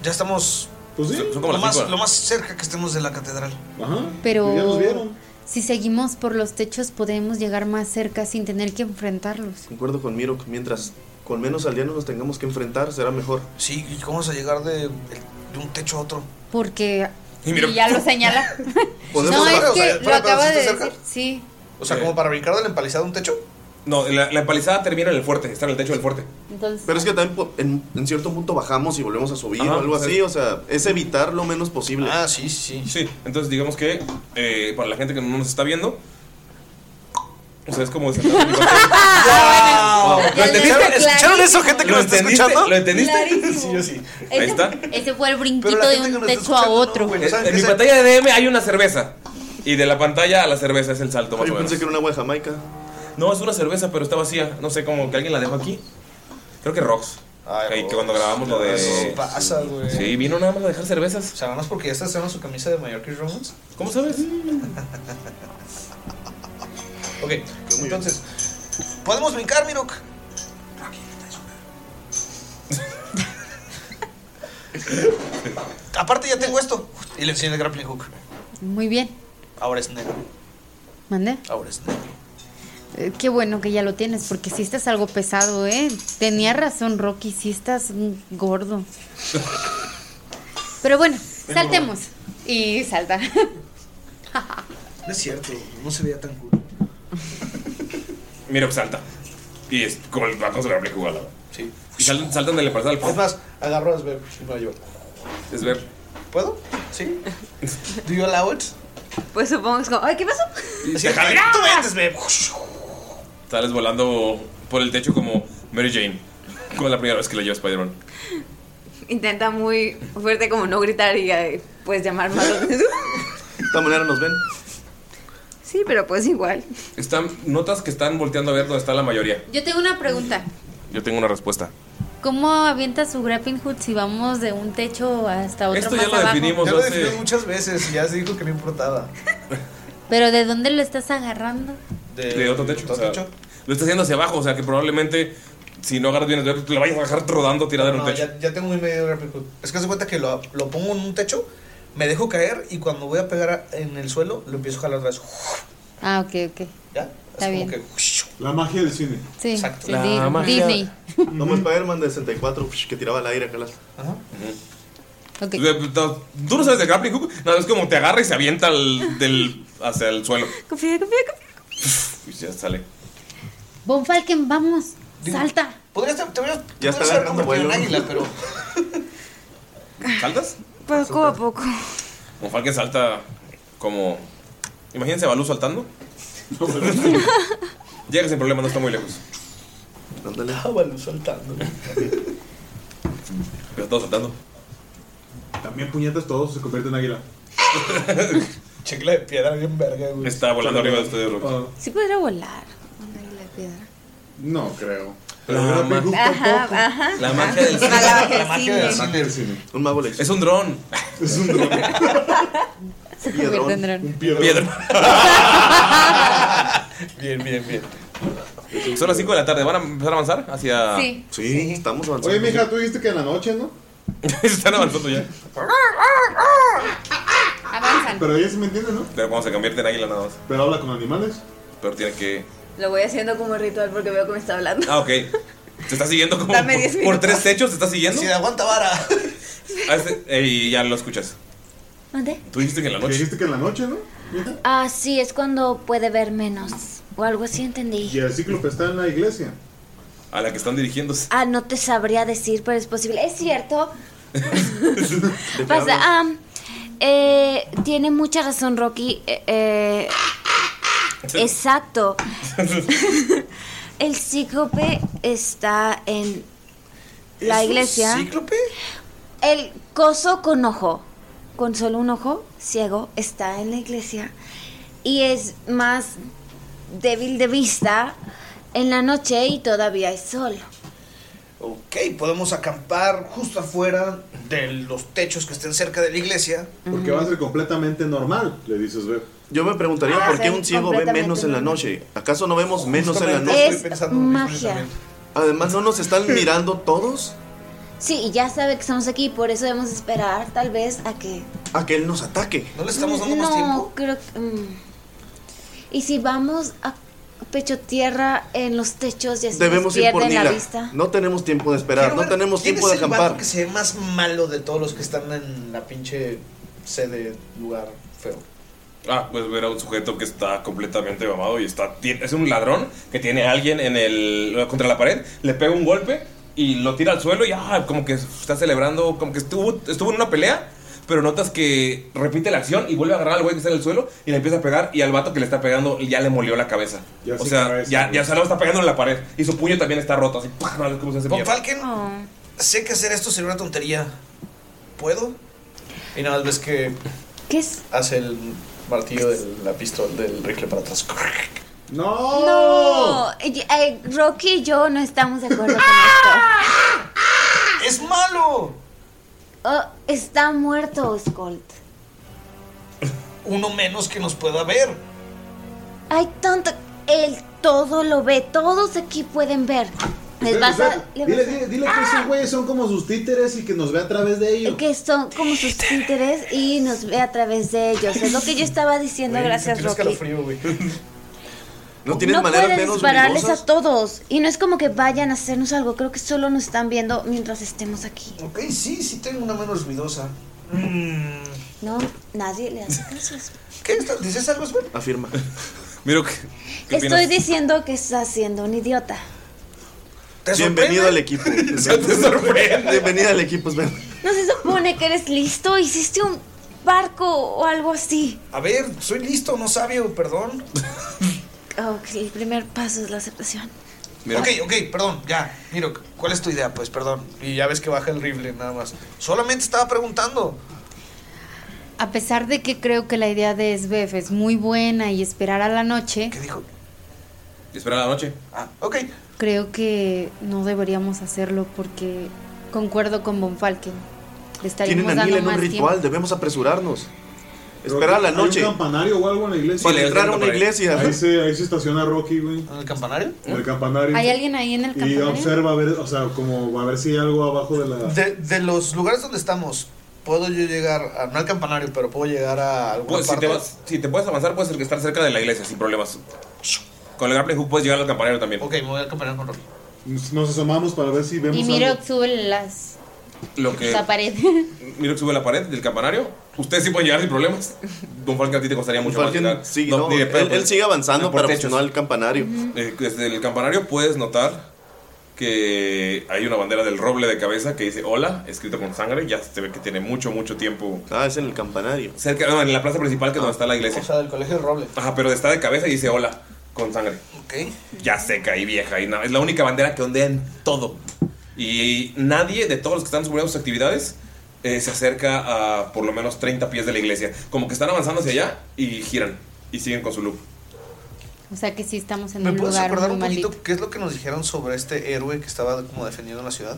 C: Ya estamos.
O: Pues sí.
A: Son como
C: lo,
A: las
C: más,
A: cinco.
C: lo más cerca que estemos de la catedral.
O: Ajá.
F: Pero
C: Ah, pues Ya nos vieron.
F: si seguimos por los techos podemos llegar más cerca sin tener que enfrentarlos.
E: Concuerdo con Miro, que mientras con menos aldeanos nos tengamos que enfrentar, será mejor.
C: Sí, ¿y cómo vamos a llegar de, de un techo a otro?
F: Porque...
E: Y mira-
F: y ya lo señala.
C: ¿Podemos
F: no, es
C: bajar? O sea,
F: que lo
C: espera, espera,
F: acaba
C: ¿sí
F: de
C: está
F: decir.
C: cerca?
F: Sí.
C: O sea, como para brincar de la empalizada a un techo.
A: Eh. No, la, la empalizada termina en el fuerte, está en el techo del fuerte.
F: Entonces,
E: Pero es que también po- en, en cierto punto bajamos y volvemos a subir
A: Ajá,
E: o algo
A: o sea,
E: así, o sea, es evitar lo menos posible.
C: Ah, sí, sí.
A: Sí, entonces digamos que eh, para la gente que no nos está viendo, o sea, es como de sentarse en el cuarto. Wow. ¿Lo
F: Ya
A: entendiste?
F: lo entendiste clarísimo.
A: ¿Lo entendiste? ¿Lo entendiste?
F: Clarísimo.
C: Sí, yo sí.
A: Ahí está.
F: Ese fue el brinquito de un techo a otro.
A: Eh, en mi pantalla de DM hay una cerveza. Y de la pantalla a la cerveza es el salto más
E: Ah, Yo
A: o menos.
E: pensé que era una agua de Jamaica.
A: No, es una cerveza, pero está vacía. No sé, como que alguien la dejó aquí. Creo que Ah, Rox. Ahí que cuando grabamos lo de.
C: Eso pasa, güey.
A: Sí, vino nada más a dejar cervezas.
C: O sea, nada más porque ya está haciendo su camisa de Mallorca Romans.
A: ¿Cómo sabes?
C: ok, entonces, ¿podemos brincar, Mirok? Aparte ya tengo esto. Y le enseño el grappling hook.
F: Muy bien.
C: Ahora es negro.
F: ¿Mande?
C: Ahora es negro.
F: Eh, Qué bueno que ya lo tienes, porque si estás algo pesado, ¿eh? Tenía razón, Rocky, si estás mm, gordo. Pero bueno, saltemos. Y salta.
C: No es cierto, no se veía tan cool.
A: Mira, pues salta. Y es como el rato se la aplica jugada.
C: Sí.
A: Y sal- saltan de la empalizada al
C: Es más, agarro a Sber y me lo llevo.
A: Es ver.
C: ¿Puedo? ¿Sí? ¿Do you allow it?
P: Pues supongo que es como, ay, ¿qué pasó?
A: Y
C: Sí,
A: te jala.
C: ¡Tú vendes, Sber!
A: Sales volando por el techo como Mary Jane. Como la primera vez que la lleva Spider-Man.
P: Intenta muy fuerte como no gritar y eh, pues llamar más la atención.
A: De esta manera nos ven.
P: Sí, pero pues igual.
A: Están, notas que están volteando a ver dónde está la mayoría.
F: Yo tengo una pregunta.
A: Yo tengo una respuesta.
F: ¿Cómo avienta su grappling hook si vamos de un techo hasta otro
A: Esto
F: más
A: ya lo
F: abajo?
A: definimos
C: Ya lo
A: hace-
C: definí muchas veces y ya se dijo que no importaba.
F: ¿Pero de dónde lo estás agarrando?
A: De, otro techo. o sea, Lo está haciendo hacia abajo, o sea que probablemente si no agarras bien el techo, te lo vayas a bajar rodando tirada en
C: No,
A: un techo.
C: ya, ya tengo muy medio grappling hook. Es que se cuenta que lo, lo pongo en un techo me dejo caer y cuando voy a pegar a- en el suelo, lo empiezo a jalar otra vez.
F: Ah, ok, ok.
C: ¿Ya?
F: Está
C: como
F: bien.
C: que-
B: La magia del cine.
F: Sí,
C: Exacto.
F: sí, Di- Disney.
E: Como Spider-Man de 64 que tiraba al aire acá las.
F: Ok.
A: Tú no sabes de grappling hook. Nada, es como te agarra y se avienta al- del, hacia el suelo.
F: Confía, confía, confía.
A: Y ya sale.
F: Von Falken, vamos. Salta.
C: Podrías te, te voy
A: Ya está agarrando vuelo.
C: pero.
A: ¿Saltas?
M: Poco a poco.
A: Como Falken salta como. Imagínense a Balú saltando. Llega sin problema, no está muy lejos.
E: Ándale.
K: Ah, Balú saltando.
A: Pero todos saltando.
B: También puñetas todos se convierte en águila.
C: Chicla de piedra bien verga, güey.
A: Está volando arriba de ustedes, Rocky.
B: uh,
M: Sí podría volar. Un águila de piedra.
B: No creo. Ah,
A: La, ma-
M: Ajá, ajá.
A: la magia del cine.
M: La magia del cine.
E: Un mago
A: Es un dron.
B: Es un dron.
F: Se convierte en dron.
C: Bien, bien, bien.
A: Son las 5 de la tarde. ¿Van a empezar a avanzar hacia.?
B: Sí.
E: estamos
B: Oye, mija, tú dijiste que en la noche, ¿no?
A: Están avanzando ya.
M: Avanzan.
B: Pero ella sí me entiende, ¿no?
A: Pero cuando se convierte en águila nada más.
B: Pero habla con animales.
A: Pero tiene que.
M: Lo voy haciendo como ritual porque veo que me está hablando.
A: Ah, ok. Te está siguiendo como
M: Dame 10
A: por,
M: minutos.
A: tres techos, te está siguiendo.
C: aguanta vara.
A: Ah, este- eh, y ya lo escuchas.
I: ¿Dónde?
A: Tú dijiste que en la noche.
B: Dijiste que en la noche, ¿no?
I: Ah, sí, es cuando puede ver menos. O algo así entendí.
B: Y el cíclope está en la iglesia.
A: A la que están dirigiéndose.
I: Ah, no te sabría decir, pero es posible. Es cierto. Pasa. Ah, eh, tiene mucha razón, Rocky. Eh, eh, exacto. El cíclope está en la
C: ¿Es un
I: iglesia.
C: cíclope?
I: El coso con ojo, con solo un ojo ciego, está en la iglesia y es más débil de vista en la noche y todavía hay sol.
C: Ok, podemos acampar justo afuera de los techos que estén cerca de la iglesia.
B: Porque va a ser completamente normal, le dices, ver.
E: Yo me preguntaría
C: Ah,
E: por qué
C: sí,
E: un ciego ve
C: completamente
E: menos en la
C: normal.
E: noche. ¿Acaso no vemos menos en la
C: Justamente,
E: noche?
I: Es magia.
E: Además, ¿no nos están mirando todos?
I: Sí, y ya sabe que estamos aquí, por eso debemos esperar tal vez a que...
E: A que él nos ataque.
C: ¿No le
I: no, creo que... mm. Y si vamos a pecho tierra en los techos y así pues, nos
E: Debemos ir por
I: pierden la
E: Nila.
I: vista.
E: No tenemos tiempo de esperar.
C: Quiero
E: No
C: ver
E: tenemos
C: quién
E: tiempo de
C: es el vato
E: acampar.
C: que se ve más malo de todos los que están en la pinche sede lugar feo.
A: Ah, pues ver a un sujeto que está completamente mamado y está. tiene- es un ladrón que tiene a alguien en el. contra la pared, le pega un golpe y lo tira al suelo y ah, como que está celebrando, como que estuvo, estuvo en una pelea. Pero notas que repite la acción y vuelve a agarrar al güey que está en el suelo y le empieza a pegar y al vato que le está pegando ya le molió la cabeza.
B: Ya
A: o
B: sin
A: sea,
B: cabeza,
A: ya,
B: güey.
A: ya o sea, no está pegando en la pared. Y su puño también está roto, así, ¡pah! No, ¿cómo se hace
C: Von
A: mierda?
C: Falken,
I: Oh.
C: sé que hacer esto sería una tontería. ¿Puedo? Y nada más ves que
I: ¿Qué es?
C: hace el martillo de la pistola del rifle para atrás.
B: ¡No!
I: No, y- eh, Rocky y yo no estamos de acuerdo con esto.
C: ¡Es malo!
I: Oh, está muerto, Skull.
C: Uno menos que nos pueda ver.
I: Hay tanto. Él todo lo ve, todos aquí pueden ver. Les vas a. le
B: Dile,
I: vas a- Ah.
B: dile, dile que esos güeyes son como sus títeres y que nos ve a través de ellos.
I: que son como sus títeres y nos ve a través de ellos. Es lo que yo estaba diciendo, gracias, Rocky.
E: ¿No tienes
I: no
E: maneras
I: pueden
E: menos
I: dispararles
E: venimosas?
I: a todos. Y no es como que vayan a hacernos algo. Creo que solo nos están viendo mientras estemos aquí.
C: Ok, sí, sí tengo una mano ruidosa. Mm,
I: No, nadie le hace caso.
C: ¿Qué? estás- ¿Dices algo, Sven?
E: Afirma.
A: Miro que. ¿Qué
I: Estoy
A: opinas?
I: diciendo que está siendo un idiota.
E: Bienvenido al equipo. Bienvenido al equipo, Sven.
I: No se supone que eres listo. Hiciste un barco o algo así.
C: A ver, soy listo, no sabio, perdón.
I: Ok, el primer paso es la aceptación.
C: Ok, ok, perdón, ya. Miro, ¿cuál es tu idea? Pues perdón. Y ya ves que baja el rifle, nada más. Solamente estaba preguntando.
F: A pesar de que creo que la idea de Svef es muy buena y esperar a la noche,
A: Y espera la noche.
C: ok.
F: creo que no deberíamos hacerlo porque concuerdo con Von Falken. Le estaríamos
E: Tienen a
F: dando
E: Nila en un
F: más
E: ritual.
F: tiempo.
E: Debemos apresurarnos. Esperar a la
B: ¿Hay
E: noche.
B: un campanario o algo en la iglesia?
E: Para entrar a una iglesia.
B: Ahí se, ahí se estaciona Rocky, güey.
C: ¿En el campanario?
B: En el campanario.
F: ¿Hay alguien ahí en el
B: Y
F: campanario?
B: observa a ver, o sea, como a ver si hay algo abajo de la.
C: De, de los lugares donde estamos, puedo yo llegar, a, no al campanario, pero puedo llegar a alguna
A: Pues, si,
C: parte.
A: te vas- si te puedes avanzar, puedes estar cerca de la iglesia sin problemas. Con el grappling hook puedes llegar al campanero también.
C: Ok, me voy al campanero con Rory.
B: Nos, nos asomamos para ver si vemos
F: Y Mirok sube las,
A: Lo que
F: la pared.
A: Miro que sube la pared del campanario. Ustedes sí pueden llegar sin problemas. Don Falken a ti te costaría mucho
E: Falken,
A: más. llegar.
E: sí, no, él- él sigue avanzando, pero pues no al
A: campanario. Eh, Desde el campanario puedes notar que hay una bandera del roble de cabeza que dice hola, escrita con sangre. Ya se ve que tiene mucho, mucho tiempo. Ah, es en el campanario. Cerca, no, en la plaza principal que es donde está la iglesia.
C: Ah, O sea, del colegio del Roble.
A: Ajá, pero está de cabeza y dice hola, con sangre.
C: Ok.
A: Ya seca y vieja. Y nada, es la única bandera que ondea en todo. Y nadie de todos los que están subiendo sus actividades eh, se acerca a por lo menos 30 pies de la iglesia. Como que están avanzando hacia allá y giran. Y siguen con su loop.
F: O sea que sí estamos en
C: ¿Me
F: un
C: puedes
F: lugar
C: acordar
F: muy
C: un
F: maldito.
C: poquito qué es lo que nos dijeron sobre este héroe que estaba como defendiendo la ciudad?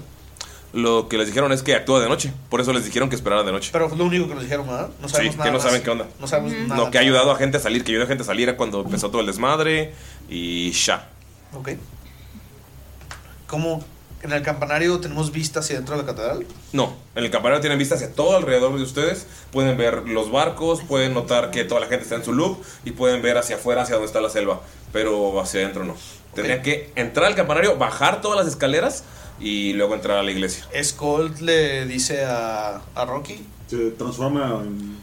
A: Lo que les dijeron es que actúa de noche. Por eso les dijeron que esperaran de noche.
C: Pero fue lo único que nos dijeron, ¿verdad? No
A: sí,
C: sabemos
A: que
C: nada.
A: no
C: más.
A: saben qué onda.
C: No sabemos nada.
A: No, que ha ayudado a gente a salir, que ayudó a gente a salir cuando empezó todo el desmadre. Y ya.
C: Ok. ¿Cómo en el campanario tenemos vista hacia dentro de la catedral?
A: No, en el campanario tienen vista hacia todo alrededor de ustedes. Pueden ver los barcos, pueden notar que toda la gente está en su loop y pueden ver hacia afuera, hacia donde está la selva, pero hacia adentro no. Tendrían que entrar al campanario, bajar todas las escaleras y luego entrar a la iglesia.
C: Skull le dice a, a Rocky.
B: Se transforma en.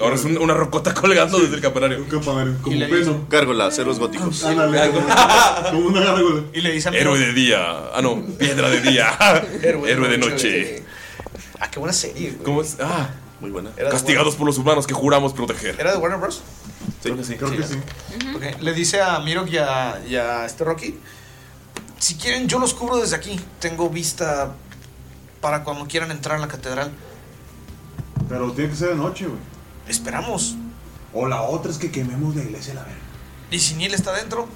A: Ahora es un- una rocota colgando desde el campanario.
B: Un campanario, como
E: Y
B: un
E: le
B: peso.
E: Gárgola, ceros góticos.
B: Ándale, como- como una gárgola.
C: Y le dice a
A: Héroe de día. Ah, no, piedra de día. Héroe, de noche.
C: Ah, qué buena serie. güey.
A: ¿Cómo es? Ah, muy buena.
C: Era de
A: Castigados por los humanos que juramos proteger.
C: ¿Era de Warner Bros?
A: Creo que sí.
C: Ok, Le dice a Mirok y a, y a este Rocky. Si quieren, yo los cubro desde aquí. Tengo vista para cuando quieran entrar a la catedral.
B: Pero tiene que ser de noche, güey.
C: Esperamos.
B: O la otra es que quememos la iglesia, la verga.
C: Y si Neil está dentro,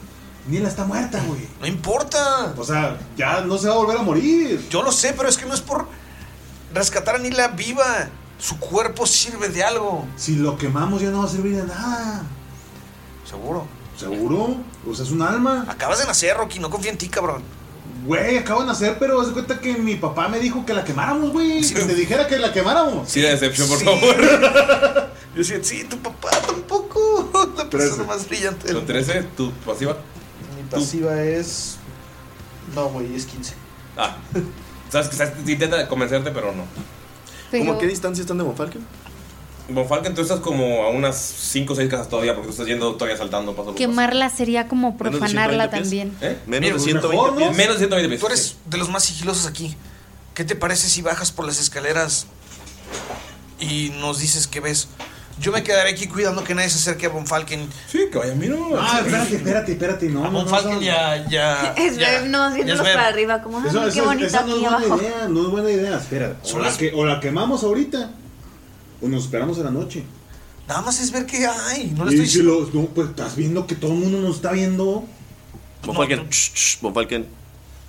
B: Niela está muerta, güey.
C: No importa.
B: O sea, ya no se va a volver a morir.
C: Yo lo sé, pero es que no es por rescatar a Nila viva. Su cuerpo sirve de algo.
B: Si lo quemamos ya no va a servir de nada.
C: Seguro.
B: ¿Seguro? Ah, O sea, es un alma.
C: Acabas de nacer, Rocky. No confía en ti, cabrón.
B: Güey, acabo de nacer, pero haz de cuenta que mi papá me dijo que la quemáramos, güey. Que te dijera que la quemáramos.
A: Sí, la decepción, por
B: Sí.
A: favor.
C: Yo decía, sí, tu papá tampoco. La persona más brillante. del
A: Con 13, tu pasiva.
C: Mi pasiva es. No, güey, es 15.
A: Ah. Sabes que sabes- intenta convencerte, pero no.
F: Pero- ¿Cómo qué
A: distancia están de Bonfalken? Bonfalken, tú estás como a unas 5 o 6 casas todavía, porque tú estás yendo todavía saltando paso por paso.
F: Quemarla sería como
A: Menos de
F: profanarla
A: 120 pies.
F: también.
A: ¿Eh?
E: Menos
A: Mira,
E: de 120
A: mejor, ¿no?
E: pies.
A: Menos de 120 pies.
C: Tú eres de los más sigilosos aquí. ¿Qué te parece si bajas por las escaleras y nos dices qué ves? Yo me quedaré aquí cuidando que nadie se acerque a Von Falken.
A: Sí, que vaya, mira.
B: Ah, espérate, espérate, espérate. No, no,
C: Von
B: no,
C: Falken
B: esa-
C: ya, ya.
I: Es
C: Ah, ya.
I: ver, no, viéndonos
C: ver.
I: para arriba, como, ah,
B: Eso-
I: mira,
B: eso-
I: qué bonito
B: esa no es
I: aquí
B: buena
I: abajo.
B: idea, no es buena idea. Espera, o la, que, o la quemamos ahorita o nos esperamos a la noche.
C: Nada más es ver qué hay. No le
B: y
C: estoy
B: si lo, no, pues estás viendo que todo el mundo nos está viendo.
E: Von Falken. shh, shh, Von Falken.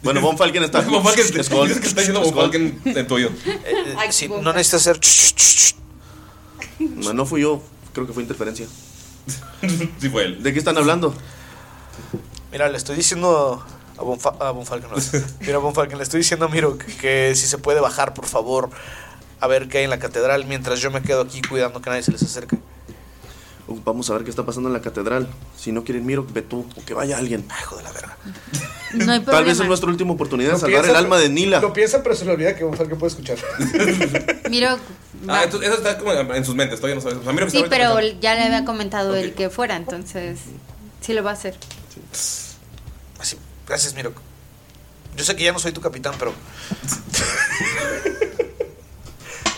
E: Bueno, Von Falken está.
A: Von Falken, te-
E: Skull,
A: dices que está diciendo Von
E: Skull.
A: Falken en tu oído.
C: Eh, sí, no necesitas hacer.
E: No, no fui yo, creo que fue interferencia.
A: sí fue él.
E: ¿De qué están hablando?
C: Mira, le estoy diciendo a Von, Fa- a Von Falken. no. Mira, Von Falken, le estoy diciendo a Miro que, que si se puede bajar, por favor, a ver qué hay en la catedral mientras yo me quedo aquí cuidando que nadie se les acerque.
E: Uh, Vamos a ver qué está pasando en la catedral. Si no quieren Miro, ve tú o que vaya alguien.
C: Ah, hijo de la verga.
F: No hay
E: Tal vez es
F: problema.
E: nuestra última oportunidad de salvar el alma de Nila.
C: piensa, pero se le olvida que Von Falken puede escuchar.
F: Miro,
A: Ah, entonces, eso está como en sus mentes, todavía no sabes. O sea, mira que
F: sí,
A: está ahorita
F: pero
A: pensando.
F: ya le había comentado él que fuera, entonces sí lo va a hacer.
C: Así, Ah, gracias, Miro. Yo sé que ya no soy tu capitán, pero.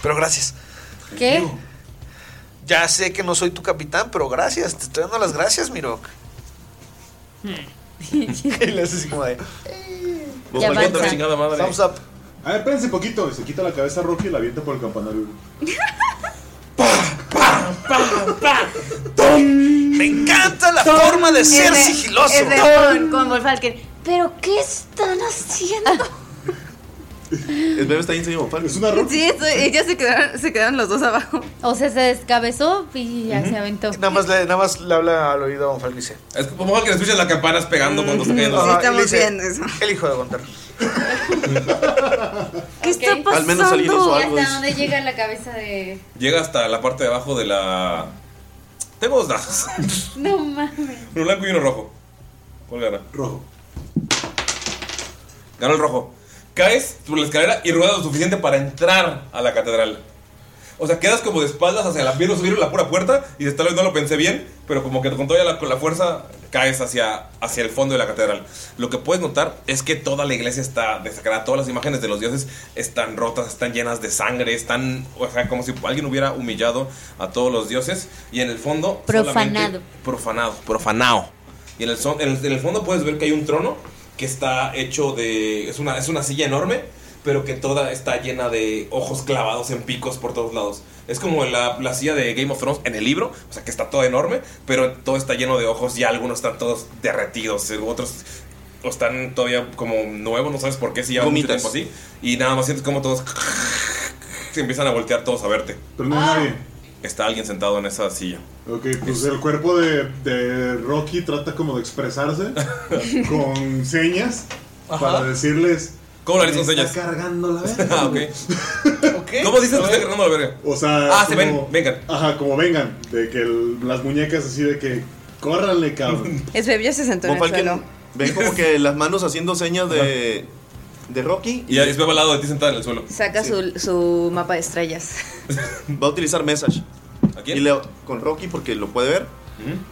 C: pero gracias.
F: ¿Qué?
C: Ya sé que no soy tu capitán, pero gracias. Te estoy dando las gracias, Miro.
B: Hmm.
C: y le hace así como de.
B: Von Ya Falken, basta.
A: chingada madre.
C: Thumbs up.
B: A ver, espérense poquito. y Se quita la cabeza a Rocky y la avienta por el campanario.
C: Me encanta la forma de ser
I: Es de-
C: sigiloso.
I: es de con, con Von Falken. ¿Pero qué están haciendo?
E: El bebé está ahí encima de Von Falken. Es
B: una
I: Sí, eso- ellas se quedaron, se quedaron los dos abajo.
F: O sea, se descabezó y ya
C: Ujú.
F: se aventó.
C: Nada más, le, nada más le habla al oído a Von Falken y dice.
A: Es como que escuchas las campanas pegando cuando está cayendo.
C: Ajá, y le dice,
I: eso.
C: El hijo de Gunter.
M: ¿Qué está pasando?
A: Al menos alguien hizo algo.
F: ¿Y hasta dónde llega la cabeza de.?
A: Llega hasta la parte de abajo de la. Tengo dos dados:
F: No mames.
A: uno blanco y uno rojo. ¿Cuál gana? Rojo. Ganó el rojo. Caes por la escalera y ruedas lo suficiente para entrar a la catedral. O sea, quedas como de espaldas hacia la pierna, subieron la pura puerta y tal vez no lo pensé bien, pero como que con toda la, con la fuerza caes hacia, hacia el fondo de la catedral. Lo que puedes notar es que toda la iglesia está destacada, todas las imágenes de los dioses están rotas, están llenas de sangre, están, o sea, como si alguien hubiera humillado a todos los dioses y en el fondo... solamente-
F: Profanado.
A: Profanado, profanado. Y en el, son- en el- en el fondo puedes ver que hay un trono que está hecho de... Es una, es una silla enorme, pero que toda está llena de ojos clavados en picos por todos lados. Es como la, la silla de Game of Thrones en el libro, o sea que está toda enorme, pero todo está lleno de ojos y algunos están todos derretidos, eh, otros están todavía como nuevos, no sabes por qué, si llevan mucho
E: Gomitas.
A: tiempo así. Y nada más sientes como todos se empiezan a voltear todos a verte.
B: Pero no hay nadie.
A: Está alguien sentado en esa silla.
B: Ok, pues el cuerpo de, de Rocky trata como de expresarse con señas para decirles.
A: ¿Cómo lo harías con
B: "Me
A: señas?
B: Está cargando la verga.
A: Ah, ok. ¿Cómo dices que está cargando la verga?
B: O sea.
A: Ah, se ven, vengan.
B: Ajá, como vengan. De que el- las muñecas así de que. Córranle, cabrón.
M: Es ya se sentó en
E: Von
M: el
E: Falken
M: suelo.
E: ven como que las manos haciendo señas de, de Rocky.
A: Y es al lado de ti sentada en el suelo.
M: Saca su, su mapa de estrellas.
E: Va a utilizar Message. Y le- con Rocky porque lo puede ver.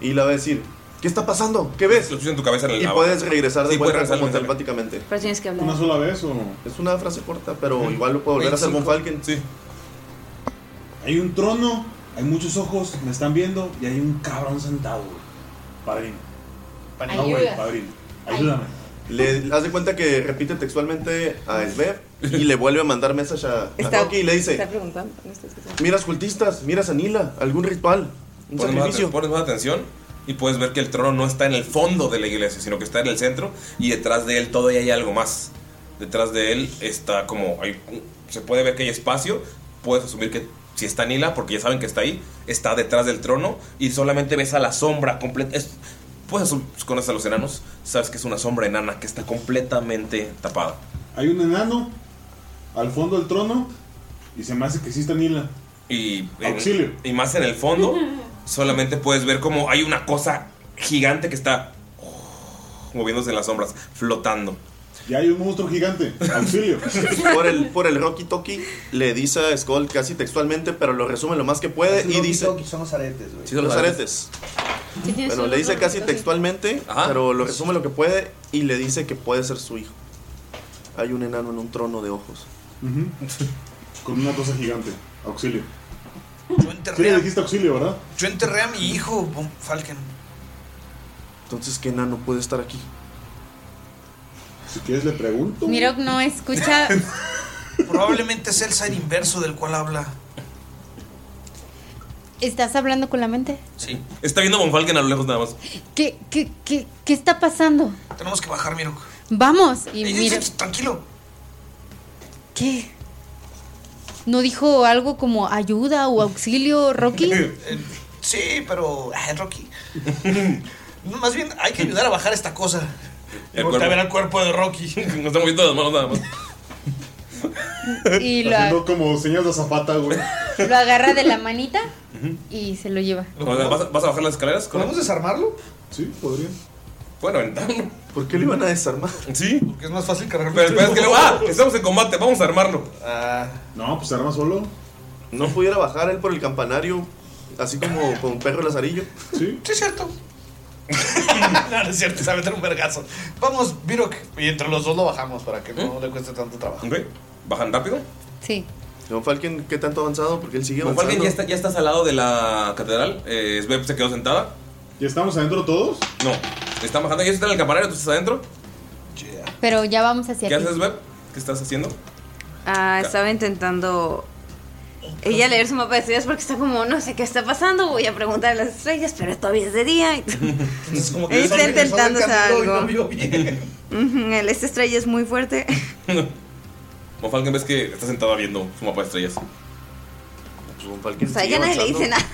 E: Y le va a decir, ¿qué está pasando? ¿Qué ves?
A: Lo en tu cabeza
E: Y puedes regresar de
A: Sí, puedes
E: vuelta
A: regresar
E: como
A: de vuelta.
E: telepáticamente.
M: Pero tienes que hablar.
E: ¿Una
B: sola vez o...?
E: Es una frase corta, pero igual lo puede volver a hacer Von Falken.
A: Sí.
B: Hay un trono, hay muchos ojos, me están viendo y hay un cabrón sentado, güey. Padrino.
E: Padrino.
B: No, güey,
E: Ayuda.
B: padrino. Ah, Ayúdame.
E: Le haz de cuenta que repite textualmente a Svev y le vuelve a mandar message a, a Rocky y le dice,
M: Está preguntando. no está escuchando.
E: miras cultistas, miras a Nila, algún ritual, un
A: Pones más,
E: sacrificio.
A: aten- pones más atención y puedes ver que el trono no está en el fondo de la iglesia, sino que está en el centro y detrás de él todavía hay algo más. Detrás de él está como, hay, se puede ver que hay espacio, puedes asumir que si está Nila, porque ya saben que está ahí, está detrás del trono y solamente ves a la sombra completa. Es- Puedes asum- conoces a los enanos, sabes que es una sombra enana que está completamente tapada.
B: Hay un enano al fondo del trono y se me hace que sí está Nila.
A: Y, en-
B: Auxilio.
A: y más en el fondo, solamente puedes ver como hay una cosa gigante que está moviéndose en las sombras, flotando.
B: Y hay un monstruo gigante. Auxilio.
E: por el, por el Rocky Toki le dice a Skull casi textualmente, pero lo resume lo más que puede y dice...
G: son los aretes, güey.
E: Sí, son los aretes. Bueno, le dice casi textualmente, pero lo resume lo que puede y le dice que puede ser su hijo. Hay un enano en un trono de ojos.
B: Ujú. Con una cosa gigante. Auxilio. Sí, le dijiste auxilio, ¿verdad?
C: Yo enterré a mi hijo, Von Falken.
E: Entonces, ¿qué enano puede estar aquí?
B: Si quieres le pregunto.
F: Mirok no escucha.
C: Probablemente es el ser inverso del cual habla.
F: ¿Estás hablando con la mente?
A: Sí. Está viendo a Monfalken a lo lejos nada más.
F: ¿Qué, qué, qué, qué está pasando?
C: Tenemos que bajar, Mirok.
F: Vamos. Y
C: Ey,
F: mira,
C: ey, Tranquilo.
F: ¿qué? ¿No dijo algo como ayuda o auxilio, Rocky?
C: Eh, Sí, pero. ah, Rocky. Más bien, hay que ayudar a bajar esta cosa.
A: El
C: Voltea a
A: cuerpo.
C: ver al cuerpo de Rocky.
A: No está moviendo las manos nada más.
F: Y lo, ag-
B: como señas de zapata, güey.
F: lo agarra de la manita
A: Ujú.
F: y se lo lleva.
A: O sea, ¿vas, a- vas a bajar las escaleras? con él?
C: desarmarlo?
B: Sí, podría.
A: Bueno, entrarlo.
E: ¿Por qué lo iban a desarmar?
A: Sí.
C: Porque es más fácil cargarlo.
A: Pero, pero es que luego, ah, estamos en combate, vamos a armarlo.
B: no, pues arma solo.
E: Ah. No pudiera bajar él por el campanario, así como con un perro lazarillo.
B: Sí.
C: Sí, es cierto. no, no es cierto, se va a meter un vergazo. Vamos, Mirok. Y entre los dos lo bajamos para que
A: ¿Eh?
C: no le cueste tanto trabajo.
A: Ok, ¿Bajan rápido?
F: Sí.
E: Don Falken, ¿qué tanto ha avanzado? Porque él sigue avanzando.
A: Monfalken ya, está, ya estás al lado de la catedral. Eh, Sveb se quedó sentada.
B: ¿Ya estamos adentro todos?
A: No, están bajando. Ya están en el campanario, tú estás adentro.
F: Pero ya vamos hacia
A: ¿Qué
F: aquí.
A: haces, Sveb? ¿Qué estás haciendo?
M: Ah, estaba intentando ella leer su mapa de estrellas porque está como, no sé qué está pasando, voy a preguntar a las estrellas, pero todavía es de día.
C: Entonces, como
M: Él está
C: desorden- desorden
M: intentando hacer
C: cambió y
M: algo.
C: no vio bien.
M: Ujú, el- Esta estrella es muy fuerte.
A: Monfalken ves que está sentada viendo su mapa de estrellas.
E: pues un palquín.
M: O sea, ya nadie le dice nada.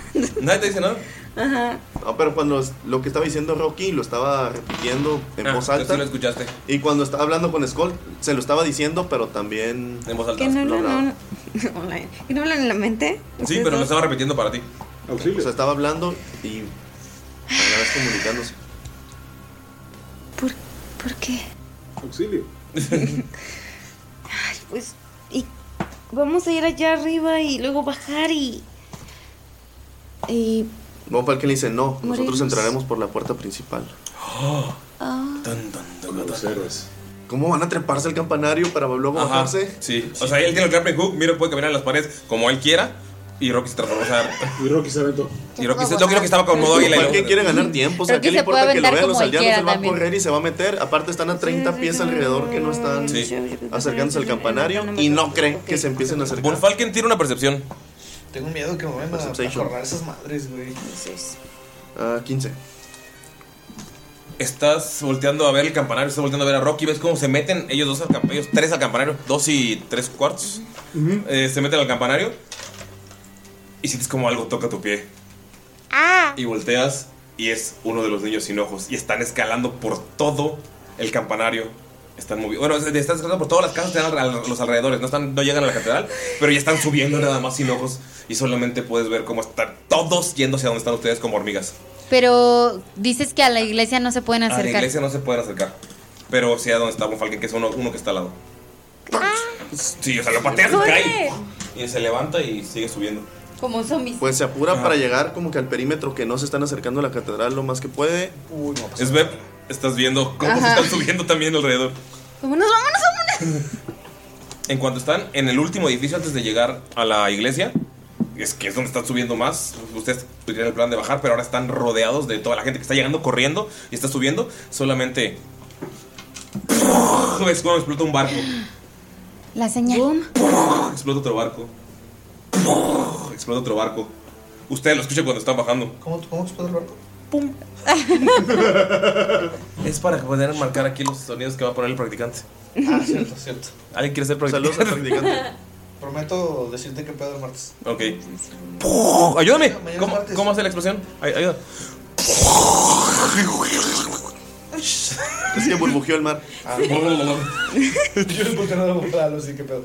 E: Nadie te dice nada.
M: Ajá.
E: No, pero cuando es- lo que estaba diciendo Rocky lo estaba repitiendo en
A: Ah,
E: voz alta. lo
A: escuchaste.
E: Y cuando estaba hablando con Skull, se lo estaba diciendo, pero también en
A: voz
M: Que no, no, no. Online. Que no hablan en la mente.
A: Sí, pero lo estaba repitiendo para ti.
E: O sea, estaba hablando y a la vez comunicándose.
M: ¿Por qué?
B: Auxilio.
M: Ay, pues. Y vamos a ir allá arriba y luego bajar y. Y.
E: Von Falken le dice, no, nosotros
M: Morirnos.
E: entraremos por la puerta principal.
I: ah,
E: ¿Cómo van a treparse al campanario para luego
A: Ajá,
E: bajarse?
A: Sí. O sea, él tiene el grappling hook, mira, puede caminar en las paredes como él quiera. Y Rocky se transformó. O sea,
B: y Rocky se aventó.
A: Y Rocky se, yo creo que estaba con modo águila. y
E: ¿Por qué
A: luego-
E: quiere ganar tiempo? O sea,
A: Creo que
E: ¿qué le
A: se puede
E: importa que lo
A: aventar
E: vea? Los
A: como él
E: aldeanos
A: quiera
E: él va a
A: también.
E: correr y se va a meter. Aparte están a 30 pies alrededor que no están acercándose al campanario y no cree que se empiecen a acercar.
A: Von Falken tiene una percepción.
K: Tengo miedo que me vayan
A: Pues,
K: a, a jorrar esas madres, güey.
E: Ah, 15.
A: Estás volteando a ver el campanario, estás volteando a ver a Rocky, ves cómo se meten ellos dos al campanario, ellos tres al campanario, dos y tres cuartos. Eh, se meten al campanario y sientes como algo toca tu pie. Y volteas y es uno de los niños sin ojos. Y están escalando por todo el campanario. Están moviendo. Bueno, es- están escalando por todas las casas, están a los alrededores. No, están, no llegan a la catedral, pero ya están subiendo nada más sin ojos. Y solamente puedes ver cómo están todos yendo hacia donde están ustedes como hormigas.
F: Pero dices que a la iglesia no se pueden
A: A la
F: acercar.
A: iglesia no se pueden acercar. Pero sí a donde está Bonfalken, que es uno, uno que está al lado. Sí, o sea, lo pateas y cae. Y se levanta y sigue subiendo.
F: Como zombies.
E: Pues se apura para llegar como que al perímetro que no se están acercando a la catedral lo más que puede.
K: Uy, no.
A: Sveb, estás viendo cómo
M: Ajá.
A: se están subiendo también alrededor.
M: Vámonos, vámonos, vámonos.
A: En cuanto están en el último edificio antes de llegar a la iglesia, es que es donde están subiendo más. Ustedes tuvieron el plan de bajar, pero ahora están rodeados de toda la gente que está llegando corriendo y está subiendo. Solamente. Es como explota un barco.
F: La señal.
A: Explota otro barco. Explota otro barco. Ustedes lo escuchan cuando están bajando.
K: ¿Cómo, cómo explota el barco?
A: Es para poder marcar aquí los sonidos que va a poner el practicante.
K: Ah, cierto, cierto.
A: ¿Alguien quiere ser practicante?
K: Saludos al practicante. Prometo decirte que pedo el martes.
A: Ok. ¡Puf! ¡Oh! Ayúdame.
K: Mañana es
A: ¿Cómo,
K: martes.
A: cómo hace la explosión? Ay- ayuda.
E: Es que burbujeó el mar.
K: Ah, Yo les volteo nada más para los sí, qué pedo.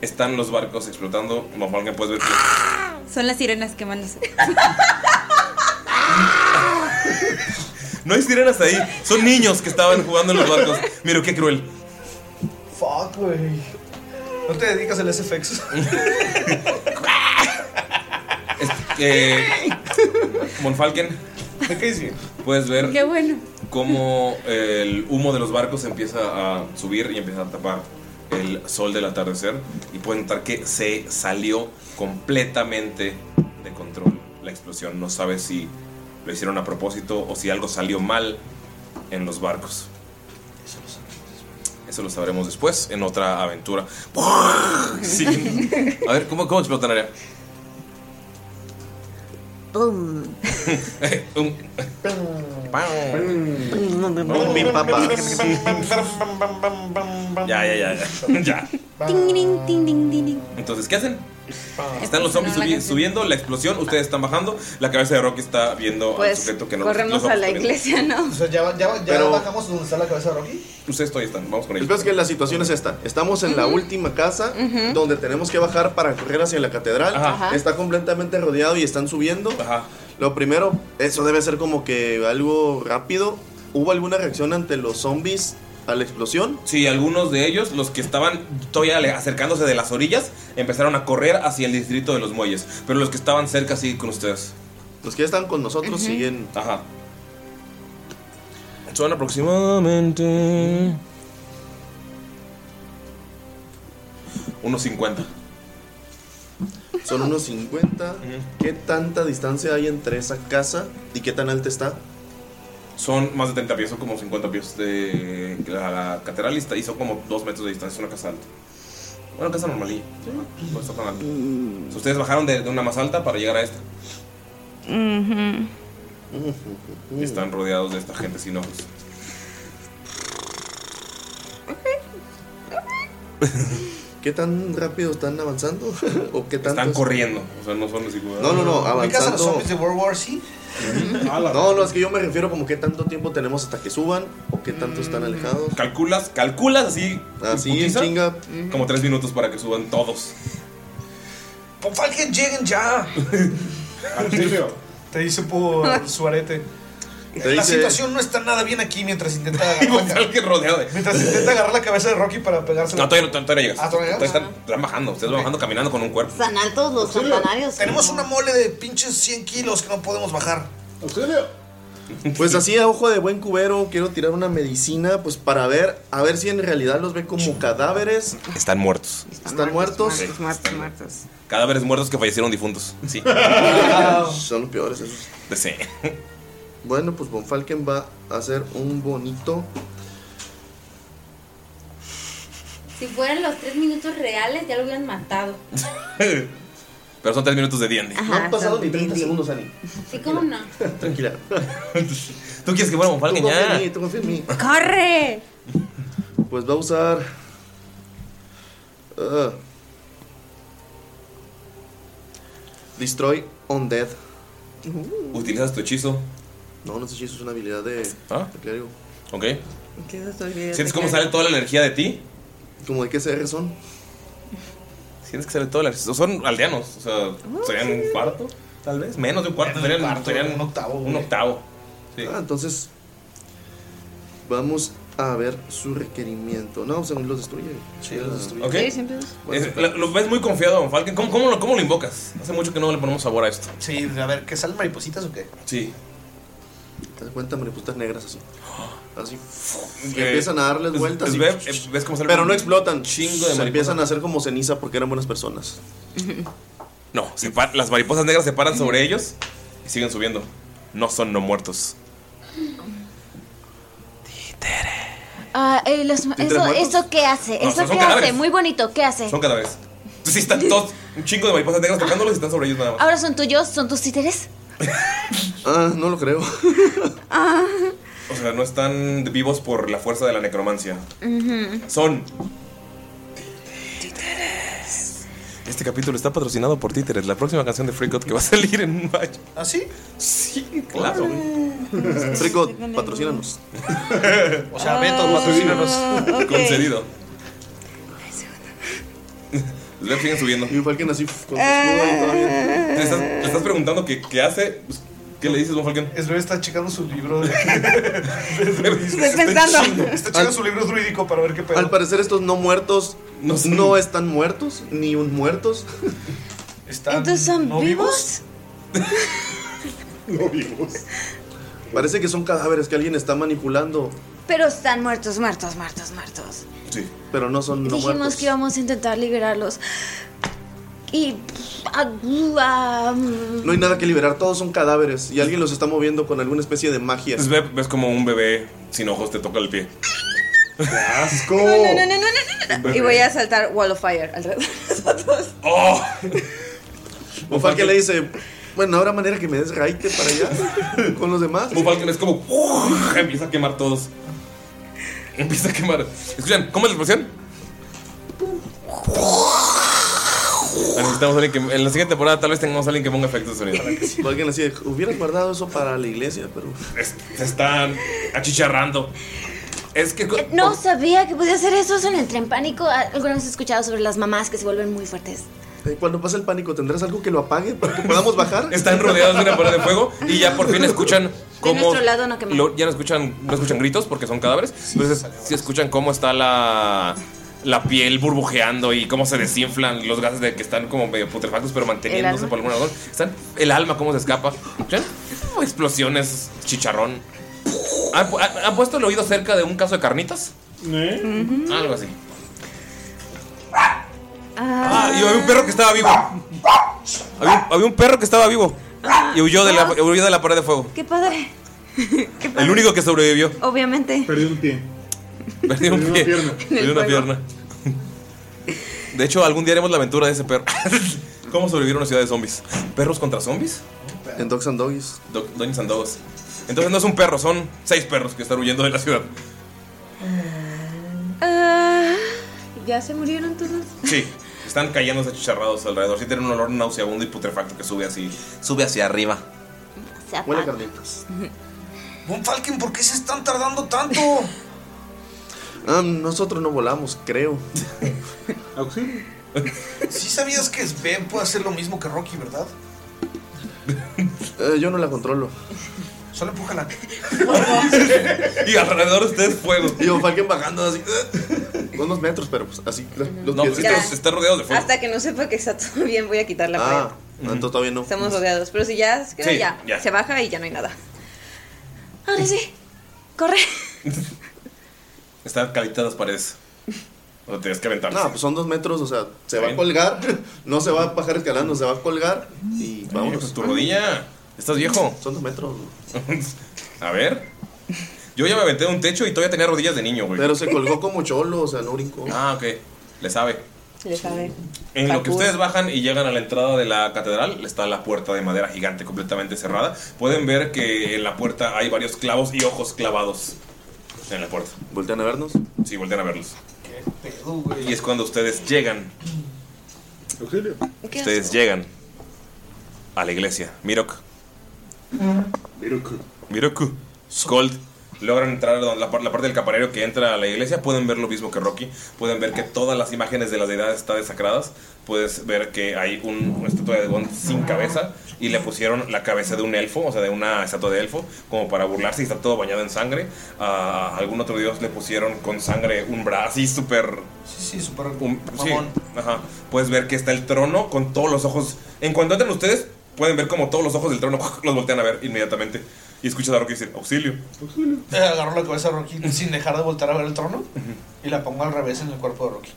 A: Están los barcos explotando. Como alguien puedes ver.
D: Son las sirenas quemándose.
A: No hay sirenas ahí. Son niños que estaban jugando en los barcos. Mira, qué cruel.
K: Fuck, güey. No te dedicas al SFX.
A: Eh, Monfalken. Puedes ver
F: Qué bueno.
A: cómo el humo de los barcos empieza a subir y empieza a tapar el sol del atardecer y pueden notar que se salió completamente de control la explosión. No sabes si lo hicieron a propósito o si algo salió mal en los barcos. Eso lo sabremos después en otra aventura. Sí. A ver, ¿cómo, cómo explotan área?
M: Pum.
A: Un- Ya, ya, ya, ya. ya.
M: Ting, ding, ting, ding, ding, ding.
A: Entonces, ¿qué hacen? Están los zombies subi- subiendo, la explosión, ustedes están bajando, la cabeza de Rocky está viendo al
M: Pues
A: sujeto que no
M: corremos
A: los ojos
M: a la
A: están viendo.
M: iglesia, ¿no?
K: O sea, ya, ya, ya
E: Pero-
K: bajamos donde está la cabeza de Rocky.
A: Ustedes todavía están, vamos con
E: El
A: ellos.
E: peor es que la situación es esta. Estamos en la última casa
K: Ujú.
E: donde tenemos que bajar para correr hacia la catedral.
K: Ajá. Ajá.
E: Está completamente rodeado y están subiendo. Lo primero, eso debe ser como que algo rápido. ¿Hubo alguna reacción ante los zombies a la explosión?
A: Sí, algunos de ellos, los que estaban todavía le- acercándose de las orillas, empezaron a correr hacia el distrito de los muelles. Pero los que estaban cerca siguen con ustedes.
E: Los que ya están con nosotros
A: Ujú.
E: siguen.
A: Ajá. Son aproximadamente. Unos 50.
E: Son unos 50. ¿Qué tanta distancia hay entre esa casa y qué tan alta está?
A: Son más de 30 pies, son como 50 pies de la, la catedral y, está- y son como 2 metros de distancia, es una casa alta. Bueno, casa normalilla. Ajá, No está tan alta.
E: Mm.
A: Entonces, Ustedes bajaron de, de una más alta para llegar a esta. Y Están rodeados de esta gente sin ojos.
E: ¿Qué tan rápido están avanzando? ¿O qué tanto
A: Están
E: es?
A: corriendo. O sea, no son así. "Ah,
E: No, no, no,
K: ¿Ubicas a los
E: avanzando.
K: zombies de World War C?
E: No, no, es que yo me refiero como qué tanto tiempo tenemos hasta que suban o qué tanto están alejados.
A: Mm. Calculas, calculas así.
E: Así,
A: putiza,
E: chinga.
A: Como tres minutos para que suban todos.
K: Por favor, que lleguen ya. Te dice por su arete.
E: Te
K: la
E: dice-
K: situación no está nada bien aquí mientras intenta agarrar,
A: Alguien rodeado de.
K: mientras intenta agarrar la cabeza de Rocky para pegarse.
A: No, todavía no, todavía no llegas.
K: Ah, ¿todavía no?
A: Todavía están, están bajando. Ustedes van bajando caminando con un cuerpo.
M: Están altos los campanarios.
K: Tenemos una mole de pinches 100 kilos que no podemos bajar.
E: Pues así a ojo de buen cubero quiero tirar una medicina pues para ver a ver si en realidad los ven como cadáveres,
A: Están muertos.
E: están muertos.
M: Muertos, muertos.
A: Cadáveres muertos que fallecieron difuntos. Sí.
E: Son los peores esos.
A: Sí.
E: Bueno, pues Von Falken va a hacer un bonito
D: Si fueran los tres minutos reales, ya lo hubieran matado.
A: Pero son tres minutos de D&D.
D: Ajá, No han pasado son ni
E: 30 segundos, Ani.
D: ¿Y cómo no?
E: Tranquila.
A: Tú quieres que fuera Von Falken
E: confía
A: ya.
E: en mí, tú confía en mí.
D: ¡Corre!
E: Pues va a usar. ah, destroy Undead. Uh.
A: Utilizas tu hechizo. Ah.
E: No, no sé si eso es una habilidad de, de clérigo.
A: Ok. ¿Sientes cómo sale toda la energía de ti?
E: ¿Cómo de qué CR son?
A: Sientes que sale toda la energía. Son aldeanos. O sea, serían un cuarto, tal vez. Menos de un cuarto. serían, serían un octavo. Un octavo. Sí.
E: Ah, entonces. Vamos a ver su requerimiento. No, según los destruye. Sí, los destruye.
A: Ok. Es- la- lo ves muy confiado, Don Falken. ¿Cómo, cómo lo, ¿Cómo lo invocas? Hace mucho que no le ponemos sabor a esto.
K: Sí, a ver, ¿qué salen maripositas o qué?
A: Sí.
E: ¿Te das cuenta? Mariposas negras así. Así.
A: Eh,
E: empiezan a darles
A: pues-
E: vueltas.
A: pues
E: y-
A: ve- eh, ves cómo sale
E: pero
A: un
E: no explotan.
A: chingo de
E: Se
A: mariposas.
E: empiezan a hacer como ceniza porque eran buenas personas.
A: No, se pa- las mariposas negras se paran sobre ellos y siguen subiendo. No son no muertos.
I: Ah, eh, los-
A: ¿Títeres
I: eso,
A: muertos?
I: ¿Eso qué hace?
A: No,
I: ¿Eso
A: son
I: qué
A: cadáveres.
I: hace? Muy bonito, ¿qué hace?
A: Son cadáveres. Entonces sí están todos, un chingo de mariposas negras tocándolos y están sobre ellos nada más.
I: ¿Ahora son tuyos? ¿Son tus títeres?
E: Ah, no lo creo.
I: Ah.
A: O sea, no están vivos por la fuerza de la necromancia. Son. Este capítulo está patrocinado por Títeres, la próxima canción de Freakout que va a salir en mayo.
K: ¿Ah, sí?
A: Sí, claro.
E: Freakout, patrocínanos.
K: O sea, Beto,
A: Oh.
K: patrocínanos.
E: Ah,
A: Concedido. Les siguen subiendo. Ah.
E: Y Falken así con
A: ¿Te estás, te estás preguntando qué, qué hace? Pues, ¿Qué le dices, Don Falken?
K: Es está checando su libro. De...
E: pensando.
K: Está checando
A: Ah,
K: su libro druídico para ver qué pedo.
E: Al parecer estos no muertos no, están muertos, ni un muertos.
K: Están
I: ¿Estos son
E: ¿no
I: vivos?
E: No vivos. Parece que son cadáveres que alguien está manipulando.
I: Pero están muertos, muertos, muertos, muertos.
A: Sí.
E: Pero no son no
I: Dijimos
E: muertos.
I: que íbamos a intentar liberarlos. Y. ah, ah, mm.
E: No hay nada que liberar, todos son cadáveres y alguien los está moviendo con alguna especie de magia.
A: Pues ve- ves como un bebé sin ojos te toca el pie.
E: ¡Asco!
M: No, no, no, no, no, no, no. Y voy a saltar Wall of Fire alrededor.
A: ¡Oh!
E: Bufalken le dice, bueno, habrá manera que me des raite para allá con los demás.
A: Bufalken es como ¡Uf! empieza a quemar todos. Empieza a quemar. Escuchan, ¿cómo es la explosión? Necesitamos alguien que. En la siguiente temporada tal vez tengamos alguien que ponga efectos de sonido.
E: Alguien así, de, hubieras guardado eso para la iglesia, pero...
A: Es- Se están achicharrando. Es que.
M: Eh,
I: No sabía que podía hacer eso. Eso en el tren pánico.
M: Ah,
I: ¿Alguna vez he escuchado sobre las mamás que se vuelven muy fuertes?
E: Eh, Cuando pasa el pánico, ¿tendrás algo que lo apague para que podamos bajar?
A: Están rodeados de una pared de fuego y ya por fin escuchan cómo.
M: nuestro lado no quemar.
A: lo- ya no escuchan, no escuchan gritos porque son cadáveres. Entonces, sí escuchan cómo está la, la piel burbujeando y cómo se desinflan los gases de que están como medio putrefactos, pero manteniéndose
M: alma.
A: por alguna razón. Están el alma, cómo se escapa. ¿Escuchan? Como Explosiones, chicharrón. ¿Han, pu- han- han puesto el oído cerca de un caso de carnitas? Algo así. Ah, y había un perro que estaba vivo. Había, había un perro que estaba vivo y huyó de la, huyó de la pared de fuego.
M: Ah. Qué padre.
A: El único que sobrevivió.
M: Obviamente.
B: Perdí un pie.
A: Perdió un pie.
M: En el
A: Perdió una
M: fuego.
A: pierna. De hecho, algún día haremos la aventura de ese perro. ¿Cómo sobrevivir a una ciudad de zombies? ¿Perros contra zombies?
E: En Dogs and Doggies.
A: Dogs and Dogs. Entonces no es un perro, son seis perros que están huyendo de la ciudad.
I: Ah,
M: ¿Ya se murieron todos?
A: Sí, están cayendo achicharrados alrededor. Sí tienen un olor nauseabundo y putrefacto que sube así, sube hacia arriba.
E: Huele a carnitas.
C: Von Falken, ¿por qué se están tardando tanto?
E: Ah, nosotros no volamos, creo. Eh,
C: sí sabías que Sven puede hacer lo mismo que Rocky, ¿verdad?
E: Eh, yo no la controlo.
C: Solo empújala.
A: y alrededor de ustedes fuego.
E: Digo, Falken bajando así. Unos metros, pero pues así. Los
A: No,
E: pies-
A: pues, está- está rodeado de fuego.
M: Hasta que no sepa que está todo bien, voy a quitar la
E: Ah,
M: pared.
E: entonces todavía no.
M: Estamos rodeados. Pero si ya se queda,
E: Sí,
M: ya,
E: ya.
M: Se baja y ya no hay nada. Ahora sí. Corre.
A: Están calitas las paredes. O sea, tienes que aventar.
E: No, pues son dos metros, o sea, se va
A: bien.
E: a colgar, no se va a bajar escalando, se va a colgar y vamos.
A: pues tu rodilla. ¿Estás viejo?
E: Son dos metros.
A: a ver. Yo ya me aventé de un techo y todavía tenía rodillas de niño, güey.
E: Pero se colgó como cholo, o sea, no brincó.
A: Ah, ok. Le sabe.
M: Le sabe.
A: En lo que
M: Parkour.
A: ustedes bajan y llegan a la entrada de la catedral, está la puerta de madera gigante completamente cerrada. Pueden ver que en la puerta hay varios clavos y ojos clavados en la puerta.
E: ¿Voltean a vernos?
A: Sí, voltean a verlos. Y es cuando ustedes llegan. Ustedes llegan a la iglesia. Mirok,
B: Miroku.
A: Miroku, Scold. Logran entrar a la, par- la parte del caparero que entra a la iglesia. Pueden ver lo mismo que Rocky. Pueden ver que todas las imágenes de las deidades están desacradas. Puedes ver que hay un, una estatua de Bond sin cabeza. Y le pusieron la cabeza de un elfo, o sea, de una estatua de elfo, como para burlarse y está todo bañado en sangre. A algún otro dios le pusieron con sangre un brazo así súper
C: Sí, súper.
A: un- sí,
C: mamón.
A: ajá. Puedes ver que está el trono con todos los ojos. En cuanto entran ustedes, pueden ver como todos los ojos del trono los voltean a ver inmediatamente. Y escuchas a Rocky decir, auxilio.
K: Eh, agarró la cabeza de Rocky sin dejar de voltar a ver el trono y la pongo al revés en el cuerpo de Rocky.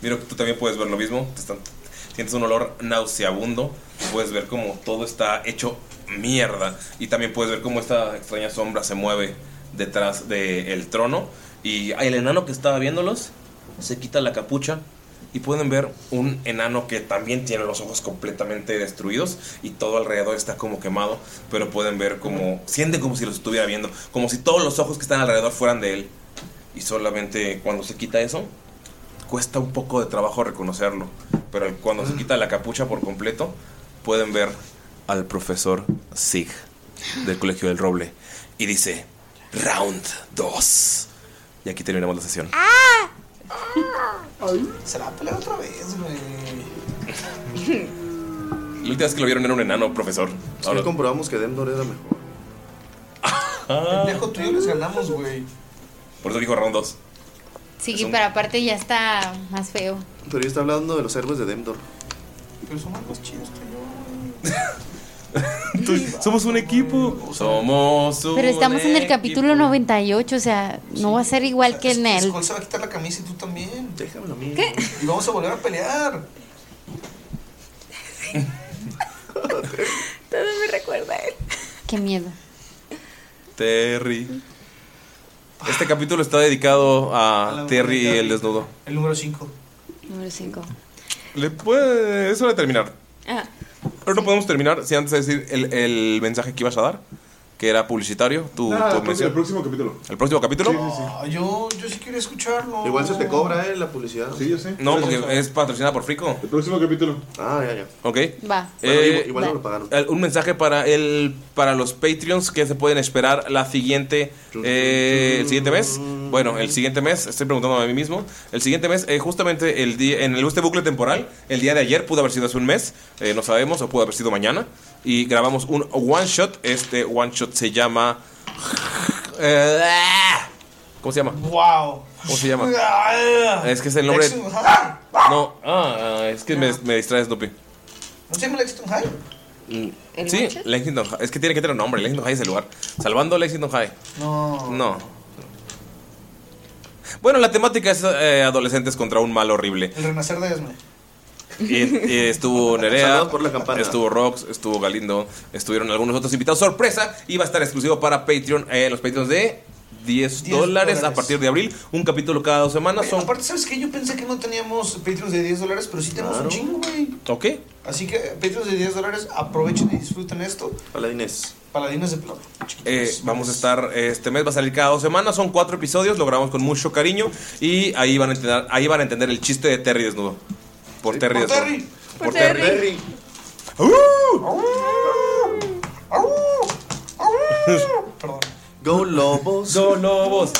A: Mira, tú también puedes ver lo mismo. Te están- sientes un olor nauseabundo. Puedes ver como todo está hecho mierda. Y también puedes ver cómo esta extraña sombra se mueve detrás del trono. Y el enano que estaba viéndolos se quita la capucha. Y pueden ver un enano que también tiene los ojos completamente destruidos y todo alrededor está como quemado, pero pueden ver como, sienten como si los estuviera viendo, como si todos los ojos que están alrededor fueran de él. Y solamente cuando se quita eso, cuesta un poco de trabajo reconocerlo, pero cuando
E: Mm.
A: se quita la capucha por completo, pueden ver al profesor Sig del Colegio del Roble y dice, round 2. Y aquí terminamos la sesión.
F: Ah.
C: Se la va a pelear otra vez, güey.
A: La última vez que lo vieron era un enano, profesor.
E: Sí, comprobamos que Demdor era mejor.
A: Ah.
C: Pendejo tuyo les ganamos, güey.
A: Por eso dijo round 2.
F: Sí,
E: Es un-
F: pero aparte ya está más feo.
E: Pero yo está hablando de los héroes de Demdor.
C: Pero somos más chidos que
A: Somos un equipo. uh, Somos un
F: Pero estamos en el
A: equipo.
F: capítulo 98, o sea, no va a ser igual que en él.
C: Skull se va a quitar la camisa y tú también.
E: Déjamelo a mí.
C: ¿Qué? Y vamos a volver a pelear.
M: Todo me recuerda a él.
F: Qué miedo.
A: Terry. Este capítulo está dedicado a, Terry y el desnudo.
C: El número 5.
M: Número 5.
A: Le puede... Es hora de terminar.
M: Ah,
A: Pero no podemos terminar sin antes decir el, el mensaje que ibas a dar, que era publicitario. Tu,
E: Ah,
B: Nada,
A: tu
B: el próximo-
A: mención.
B: el próximo capítulo.
A: ¿El próximo capítulo?
C: Ah, yo, yo sí quería escucharlo.
E: Igual se te cobra, eh, la publicidad. Sí,
B: yo sé.
A: No, porque es patrocinada por Frico.
B: El próximo capítulo.
E: Ah, ya, ya.
A: Ok.
F: Va.
E: Bueno,
A: Eh,
E: igual- igual no lo pagaron.
A: el- Un mensaje para el para los Patreons que se pueden esperar la siguiente eh, el siguiente mes. Bueno, el siguiente mes, estoy preguntando a mí mismo. El siguiente mes, eh, justamente el día en el este bucle temporal, el día de ayer pudo haber sido hace un mes, eh, no sabemos, o pudo haber sido mañana. Y grabamos un one shot. Este one shot se llama. Eh, ¿Cómo se llama?
C: Wow.
A: ¿Cómo se llama?
C: Ah.
A: Es que es el nombre.
C: Lexington High.
A: No, ah, es que me, me distrae Snoopy.
C: ¿No se llama Lexington High? ¿El
A: Mm. Sí,
C: Manchester?
A: Lexington High. Es que tiene que tener un nombre. Lexington High es el lugar. Salvando Lexington High.
C: No.
A: No. Bueno, la temática es eh, adolescentes contra un mal horrible.
C: El renacer de Esme.
A: Y, y estuvo Nerea,
E: Saludos por la campana.
A: estuvo Rox, estuvo Galindo, estuvieron algunos otros invitados. Sorpresa, iba a estar exclusivo para Patreon, eh, los Patreons de 10,
C: 10
A: dólares a
C: dólares.
A: partir de abril. Un capítulo cada dos semanas. Ah, Son,
C: Aparte, ¿sabes qué? Yo pensé que no teníamos Patreons de 10 dólares, pero sí tenemos
A: Claro.
C: un chingo, güey.
A: ¿Ok?
C: Así que, Patreons de 10 dólares, aprovechen y disfruten esto.
E: Hola, Inés.
K: Paladines de plata.
A: Eh, vamos a estar este mes, va a salir cada dos semanas, son cuatro episodios, lo grabamos con mucho cariño y ahí van a entender, ahí van a entender el chiste de Terry desnudo. Por Terry
K: por
A: desnudo.
K: Terry. ¡Uh!
A: Por Por Terry. Terry.
B: ¡Uh!
E: Go Lobos.
A: Go Lobos.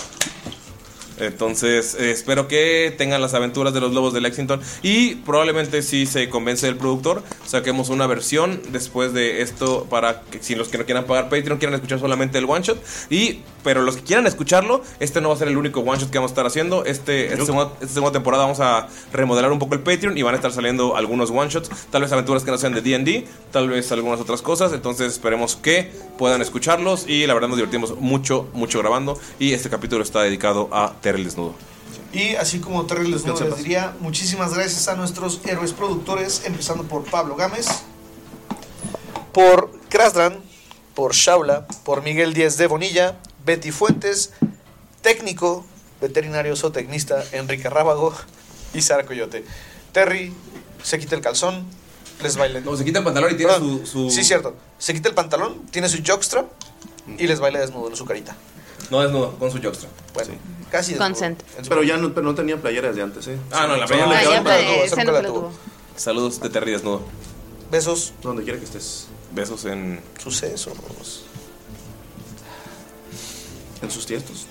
A: Entonces, eh, espero que tengan las aventuras de los lobos de Lexington y probablemente si se convence el productor, saquemos una versión después de esto para que si los que no quieran pagar Patreon quieran escuchar solamente el one shot y pero los que quieran escucharlo, este no va a ser el único one shot que vamos a estar haciendo. Este esta segunda, esta segunda temporada vamos a remodelar un poco el Patreon y van a estar saliendo algunos one shots, tal vez aventuras que no sean de D&D, tal vez algunas otras cosas, entonces esperemos que puedan escucharlos y la verdad nos divertimos mucho mucho grabando y este capítulo está dedicado a Terry el desnudo.
K: Y así como Terry les,
A: Descansa en
K: les
A: paz.
K: diría, muchísimas gracias a nuestros héroes productores, empezando por Pablo Gámez, por Krasdran, por Shaula, por Miguel Díez de Bonilla, Betty Fuentes, técnico, veterinario zootecnista, Enrique Rábago y Sara Coyote. Terry se quita el calzón, les baila.
A: No, se quita el pantalón y tiene
K: Perdón,
A: su- su-
K: Sí, cierto. Se quita el pantalón, tiene su jockstrap y les baila desnudo en su carita.
A: No desnudo, con su jockstrap.
K: Bueno, casi desnudo.
M: Consent.
K: En su-
E: Pero ya no, pero no tenía playeras de antes, ¿eh?
A: Ah, no, la
E: Solo
A: playera.
E: le
A: Ah, ya
E: quedaba el pantalón.
A: fue-
M: Eh,
A: Solo
M: esa no la
A: nunca la
M: tuvo.
A: Saludos de Terry desnudo.
K: Besos.
A: Donde quiera que estés. Besos en
K: sucesos.
E: En sus tiestos.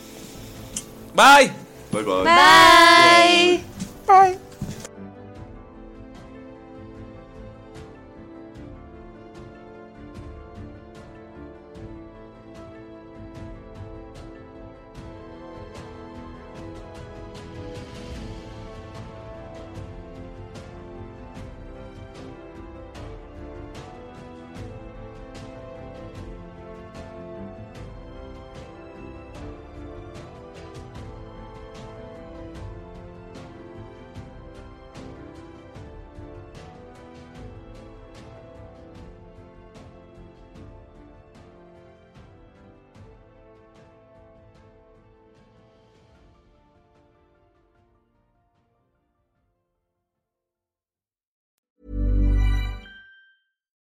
A: Bye.
E: Bye bye.
M: Bye. Bye.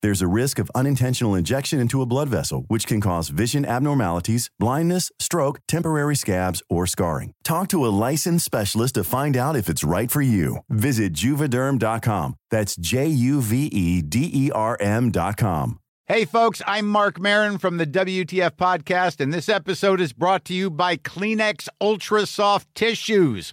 Q: There's a risk of unintentional injection into a blood vessel, which can cause vision abnormalities, blindness, stroke, temporary scabs, or scarring. Talk to a licensed specialist to find out if it's right for you. Visit juvederm.com. That's J U V E D E R M.com.
R: Hey, folks, I'm Mark Marin from the WTF Podcast, and this episode is brought to you by Kleenex Ultra Soft Tissues,